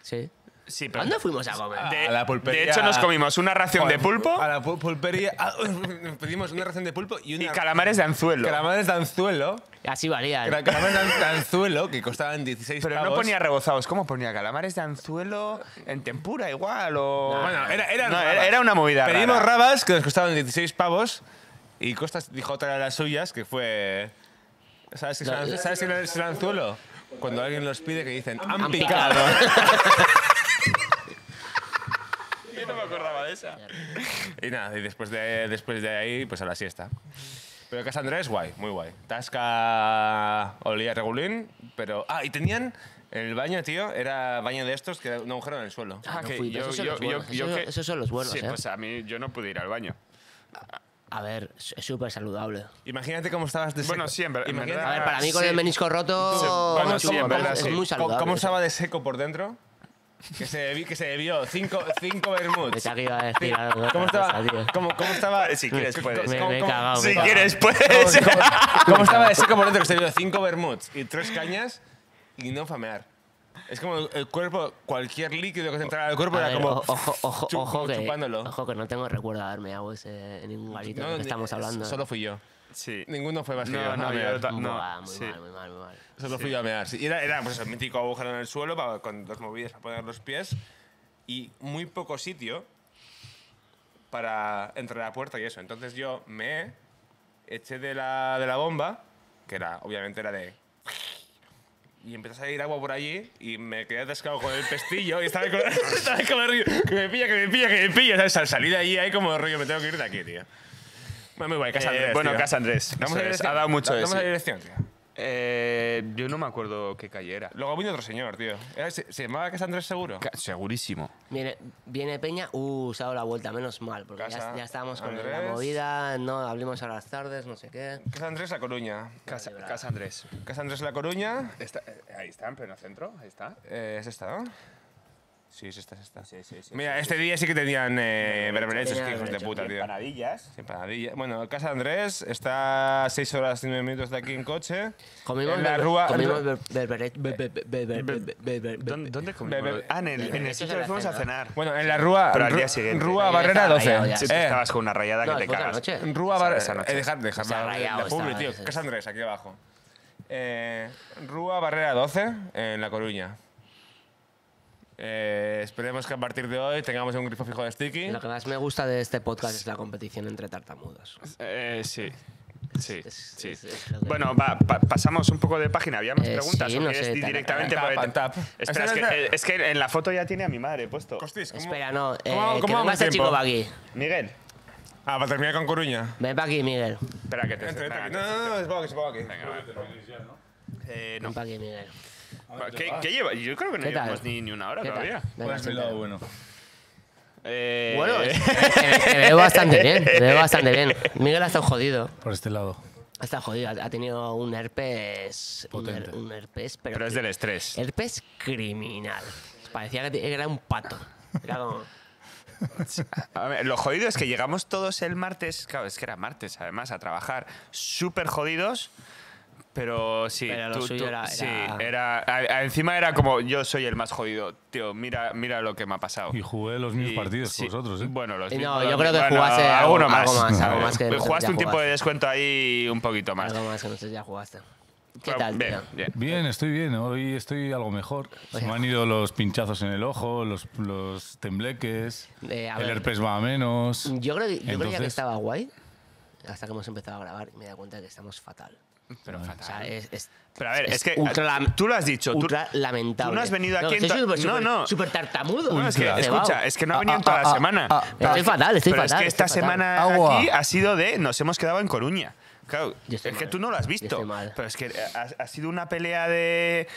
[SPEAKER 3] Sí.
[SPEAKER 4] Sí, pero-
[SPEAKER 3] ¿Dónde fuimos a comer?
[SPEAKER 4] De,
[SPEAKER 2] A la
[SPEAKER 4] de
[SPEAKER 2] pulpería.
[SPEAKER 4] hecho, nos comimos una ración de pulpo
[SPEAKER 2] A la pul- pulpería. ah, nos pedimos una ración de pulpo y
[SPEAKER 4] y
[SPEAKER 2] una.
[SPEAKER 4] calamares de anzuelo.
[SPEAKER 2] calamares de anzuelo.
[SPEAKER 3] Así valía. ¿eh?
[SPEAKER 2] Era Calamares de anzuelo que costaban 16
[SPEAKER 4] pero no
[SPEAKER 2] pavos.
[SPEAKER 4] ponía rebozados. ¿Cómo ponía? Calamares de anzuelo en tempura igual o...
[SPEAKER 2] Bueno, era,
[SPEAKER 4] No,
[SPEAKER 2] rabas.
[SPEAKER 4] era- era una movida
[SPEAKER 2] Pedimos
[SPEAKER 4] rara.
[SPEAKER 2] rabas que nos costaban 16 pavos y Costas dijo otra de las suyas que fue. ¿Sabes qué es, el- ¿sabes qué es el anzuelo? Cuando alguien los pide que dicen, han
[SPEAKER 3] Han
[SPEAKER 2] picado.
[SPEAKER 4] Yo no me acordaba de esa.
[SPEAKER 2] Y nada, y después de, después de ahí, pues a la siesta. Pero Casa Andrés, guay, muy guay. Tasca olía regulín, pero... Ah, y tenían el baño, tío, era baño de estos que era un agujero en el suelo.
[SPEAKER 3] Ah, no fui, pero esos son los buenos, esos- esos son los buenos,
[SPEAKER 4] Sí,
[SPEAKER 3] ¿eh?
[SPEAKER 4] pues a mí yo no pude ir al baño.
[SPEAKER 3] A ver, es súper saludable.
[SPEAKER 2] Imagínate cómo estabas de seco.
[SPEAKER 4] Bueno, sí, en verdad-
[SPEAKER 2] Imagínate-
[SPEAKER 4] en verdad-
[SPEAKER 3] A ver, para mí con
[SPEAKER 4] Sí.
[SPEAKER 3] el menisco roto
[SPEAKER 4] Sí, bueno, sí,
[SPEAKER 3] chungo,
[SPEAKER 4] en verdad,
[SPEAKER 3] es
[SPEAKER 4] sí.
[SPEAKER 3] muy
[SPEAKER 2] ¿Cómo-
[SPEAKER 3] saludable.
[SPEAKER 2] ¿Cómo
[SPEAKER 3] eso.
[SPEAKER 2] estaba de seco por dentro? Que se, debi- que se debió cinco, cinco vermuts.
[SPEAKER 3] Pensaba que iba a decir algo,
[SPEAKER 2] ¿Cómo
[SPEAKER 3] otra
[SPEAKER 2] estaba?
[SPEAKER 3] cosa, tío.
[SPEAKER 2] ¿Cómo, cómo estaba?
[SPEAKER 4] Ah, Si quieres,
[SPEAKER 2] ¿Cómo-
[SPEAKER 4] puedes.
[SPEAKER 3] Me,
[SPEAKER 2] cómo-
[SPEAKER 3] me he
[SPEAKER 2] cómo-
[SPEAKER 3] cagado. me
[SPEAKER 4] Si
[SPEAKER 3] he cagado.
[SPEAKER 4] quieres,
[SPEAKER 2] ¿Cómo,
[SPEAKER 4] puedes.
[SPEAKER 2] cómo- cómo estaba de seco por dentro? Que se dio cinco vermuts y tres cañas y no famear. Es como el cuerpo, cualquier líquido que se entrara al cuerpo
[SPEAKER 3] A
[SPEAKER 2] era
[SPEAKER 3] ver,
[SPEAKER 2] como
[SPEAKER 3] o- ojo, ojo,
[SPEAKER 2] chu-
[SPEAKER 3] ojo, que,
[SPEAKER 2] chupándolo.
[SPEAKER 3] ojo que no tengo recuerdo de haberme dado ese en ningún garito
[SPEAKER 2] No,
[SPEAKER 3] del que
[SPEAKER 2] ni-
[SPEAKER 3] estamos hablando. ¿eh?
[SPEAKER 2] Solo fui yo.
[SPEAKER 4] Sí.
[SPEAKER 2] Ninguno fue más que
[SPEAKER 4] No,
[SPEAKER 2] yo. a
[SPEAKER 4] no,
[SPEAKER 2] mear.
[SPEAKER 4] yo ta- no,
[SPEAKER 3] Buah, muy
[SPEAKER 4] sí.
[SPEAKER 3] mal, muy mal, muy mal.
[SPEAKER 2] Solo fui yo a mear. sí. Y era, era pues, el mítico agujero en el suelo para, con dos movidas para poner los pies y muy poco sitio para entre la puerta y eso. Entonces yo me eché de la, de la bomba, que era obviamente era de... Y empezó a salir agua por allí y me quedé atascado con el pestillo y estaba con, estaba con el río. Que me pilla, que me
[SPEAKER 4] Eh,
[SPEAKER 2] pilla, que me pilla. ¿sabes? Al salir de allí hay como rollo, me tengo que ir de aquí, tío. Bueno, muy guay, Casa
[SPEAKER 4] Eh,
[SPEAKER 2] Andrés.
[SPEAKER 4] bueno,
[SPEAKER 2] tío.
[SPEAKER 4] Casa Andrés.
[SPEAKER 2] Damos
[SPEAKER 4] eso
[SPEAKER 2] la
[SPEAKER 4] es,
[SPEAKER 2] dirección.
[SPEAKER 4] ha dado mucho de
[SPEAKER 2] Damos la
[SPEAKER 4] sí.
[SPEAKER 2] dirección, tío.
[SPEAKER 4] Eh, yo no me acuerdo qué calle era.
[SPEAKER 2] Luego vino otro señor, tío. Era- se, se llamaba Casa Andrés Seguro.
[SPEAKER 4] Ca- Segurísimo.
[SPEAKER 3] Viene, viene Peña, uh, se ha dado la vuelta, menos mal, porque ya,
[SPEAKER 2] Casa,
[SPEAKER 3] ya estábamos con
[SPEAKER 2] Andrés.
[SPEAKER 3] la movida, no hablemos a las tardes, no sé qué.
[SPEAKER 2] Casa Andrés La Coruña.
[SPEAKER 4] Casa, Casa Andrés.
[SPEAKER 2] Casa Andrés La Coruña.
[SPEAKER 4] Está- eh, ahí está, en pleno centro. Ahí está.
[SPEAKER 2] eh, es esta, ¿no? Sí, es esta, es esta. Mira, este día sí que tenían eh, berberechos,
[SPEAKER 3] Tenía
[SPEAKER 2] que hijos de
[SPEAKER 3] berberechos,
[SPEAKER 2] puta, tío.
[SPEAKER 4] Panadillas.
[SPEAKER 2] Sin panadilla. Bueno, Casa Andrés está a 6 horas y 9 minutos de aquí en coche.
[SPEAKER 3] Comimos
[SPEAKER 2] en la
[SPEAKER 3] ber-
[SPEAKER 2] rúa.
[SPEAKER 3] comimos ber- berberet- be- be- be- be- be- be- be- be-
[SPEAKER 4] ¿Dónde, dónde comimos?
[SPEAKER 2] Bebe-
[SPEAKER 4] Ah, en el, en el
[SPEAKER 3] Eso
[SPEAKER 4] sitio
[SPEAKER 3] es
[SPEAKER 4] que
[SPEAKER 3] la
[SPEAKER 4] fuimos a
[SPEAKER 3] cena.
[SPEAKER 4] cenar.
[SPEAKER 2] Bueno, en la Rúa.
[SPEAKER 4] Pero al
[SPEAKER 2] Ru-
[SPEAKER 4] día siguiente.
[SPEAKER 2] Rúa
[SPEAKER 3] Pero ya
[SPEAKER 2] Barrera
[SPEAKER 3] estaba rayado
[SPEAKER 2] 12.
[SPEAKER 3] ya.
[SPEAKER 4] Sí, tú
[SPEAKER 2] Eh,
[SPEAKER 4] estabas con una rayada
[SPEAKER 3] No,
[SPEAKER 4] que te
[SPEAKER 3] fue otra
[SPEAKER 4] cagas.
[SPEAKER 3] noche.
[SPEAKER 2] Rúa Bar-
[SPEAKER 4] Esa noche.
[SPEAKER 2] eh, dejad, dejad
[SPEAKER 3] Se ha
[SPEAKER 2] la,
[SPEAKER 3] rayado,
[SPEAKER 2] la publi,
[SPEAKER 3] está-
[SPEAKER 2] tío. Casa Andrés, aquí abajo. Eh, Rúa Barrera 12, en La Coruña. Eh, esperemos que a partir de hoy tengamos un grifo fijo de sticky.
[SPEAKER 3] Lo que más me gusta de este podcast es la competición entre tartamudos.
[SPEAKER 4] Eh, sí.
[SPEAKER 2] Sí,
[SPEAKER 3] Es-
[SPEAKER 2] sí.
[SPEAKER 3] es- es lo que-
[SPEAKER 4] Bueno, va, pa- pasamos un poco de página. Había más
[SPEAKER 3] Eh,
[SPEAKER 4] preguntas.
[SPEAKER 3] sí,
[SPEAKER 4] ¿o
[SPEAKER 3] no
[SPEAKER 4] quieres
[SPEAKER 3] sé,
[SPEAKER 4] ir
[SPEAKER 3] tan-
[SPEAKER 4] directamente
[SPEAKER 2] Pan,
[SPEAKER 4] por el-
[SPEAKER 2] pan, tap.
[SPEAKER 4] Espera, es
[SPEAKER 2] Espera,
[SPEAKER 4] que,
[SPEAKER 2] espera.
[SPEAKER 4] es que en la foto ya tiene a mi madre puesto.
[SPEAKER 2] Costis, ¿cómo-
[SPEAKER 3] Espera, no. Eh,
[SPEAKER 2] ¿cómo-
[SPEAKER 3] que
[SPEAKER 2] cómo vamos
[SPEAKER 3] venga ese
[SPEAKER 2] de
[SPEAKER 3] chico
[SPEAKER 2] tiempo?
[SPEAKER 3] va aquí.
[SPEAKER 4] Miguel,
[SPEAKER 2] Ah, para terminar con Coruña.
[SPEAKER 3] Ven para aquí, Miguel.
[SPEAKER 4] espera que te.
[SPEAKER 2] Entra, entra
[SPEAKER 4] venga,
[SPEAKER 2] aquí. No, no, no, es poco aquí, es poco aquí.
[SPEAKER 4] eh, no.
[SPEAKER 3] Ven para aquí, Miguel.
[SPEAKER 4] ¿Qué, qué lleva? Yo creo que no
[SPEAKER 3] ¿Qué tal?
[SPEAKER 4] llevamos ni, ni una hora
[SPEAKER 3] ¿Qué tal?
[SPEAKER 4] todavía.
[SPEAKER 3] Venga,
[SPEAKER 2] Pues
[SPEAKER 3] este siéntate.
[SPEAKER 7] bueno.
[SPEAKER 4] Eh,
[SPEAKER 3] Bueno, te, te veo bastante bien, te veo bastante bien. Miguel ha estado jodido.
[SPEAKER 7] Por este lado.
[SPEAKER 3] Ha estado jodido, ha ha tenido un herpes. un her-
[SPEAKER 7] Potente.
[SPEAKER 3] Un, herpes, pero.
[SPEAKER 4] pero es del estrés.
[SPEAKER 3] Herpes criminal. Parecía que te- era un pato. Era como.
[SPEAKER 4] A ver, lo jodido es que llegamos todos el martes, claro, es que era martes además, a trabajar súper jodidos, pero sí,
[SPEAKER 3] Pero lo suyo era-
[SPEAKER 4] sí,
[SPEAKER 3] era-
[SPEAKER 4] era- a- a- encima era como yo soy el más jodido, tío, mira, mira lo que me ha pasado.
[SPEAKER 7] Y jugué los mismos
[SPEAKER 4] Y-
[SPEAKER 7] partidos
[SPEAKER 4] sí,
[SPEAKER 7] con vosotros, ¿eh?
[SPEAKER 4] Bueno, los
[SPEAKER 3] No,
[SPEAKER 4] mismos-
[SPEAKER 3] yo creo que
[SPEAKER 4] bueno,
[SPEAKER 3] jugaste algo-
[SPEAKER 4] alguno
[SPEAKER 3] algo más, algo más que nosotros
[SPEAKER 4] Jugaste
[SPEAKER 3] ya
[SPEAKER 4] un tiempo
[SPEAKER 3] jugaste.
[SPEAKER 4] de descuento ahí un poquito más.
[SPEAKER 3] Algo más que no sé si ya jugaste. ¿Qué
[SPEAKER 4] Pero
[SPEAKER 3] tal,
[SPEAKER 4] bien,
[SPEAKER 3] tío?
[SPEAKER 4] bien.
[SPEAKER 7] Bien, estoy bien. Hoy estoy algo mejor. Se
[SPEAKER 3] Oye.
[SPEAKER 7] me han ido los pinchazos en el ojo, los, los tembleques.
[SPEAKER 3] Eh, a
[SPEAKER 7] el
[SPEAKER 3] ver.
[SPEAKER 7] herpes va a menos.
[SPEAKER 3] Yo, creo que, yo creía que
[SPEAKER 7] Entonces-
[SPEAKER 3] estaba guay hasta que hemos empezado a grabar y me he dado cuenta de que estamos fatal.
[SPEAKER 4] Pero
[SPEAKER 3] O sea,
[SPEAKER 4] fatal.
[SPEAKER 3] es, es-
[SPEAKER 4] Pero a ver, es, que
[SPEAKER 3] ultra, lam-
[SPEAKER 4] tú lo has dicho, tú-
[SPEAKER 3] ultra lamentable.
[SPEAKER 4] tú no has venido aquí en
[SPEAKER 3] estoy
[SPEAKER 4] to-
[SPEAKER 3] súper-
[SPEAKER 4] no,
[SPEAKER 3] súper-
[SPEAKER 4] no.
[SPEAKER 3] súper tartamudo.
[SPEAKER 4] No, es que,
[SPEAKER 3] Cebao.
[SPEAKER 4] escucha, es que
[SPEAKER 3] Ah,
[SPEAKER 4] no ha venido en toda la semana.
[SPEAKER 3] estoy fatal, ah, estoy
[SPEAKER 4] Pero
[SPEAKER 3] fatal.
[SPEAKER 4] es que esta
[SPEAKER 3] estoy fatal.
[SPEAKER 4] semana
[SPEAKER 7] Agua.
[SPEAKER 4] aquí ha sido de nos hemos quedado en Coruña. Claro,
[SPEAKER 3] Yo
[SPEAKER 4] es
[SPEAKER 3] estoy
[SPEAKER 4] que
[SPEAKER 3] mal.
[SPEAKER 4] tú no lo has
[SPEAKER 3] Yo
[SPEAKER 4] visto.
[SPEAKER 3] estoy mal.
[SPEAKER 4] Pero es que ha, ha sido una pelea de,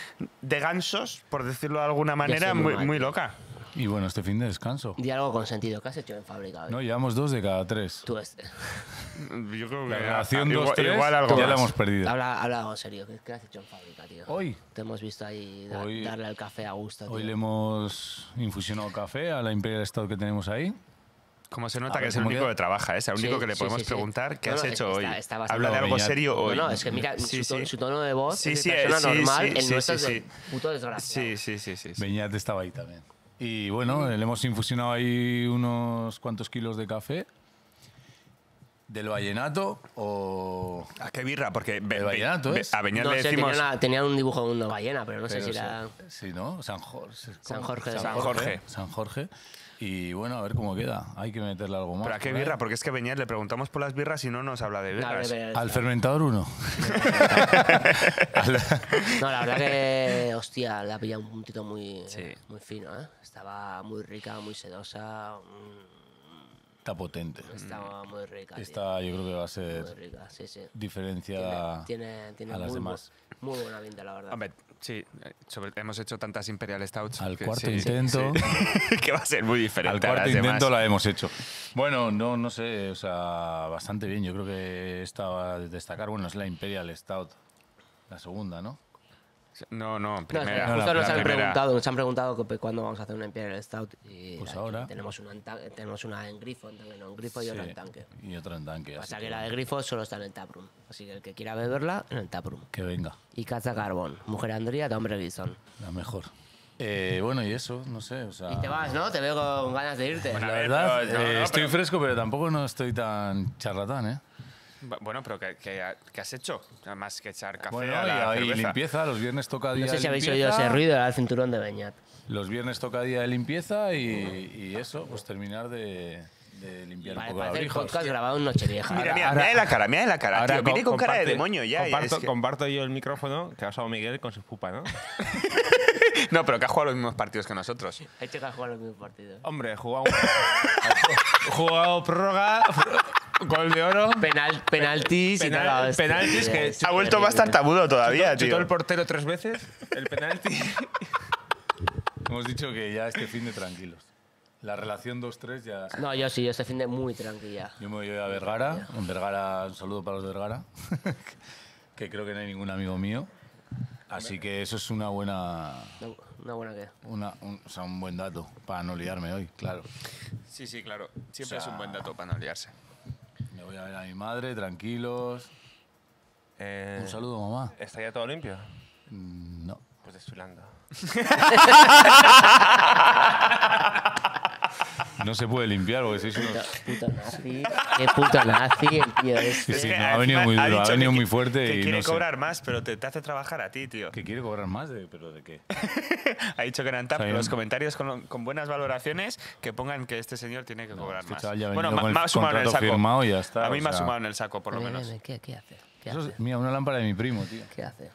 [SPEAKER 4] de gansos, por decirlo de alguna manera,
[SPEAKER 3] estoy muy
[SPEAKER 4] muy,
[SPEAKER 3] mal.
[SPEAKER 4] muy loca.
[SPEAKER 7] Y bueno, este fin de descanso.
[SPEAKER 3] Diálogo con sentido. ¿Qué has hecho en fábrica hoy?
[SPEAKER 7] No, llevamos dos de cada tres.
[SPEAKER 3] Tú este.
[SPEAKER 4] Yo creo que
[SPEAKER 7] La relación
[SPEAKER 4] igual,
[SPEAKER 7] 2-3
[SPEAKER 4] igual algo
[SPEAKER 7] ya la
[SPEAKER 4] más.
[SPEAKER 7] hemos perdido.
[SPEAKER 3] Habla, habla algo serio. ¿Qué, qué has hecho en fábrica, tío?
[SPEAKER 7] Hoy.
[SPEAKER 3] Te hemos visto ahí da-
[SPEAKER 7] Hoy-
[SPEAKER 3] darle al café a gusto.
[SPEAKER 7] Hoy
[SPEAKER 3] tío.
[SPEAKER 7] le hemos infusionado café a la Imperial Stout que tenemos ahí.
[SPEAKER 4] Como se
[SPEAKER 7] A
[SPEAKER 4] nota que
[SPEAKER 7] ver,
[SPEAKER 4] es el
[SPEAKER 7] ¿cómo
[SPEAKER 4] único
[SPEAKER 7] queda?
[SPEAKER 4] que trabaja, es el único
[SPEAKER 3] Sí,
[SPEAKER 4] que le
[SPEAKER 3] sí,
[SPEAKER 4] podemos
[SPEAKER 3] sí, sí.
[SPEAKER 4] preguntar qué
[SPEAKER 3] No,
[SPEAKER 4] has
[SPEAKER 3] no,
[SPEAKER 4] hecho
[SPEAKER 3] está-
[SPEAKER 4] hoy.
[SPEAKER 3] está bastante
[SPEAKER 4] Habla de algo
[SPEAKER 7] Bellat.
[SPEAKER 4] serio hoy.
[SPEAKER 3] No, no, es que mira,
[SPEAKER 4] Sí,
[SPEAKER 3] su, tono,
[SPEAKER 4] sí.
[SPEAKER 3] su tono de voz
[SPEAKER 4] Sí,
[SPEAKER 3] es
[SPEAKER 4] sí,
[SPEAKER 3] de persona
[SPEAKER 4] sí, sí,
[SPEAKER 3] normal, el
[SPEAKER 4] sí,
[SPEAKER 3] nuestro
[SPEAKER 4] sí,
[SPEAKER 3] es de
[SPEAKER 4] sí.
[SPEAKER 3] puto desgraciado.
[SPEAKER 4] Sí, sí, sí, sí. sí.
[SPEAKER 7] Beñat estaba ahí también. Y
[SPEAKER 3] Mm.
[SPEAKER 7] bueno, le hemos infusionado ahí unos cuantos kilos de café. Del vallenato o...
[SPEAKER 4] ¿A qué birra? Porque Be-
[SPEAKER 7] El
[SPEAKER 4] Be-
[SPEAKER 7] vallenato
[SPEAKER 4] Be-
[SPEAKER 7] es.
[SPEAKER 4] a Beñat
[SPEAKER 3] No
[SPEAKER 4] le
[SPEAKER 3] sé, tenía,
[SPEAKER 4] decimos
[SPEAKER 3] una- tenía un dibujo de una ballena, pero no sé
[SPEAKER 7] pero
[SPEAKER 3] si
[SPEAKER 7] se-
[SPEAKER 3] era...
[SPEAKER 7] Sí, ¿no? San Jorge.
[SPEAKER 3] San Jorge de
[SPEAKER 4] San Jorge.
[SPEAKER 7] San Jorge. Y bueno, a ver cómo queda. Hay que meterle algo más. ¿eh?
[SPEAKER 4] ¿Pero a qué
[SPEAKER 7] por ahí.
[SPEAKER 4] birra? Porque es que Beñat le preguntamos por las birras y no nos habla de
[SPEAKER 3] No, a ver,
[SPEAKER 4] birras.
[SPEAKER 3] pero-
[SPEAKER 7] Al fermentador uno.
[SPEAKER 3] no, la verdad que, hostia, le ha pillado un puntito muy,
[SPEAKER 4] Sí.
[SPEAKER 3] muy fino, ¿eh? Estaba muy rica, muy sedosa, mm,
[SPEAKER 7] Está potente.
[SPEAKER 3] estaba muy rica. tío.
[SPEAKER 7] Esta yo creo que va a
[SPEAKER 3] Muy
[SPEAKER 7] ser
[SPEAKER 3] rica, sí, sí.
[SPEAKER 7] diferencia
[SPEAKER 3] Tiene, tiene, tiene
[SPEAKER 7] a las
[SPEAKER 3] muy, bu-
[SPEAKER 7] demás.
[SPEAKER 3] muy buena pinta, la verdad.
[SPEAKER 4] Hombre, sí, eh, sobre- hemos hecho tantas Imperial Stouts.
[SPEAKER 7] Al
[SPEAKER 4] que
[SPEAKER 7] cuarto
[SPEAKER 4] sí,
[SPEAKER 7] intento.
[SPEAKER 4] sí. que va a ser muy
[SPEAKER 7] Al
[SPEAKER 4] diferente. a
[SPEAKER 7] cuarto
[SPEAKER 4] las demás.
[SPEAKER 7] intento la hemos hecho. Bueno, no, no sé, o sea, bastante bien. Yo creo que esta va a destacar. Bueno, es la Imperial Stout, la segunda, ¿no?
[SPEAKER 4] No, no,
[SPEAKER 3] No, es que
[SPEAKER 4] primera.
[SPEAKER 7] No,
[SPEAKER 3] justo
[SPEAKER 7] la-
[SPEAKER 3] nos,
[SPEAKER 7] la
[SPEAKER 3] han
[SPEAKER 4] primera.
[SPEAKER 3] preguntado, nos han preguntado que pe- cuándo vamos a hacer una Imperial Stout. Y
[SPEAKER 7] Pues
[SPEAKER 3] la-
[SPEAKER 7] ahora.
[SPEAKER 3] Tenemos una, en ta- tenemos una en grifo, en tanque, no, en grifo y
[SPEAKER 7] Sí,
[SPEAKER 3] otra en tanque.
[SPEAKER 7] Y otra en tanque. así
[SPEAKER 3] Pasa
[SPEAKER 7] que,
[SPEAKER 3] que la de grifo solo está en el taproom. Así que el que quiera beberla, en el taproom.
[SPEAKER 7] que venga,
[SPEAKER 3] Y Caza Carbón, Mujer Andría, Hombre Bison.
[SPEAKER 7] la mejor. Eh, bueno, y eso, no sé, o sea.
[SPEAKER 3] Y te vas, ¿no? Te veo con ganas de irte.
[SPEAKER 7] La
[SPEAKER 4] A ver,
[SPEAKER 7] verdad,
[SPEAKER 4] pero- no,
[SPEAKER 7] eh,
[SPEAKER 4] no,
[SPEAKER 7] estoy
[SPEAKER 4] pero-
[SPEAKER 7] fresco, pero tampoco no estoy tan charlatán, ¿eh?
[SPEAKER 4] Bu- Bueno, pero ¿qué, qué, ha- qué has hecho? Más que echar café
[SPEAKER 7] Bueno,
[SPEAKER 4] a la
[SPEAKER 7] y ahí
[SPEAKER 4] cerveza.
[SPEAKER 7] limpieza, los viernes toca día
[SPEAKER 3] no sé
[SPEAKER 7] de
[SPEAKER 3] si habéis oído
[SPEAKER 7] limpieza,
[SPEAKER 3] ese ruido, era el cinturón de Beñat.
[SPEAKER 7] Los viernes toca día de limpieza y, y eso, pues terminar de, de limpiar
[SPEAKER 3] Vale,
[SPEAKER 7] un poco
[SPEAKER 3] parece el
[SPEAKER 7] los
[SPEAKER 3] podcast grabado en Nochevieja.
[SPEAKER 4] Mira,
[SPEAKER 3] Ahora-
[SPEAKER 4] mira, mira la cara, mira la cara. tío, viene con cara de
[SPEAKER 2] comparte-
[SPEAKER 4] demonio ya. y
[SPEAKER 2] Comparto,
[SPEAKER 4] es que-
[SPEAKER 2] comparto yo el micrófono que ha usado Miguel con su pupa, ¿no?
[SPEAKER 4] No, pero que ha jugado los mismos partidos que nosotros.
[SPEAKER 3] Hay que jugar los mismos partidos.
[SPEAKER 2] Hombre, he jugado, he jugado prórroga, gol de oro.
[SPEAKER 3] Penal, penaltis y
[SPEAKER 2] Penal-
[SPEAKER 3] tal, la hostia.
[SPEAKER 2] penaltis que
[SPEAKER 3] Es
[SPEAKER 4] Ha vuelto más
[SPEAKER 3] terrible.
[SPEAKER 4] tartamudo todavía,
[SPEAKER 2] Chutó
[SPEAKER 4] tío.
[SPEAKER 2] el portero tres veces, el penalti.
[SPEAKER 7] Hemos dicho que ya este fin de tranquilos. La relación 2-3 ya...
[SPEAKER 3] No, yo sí, yo este fin de muy tranquila.
[SPEAKER 7] Yo me voy a Vergara. En Vergara, un saludo para los de Vergara. que creo que no hay ningún amigo mío. Así que eso es una buena...
[SPEAKER 3] No- Una buena que.
[SPEAKER 7] Una, un, o sea, un buen dato para no liarme hoy, claro.
[SPEAKER 4] Sí, sí, claro. Siempre
[SPEAKER 7] O
[SPEAKER 4] es
[SPEAKER 7] sea-
[SPEAKER 4] un buen dato para no liarse.
[SPEAKER 7] Me voy a ver a mi madre, tranquilos.
[SPEAKER 2] Eh,
[SPEAKER 7] Un saludo, mamá.
[SPEAKER 2] ¿Está ya todo limpio?
[SPEAKER 7] No.
[SPEAKER 2] Pues desfilando.
[SPEAKER 7] No se puede limpiar porque sois unos...
[SPEAKER 3] Puta nazi. Qué puta nazi el tío
[SPEAKER 7] Sí,
[SPEAKER 3] este.
[SPEAKER 7] sí,
[SPEAKER 4] Es que
[SPEAKER 7] no, ha
[SPEAKER 4] encima
[SPEAKER 7] venido muy duro, ha
[SPEAKER 4] dicho
[SPEAKER 7] venido
[SPEAKER 4] que-
[SPEAKER 7] muy fuerte
[SPEAKER 4] Que
[SPEAKER 7] y
[SPEAKER 4] quiere
[SPEAKER 7] no sé.
[SPEAKER 4] cobrar más, pero te, te hace trabajar a ti, tío.
[SPEAKER 7] Que quiere cobrar más, de, pero ¿de qué?
[SPEAKER 4] Ha dicho que en Antap,
[SPEAKER 7] Está bien.
[SPEAKER 4] los comentarios con, con buenas valoraciones, que pongan que este señor tiene que cobrar
[SPEAKER 7] este
[SPEAKER 4] más.
[SPEAKER 7] chaval ya ha
[SPEAKER 4] Bueno,
[SPEAKER 7] venido
[SPEAKER 4] ma-
[SPEAKER 7] con el
[SPEAKER 4] me ha sumado en el
[SPEAKER 7] contrato
[SPEAKER 4] saco.
[SPEAKER 7] firmado y ya está,
[SPEAKER 4] a mí
[SPEAKER 7] o
[SPEAKER 4] me ha
[SPEAKER 7] sea.
[SPEAKER 4] sumado en el saco, por lo
[SPEAKER 3] Ven,
[SPEAKER 4] menos.
[SPEAKER 3] ven, Eh, ¿Qué, qué hace? ¿Qué
[SPEAKER 7] Eso
[SPEAKER 3] hace?
[SPEAKER 7] es- mira, una lámpara de mi primo, tío.
[SPEAKER 3] ¿Qué hace?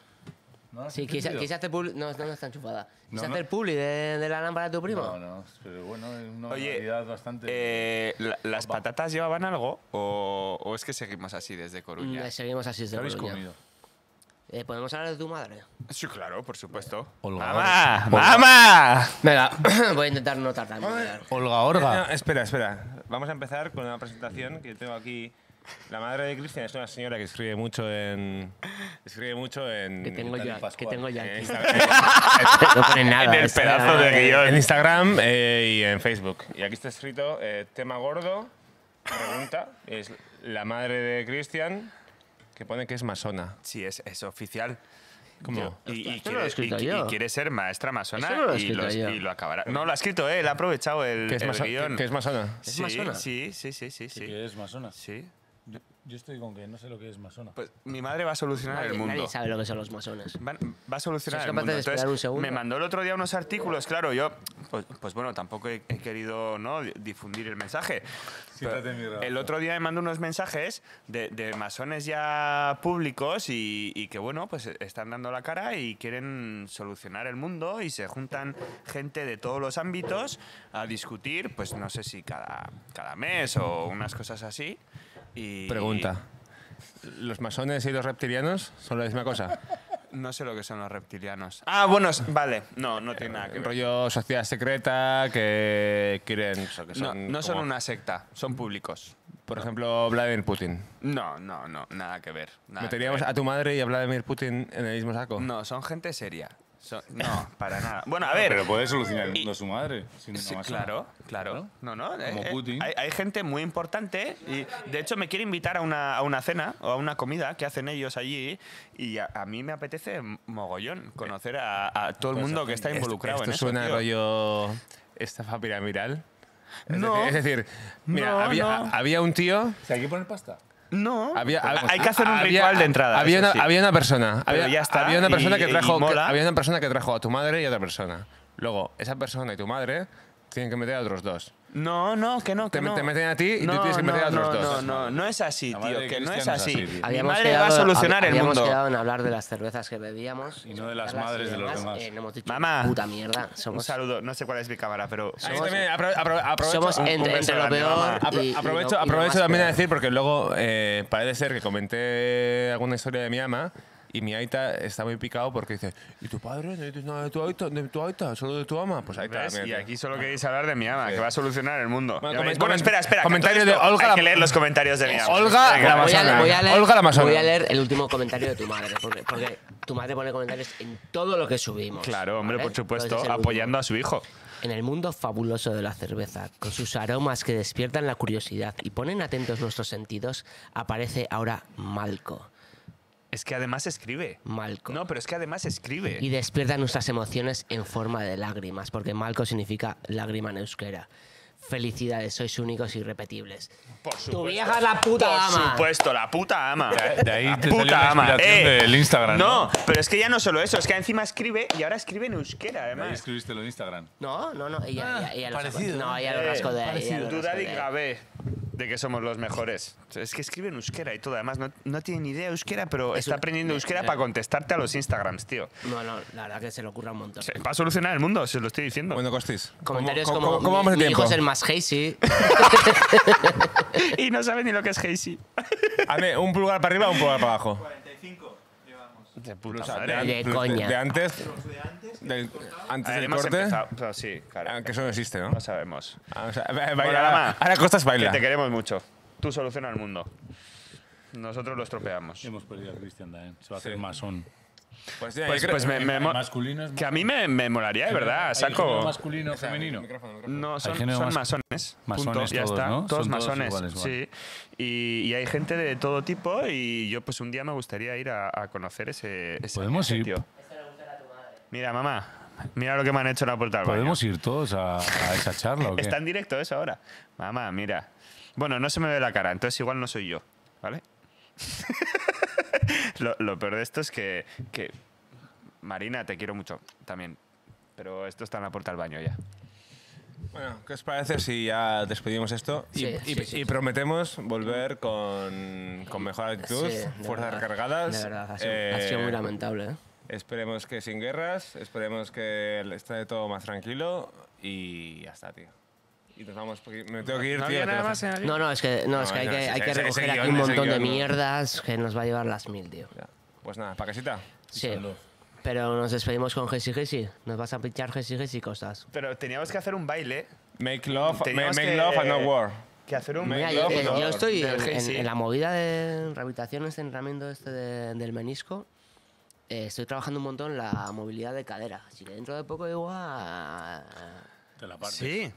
[SPEAKER 7] ¿No la has
[SPEAKER 3] Sí, quizás
[SPEAKER 7] encendido?
[SPEAKER 3] quizá hace publi. No, no, no está enchufada.
[SPEAKER 7] No,
[SPEAKER 3] Quizás
[SPEAKER 7] no.
[SPEAKER 3] hace el publi de, de la lámpara de tu primo.
[SPEAKER 7] No, no, pero bueno, es una
[SPEAKER 4] Oye,
[SPEAKER 7] realidad bastante...
[SPEAKER 4] Eh, la- ¿Las patatas llevaban algo o, o es que seguimos así desde
[SPEAKER 3] Mm,
[SPEAKER 4] Coruña?
[SPEAKER 3] Seguimos así
[SPEAKER 7] ¿Qué
[SPEAKER 3] de
[SPEAKER 7] habéis
[SPEAKER 3] Coruña.
[SPEAKER 7] comido?
[SPEAKER 3] Eh, ¿Podemos hablar de tu madre?
[SPEAKER 4] Sí, claro, por supuesto.
[SPEAKER 7] Holgador.
[SPEAKER 4] ¡Mamá!
[SPEAKER 7] Holgador.
[SPEAKER 4] ¡Mamá!
[SPEAKER 3] Venga, voy a intentar no tardar. mucho.
[SPEAKER 7] Olga
[SPEAKER 4] Ah.
[SPEAKER 2] No,
[SPEAKER 7] Orga.
[SPEAKER 2] espera, espera. Vamos a empezar con una presentación que tengo aquí. La madre de Cristian es una señora que escribe mucho en. Escribe mucho en.
[SPEAKER 3] Que tengo yo, que tengo yo
[SPEAKER 2] en
[SPEAKER 3] aquí.
[SPEAKER 2] Instagram,
[SPEAKER 3] No pone nada.
[SPEAKER 4] el
[SPEAKER 3] es-
[SPEAKER 4] pedazo de guión.
[SPEAKER 2] en Instagram eh, y en Facebook. Y aquí está escrito eh, tema gordo, pregunta. Es la madre de Cristian que pone que es masona.
[SPEAKER 4] Sí, es, es oficial.
[SPEAKER 2] ¿Cómo?
[SPEAKER 4] Y, y
[SPEAKER 3] Esto no lo he
[SPEAKER 4] quiere,
[SPEAKER 3] escrito
[SPEAKER 4] y- y
[SPEAKER 3] yo.
[SPEAKER 4] quiere ser maestra masona
[SPEAKER 3] Eso no lo he
[SPEAKER 4] y,
[SPEAKER 3] escrito
[SPEAKER 4] lo,
[SPEAKER 3] yo.
[SPEAKER 4] y lo acabará. No, lo ha escrito él, ha aprovechado el,
[SPEAKER 2] ¿Qué es,
[SPEAKER 4] el
[SPEAKER 2] maso-
[SPEAKER 4] guión.
[SPEAKER 2] qué- qué es masona?
[SPEAKER 3] ¿Es
[SPEAKER 4] sí,
[SPEAKER 3] masona?
[SPEAKER 4] sí, sí, sí, sí, sí.
[SPEAKER 7] ¿Qué es masona?
[SPEAKER 4] Sí.
[SPEAKER 7] Yo, yo estoy con que no sé lo que es masona.
[SPEAKER 4] Pues mi madre va a solucionar
[SPEAKER 3] Nadie-
[SPEAKER 4] el mundo.
[SPEAKER 3] Nadie sabe lo que son los masones.
[SPEAKER 4] Van- va a solucionar
[SPEAKER 3] ¿Sois
[SPEAKER 4] el
[SPEAKER 3] capaces
[SPEAKER 4] mundo.
[SPEAKER 3] de esperar
[SPEAKER 4] Entonces,
[SPEAKER 3] un segundo?
[SPEAKER 4] me mandó el otro día unos artículos, claro, yo, pues, pues bueno, tampoco he, he querido ¿no? di- difundir el mensaje.
[SPEAKER 7] Siéntate en mi regazo.
[SPEAKER 4] el otro día me mandó unos mensajes de, de masones ya públicos y, y que, bueno, pues están dando la cara y quieren solucionar el mundo y se juntan gente de todos los ámbitos a discutir, pues no sé si cada, cada mes o unas cosas así. Y,
[SPEAKER 2] Pregunta. ¿Los masones y los reptilianos son la misma cosa?
[SPEAKER 4] No sé lo que son los reptilianos. Ah, bueno, s- vale. No, no tiene nada que ver.
[SPEAKER 2] rollo sociedad secreta que quieren. o sea, que
[SPEAKER 4] No,
[SPEAKER 2] son
[SPEAKER 4] no son
[SPEAKER 2] como,
[SPEAKER 4] una secta, son públicos.
[SPEAKER 2] Por ejemplo, Vladimir Putin.
[SPEAKER 4] No, no, no, nada que ver. nada que
[SPEAKER 2] ¿Meteríamos
[SPEAKER 4] ver.
[SPEAKER 2] a tu madre y a Vladimir Putin en el mismo saco?
[SPEAKER 4] Ah, No, son gente seria. Son- No, para nada. Bueno, a ver.
[SPEAKER 7] Pero puede solucionar el
[SPEAKER 4] Y-
[SPEAKER 7] mundo su madre. siendo una
[SPEAKER 4] Sí,
[SPEAKER 7] masona.
[SPEAKER 4] claro, claro. No, no. eh,
[SPEAKER 7] Como
[SPEAKER 4] eh,
[SPEAKER 7] Putin.
[SPEAKER 4] Hay, hay gente muy importante y de hecho me quiere invitar a una, a una cena o a una comida que hacen ellos allí y a, a mí me apetece mogollón conocer a, a todo el mundo que está
[SPEAKER 2] Pues Esto-
[SPEAKER 4] involucrado
[SPEAKER 2] esto
[SPEAKER 4] en eso.
[SPEAKER 2] suena
[SPEAKER 4] tío.
[SPEAKER 2] rollo estafa piramidal. Es
[SPEAKER 4] No.
[SPEAKER 2] decir- es decir, mira,
[SPEAKER 4] No,
[SPEAKER 2] había,
[SPEAKER 4] no.
[SPEAKER 2] a- había un tío.
[SPEAKER 7] Si hay que poner pasta.
[SPEAKER 4] No.
[SPEAKER 2] Había,
[SPEAKER 4] ha-
[SPEAKER 2] hab-
[SPEAKER 4] hay que hacer un
[SPEAKER 2] había-
[SPEAKER 4] ritual de entrada.
[SPEAKER 2] Había,
[SPEAKER 4] eso
[SPEAKER 2] una,
[SPEAKER 4] sí.
[SPEAKER 2] había una persona.
[SPEAKER 4] Pero
[SPEAKER 2] Había,
[SPEAKER 4] ya está,
[SPEAKER 2] había una persona
[SPEAKER 4] y-
[SPEAKER 2] que
[SPEAKER 4] y
[SPEAKER 2] trajo. que-
[SPEAKER 4] mola.
[SPEAKER 2] había una persona que trajo a tu madre y a otra persona. Luego, esa persona y tu madre tienen que meter a otros dos.
[SPEAKER 4] No, no, que no.
[SPEAKER 2] Te
[SPEAKER 4] Que
[SPEAKER 2] me-
[SPEAKER 4] no.
[SPEAKER 2] te meten a ti y tú
[SPEAKER 4] no,
[SPEAKER 2] tienes que meter a
[SPEAKER 4] no,
[SPEAKER 2] otros
[SPEAKER 4] no,
[SPEAKER 2] dos.
[SPEAKER 4] No, no, no es así,
[SPEAKER 7] La madre
[SPEAKER 4] tío.
[SPEAKER 7] de
[SPEAKER 4] Que no
[SPEAKER 7] Cristian
[SPEAKER 4] es
[SPEAKER 7] no es
[SPEAKER 4] así.
[SPEAKER 7] así, tío.
[SPEAKER 4] Mi
[SPEAKER 3] Habíamos
[SPEAKER 4] madre
[SPEAKER 3] quedado-
[SPEAKER 4] va a solucionar
[SPEAKER 3] hab-
[SPEAKER 4] el
[SPEAKER 3] habíamos
[SPEAKER 4] mundo.
[SPEAKER 3] quedado en hablar de las cervezas que bebíamos.
[SPEAKER 7] Y no de las
[SPEAKER 3] Charlas
[SPEAKER 7] madres
[SPEAKER 3] y
[SPEAKER 7] de los demás.
[SPEAKER 3] eh, no hemos dicho
[SPEAKER 4] Mamá.
[SPEAKER 3] puta mierda.
[SPEAKER 4] Un
[SPEAKER 3] Somos,
[SPEAKER 4] saludo. No sé cuál es mi cámara, pero.
[SPEAKER 2] Ahí también apro- apro- aprovecho-
[SPEAKER 3] somos
[SPEAKER 2] un- un
[SPEAKER 3] entre,
[SPEAKER 2] beso
[SPEAKER 3] entre lo
[SPEAKER 2] grande, mamá.
[SPEAKER 3] peor.
[SPEAKER 2] Apro-
[SPEAKER 3] y- y lo-
[SPEAKER 2] aprovecho
[SPEAKER 3] y lo
[SPEAKER 2] aprovecho
[SPEAKER 3] más
[SPEAKER 2] también a
[SPEAKER 3] peor.
[SPEAKER 2] decir, porque luego eh, parece ser que comenté alguna historia de mi ama y mi aita está muy picado porque dice, ¿y tu padre? ¿No dices nada de tu aita? ¿De tu aita? ¿Solo de tu ama? Pues ahí está.
[SPEAKER 4] ¿Ves?
[SPEAKER 2] mira,
[SPEAKER 4] Y
[SPEAKER 2] tío.
[SPEAKER 4] aquí solo queréis hablar de mi ama, que va a solucionar el mundo.
[SPEAKER 2] Bueno,
[SPEAKER 4] Ya
[SPEAKER 2] comen-
[SPEAKER 4] ves. Bueno,
[SPEAKER 2] comen-
[SPEAKER 4] espera, espera. que
[SPEAKER 2] comentario
[SPEAKER 4] todo esto
[SPEAKER 2] de Olga
[SPEAKER 4] Hay
[SPEAKER 2] la-
[SPEAKER 4] que leer los comentarios de mi ama.
[SPEAKER 2] Olga
[SPEAKER 4] Venga,
[SPEAKER 2] la
[SPEAKER 4] vamos.
[SPEAKER 3] Voy a,
[SPEAKER 2] Masona.
[SPEAKER 3] voy a leer,
[SPEAKER 2] Olga la Masona.
[SPEAKER 3] voy a leer el último comentario de tu madre, porque, porque tu madre pone comentarios en todo lo que subimos.
[SPEAKER 4] Claro, hombre,
[SPEAKER 3] ¿vale?
[SPEAKER 4] por supuesto,
[SPEAKER 3] ¿Eh? Entonces, el
[SPEAKER 4] apoyando a su hijo.
[SPEAKER 3] En el mundo fabuloso de la cerveza, con sus aromas que despiertan la curiosidad y ponen atentos nuestros sentidos, aparece ahora Malco.
[SPEAKER 4] Es que además escribe.
[SPEAKER 3] Malco.
[SPEAKER 4] No, pero es que además escribe.
[SPEAKER 3] Y despierta nuestras emociones en forma de lágrimas, porque Malco significa lágrima en euskera. Felicidades, sois únicos e irrepetibles.
[SPEAKER 4] Por
[SPEAKER 3] Tu vieja es la puta
[SPEAKER 4] Por
[SPEAKER 3] ama.
[SPEAKER 4] supuesto, la puta ama.
[SPEAKER 7] de ahí
[SPEAKER 4] La Eh.
[SPEAKER 7] te salió la inspiración del Instagram,
[SPEAKER 4] No,
[SPEAKER 7] ¿no?
[SPEAKER 4] pero es que ya no solo eso, es que encima escribe y ahora escribe en euskera,
[SPEAKER 7] Ahí
[SPEAKER 4] además.
[SPEAKER 7] escribiste lo de Instagram.
[SPEAKER 3] No, no, no,
[SPEAKER 2] Ah,
[SPEAKER 3] ella, ella, ella lo sacó.
[SPEAKER 7] parecido,
[SPEAKER 3] No, ella lo rascó de ahí. ella lo rascó
[SPEAKER 4] Dudad
[SPEAKER 3] Eh, de
[SPEAKER 4] y
[SPEAKER 3] ahí.
[SPEAKER 4] grabé de que somos los mejores. Es que escribe en euskera y todo, además no, no tiene ni idea de euskera, pero está
[SPEAKER 3] un-
[SPEAKER 4] aprendiendo euskera
[SPEAKER 3] eh,
[SPEAKER 4] para contestarte a los Instagrams, tío.
[SPEAKER 3] No, no, la verdad que se le ocurra un montón.
[SPEAKER 4] Se- Va a solucionar el mundo, se os lo estoy diciendo.
[SPEAKER 2] Bueno, Costis. ¿cómo-
[SPEAKER 3] Comentarios
[SPEAKER 2] cómo-
[SPEAKER 3] como
[SPEAKER 2] ¿Cómo cómo vamos
[SPEAKER 3] mi,
[SPEAKER 2] de
[SPEAKER 3] mi hijo
[SPEAKER 2] tiempo?
[SPEAKER 3] es el más hazy.
[SPEAKER 4] y no sabe ni lo que es Heisy.
[SPEAKER 2] Hazme un pulgar para arriba o un pulgar para abajo.
[SPEAKER 6] 45 llevamos.
[SPEAKER 4] De puta
[SPEAKER 2] O sea,
[SPEAKER 4] madre.
[SPEAKER 2] an-
[SPEAKER 3] De coña.
[SPEAKER 2] de antes. del- antes del
[SPEAKER 4] Hemos
[SPEAKER 2] corte.
[SPEAKER 4] empezado- pero sí, claro.
[SPEAKER 2] Aunque eso no existe, ¿no?
[SPEAKER 4] No sabemos.
[SPEAKER 2] Ah, o sea, baila-
[SPEAKER 4] Bueno, Lama,
[SPEAKER 2] ahora Costas baila.
[SPEAKER 4] Que te queremos mucho. Tú soluciona el mundo. Nosotros lo estropeamos.
[SPEAKER 7] Hemos perdido a Cristian también. Se va a hacer masón.
[SPEAKER 2] Pues, ya,
[SPEAKER 4] Pues,
[SPEAKER 2] yo creo-
[SPEAKER 4] pues me, me mo-
[SPEAKER 7] Masculino es
[SPEAKER 4] que a mí me, me molaría, de verdad.
[SPEAKER 7] ¿Hay género
[SPEAKER 4] Saco.
[SPEAKER 7] masculino, femenino.
[SPEAKER 4] No, son,
[SPEAKER 7] género
[SPEAKER 4] son
[SPEAKER 7] mas-
[SPEAKER 4] masones. punto,
[SPEAKER 7] Masones
[SPEAKER 4] ya
[SPEAKER 7] todos,
[SPEAKER 4] está.
[SPEAKER 7] ¿no?
[SPEAKER 4] Todos
[SPEAKER 7] Son todos
[SPEAKER 4] masones.
[SPEAKER 7] iguales, vale.
[SPEAKER 4] Sí. Y, y hay gente de todo tipo. Y yo, pues un día me gustaría ir a, a conocer ese, ese
[SPEAKER 7] Podemos
[SPEAKER 4] ese
[SPEAKER 7] ir.
[SPEAKER 4] tío. Mira, mamá. Mira lo que me han hecho en la puerta del baño.
[SPEAKER 7] ¿Podemos ir todos a, a esa charla o qué?
[SPEAKER 4] Está en directo eso ahora. Mamá, mira. Bueno, no se me ve la cara, entonces igual no soy yo, ¿vale? lo, lo peor de esto es que, que- Marina, te quiero mucho también. Pero esto está en la puerta del baño ya.
[SPEAKER 2] Bueno, ¿qué os parece si ya despedimos esto? Y,
[SPEAKER 3] Sí,
[SPEAKER 2] y-
[SPEAKER 3] sí, sí.
[SPEAKER 2] y prometemos volver con, con mejor actitud,
[SPEAKER 3] Sí, de
[SPEAKER 2] fuerzas
[SPEAKER 3] verdad,
[SPEAKER 2] recargadas.
[SPEAKER 3] De verdad, ha sido, ha
[SPEAKER 2] eh,
[SPEAKER 3] sido muy lamentable, ¿eh?
[SPEAKER 2] Esperemos que sin guerras, esperemos que esté todo más tranquilo y ya está, tío. Y nos vamos, porque me tengo que ir, tío.
[SPEAKER 4] ¿No había nada
[SPEAKER 2] tengo-
[SPEAKER 4] más en el-
[SPEAKER 3] No, no, es que, no,
[SPEAKER 2] No,
[SPEAKER 3] es que hay
[SPEAKER 2] no,
[SPEAKER 3] que,
[SPEAKER 2] ese-
[SPEAKER 3] hay que
[SPEAKER 2] ese- ese
[SPEAKER 3] recoger
[SPEAKER 2] guión,
[SPEAKER 3] aquí un
[SPEAKER 2] ese
[SPEAKER 3] montón de
[SPEAKER 2] guión, no.
[SPEAKER 3] mierdas que nos va a llevar las mil, tío.
[SPEAKER 2] Ya. Pues nada, pa' casita.
[SPEAKER 3] Sí. Pero nos despedimos con Jessy Jessy. Nos vas a pinchar Jessy Jessy cosas.
[SPEAKER 4] Pero teníamos que hacer un baile.
[SPEAKER 2] Make love,
[SPEAKER 4] Teníamos
[SPEAKER 2] make
[SPEAKER 4] que-
[SPEAKER 2] love and not war.
[SPEAKER 4] Que hacer un
[SPEAKER 2] Mira,
[SPEAKER 3] Mira,
[SPEAKER 4] baile.
[SPEAKER 3] yo,
[SPEAKER 2] love,
[SPEAKER 3] eh,
[SPEAKER 2] no,
[SPEAKER 3] yo estoy
[SPEAKER 4] del
[SPEAKER 3] en, en-
[SPEAKER 4] Heisy.
[SPEAKER 3] en la movida de rehabilitación, este entrenamiento este de- del menisco. eh, estoy trabajando un montón la movilidad de cadera. Así que dentro de poco igual...
[SPEAKER 7] Te la partes.
[SPEAKER 4] Sí.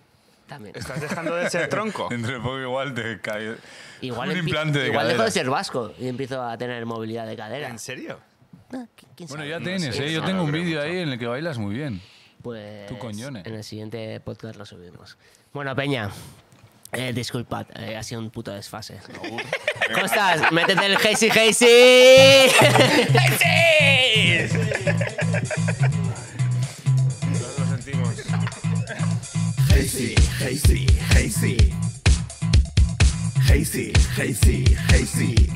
[SPEAKER 3] También.
[SPEAKER 4] Estás dejando de ser tronco.
[SPEAKER 7] Entre poco igual te cae
[SPEAKER 3] Igual,
[SPEAKER 7] un
[SPEAKER 3] empie-
[SPEAKER 7] implante de
[SPEAKER 3] igual
[SPEAKER 7] cadera.
[SPEAKER 3] dejo de ser vasco y empiezo a tener movilidad de cadera.
[SPEAKER 4] ¿En serio?
[SPEAKER 3] Ah, qui- quién
[SPEAKER 7] Bueno,
[SPEAKER 3] sabe.
[SPEAKER 7] ya tienes,
[SPEAKER 3] sé,
[SPEAKER 7] ¿eh?
[SPEAKER 3] no
[SPEAKER 7] Yo
[SPEAKER 3] sé.
[SPEAKER 7] tengo
[SPEAKER 4] No
[SPEAKER 7] un
[SPEAKER 4] creo
[SPEAKER 7] vídeo
[SPEAKER 4] mucho.
[SPEAKER 7] ahí en el que bailas muy bien.
[SPEAKER 3] Pues
[SPEAKER 7] Tú con Yone.
[SPEAKER 3] en el siguiente podcast lo subimos. Bueno, Peña, eh, disculpad, eh, ha sido un puto desfase. Costas, métete el Hazy Hazy.
[SPEAKER 2] Todos lo sentimos.
[SPEAKER 1] Hazy, hazy, hazy. Hazy, hazy, hazy.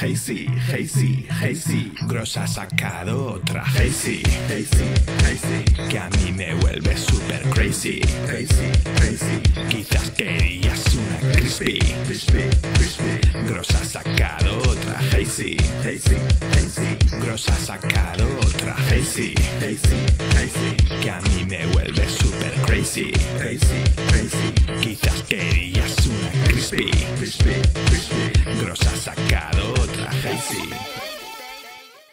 [SPEAKER 1] Hazy, hazy, hazy. Gross ha sacado otra. Hazy, hazy, hazy. Que a mí me vuelve super crazy. Crazy, crazy. Quizás querías una crispy. Crispy, crispy. Gross ha sacado otra. Hazy, hazy, hazy. Gross ha sacado otra. Hazy, hazy, hazy. Que a mí me vuelve super crazy. Crazy, crazy. Quizás querías una crispy. Crispy, crispy.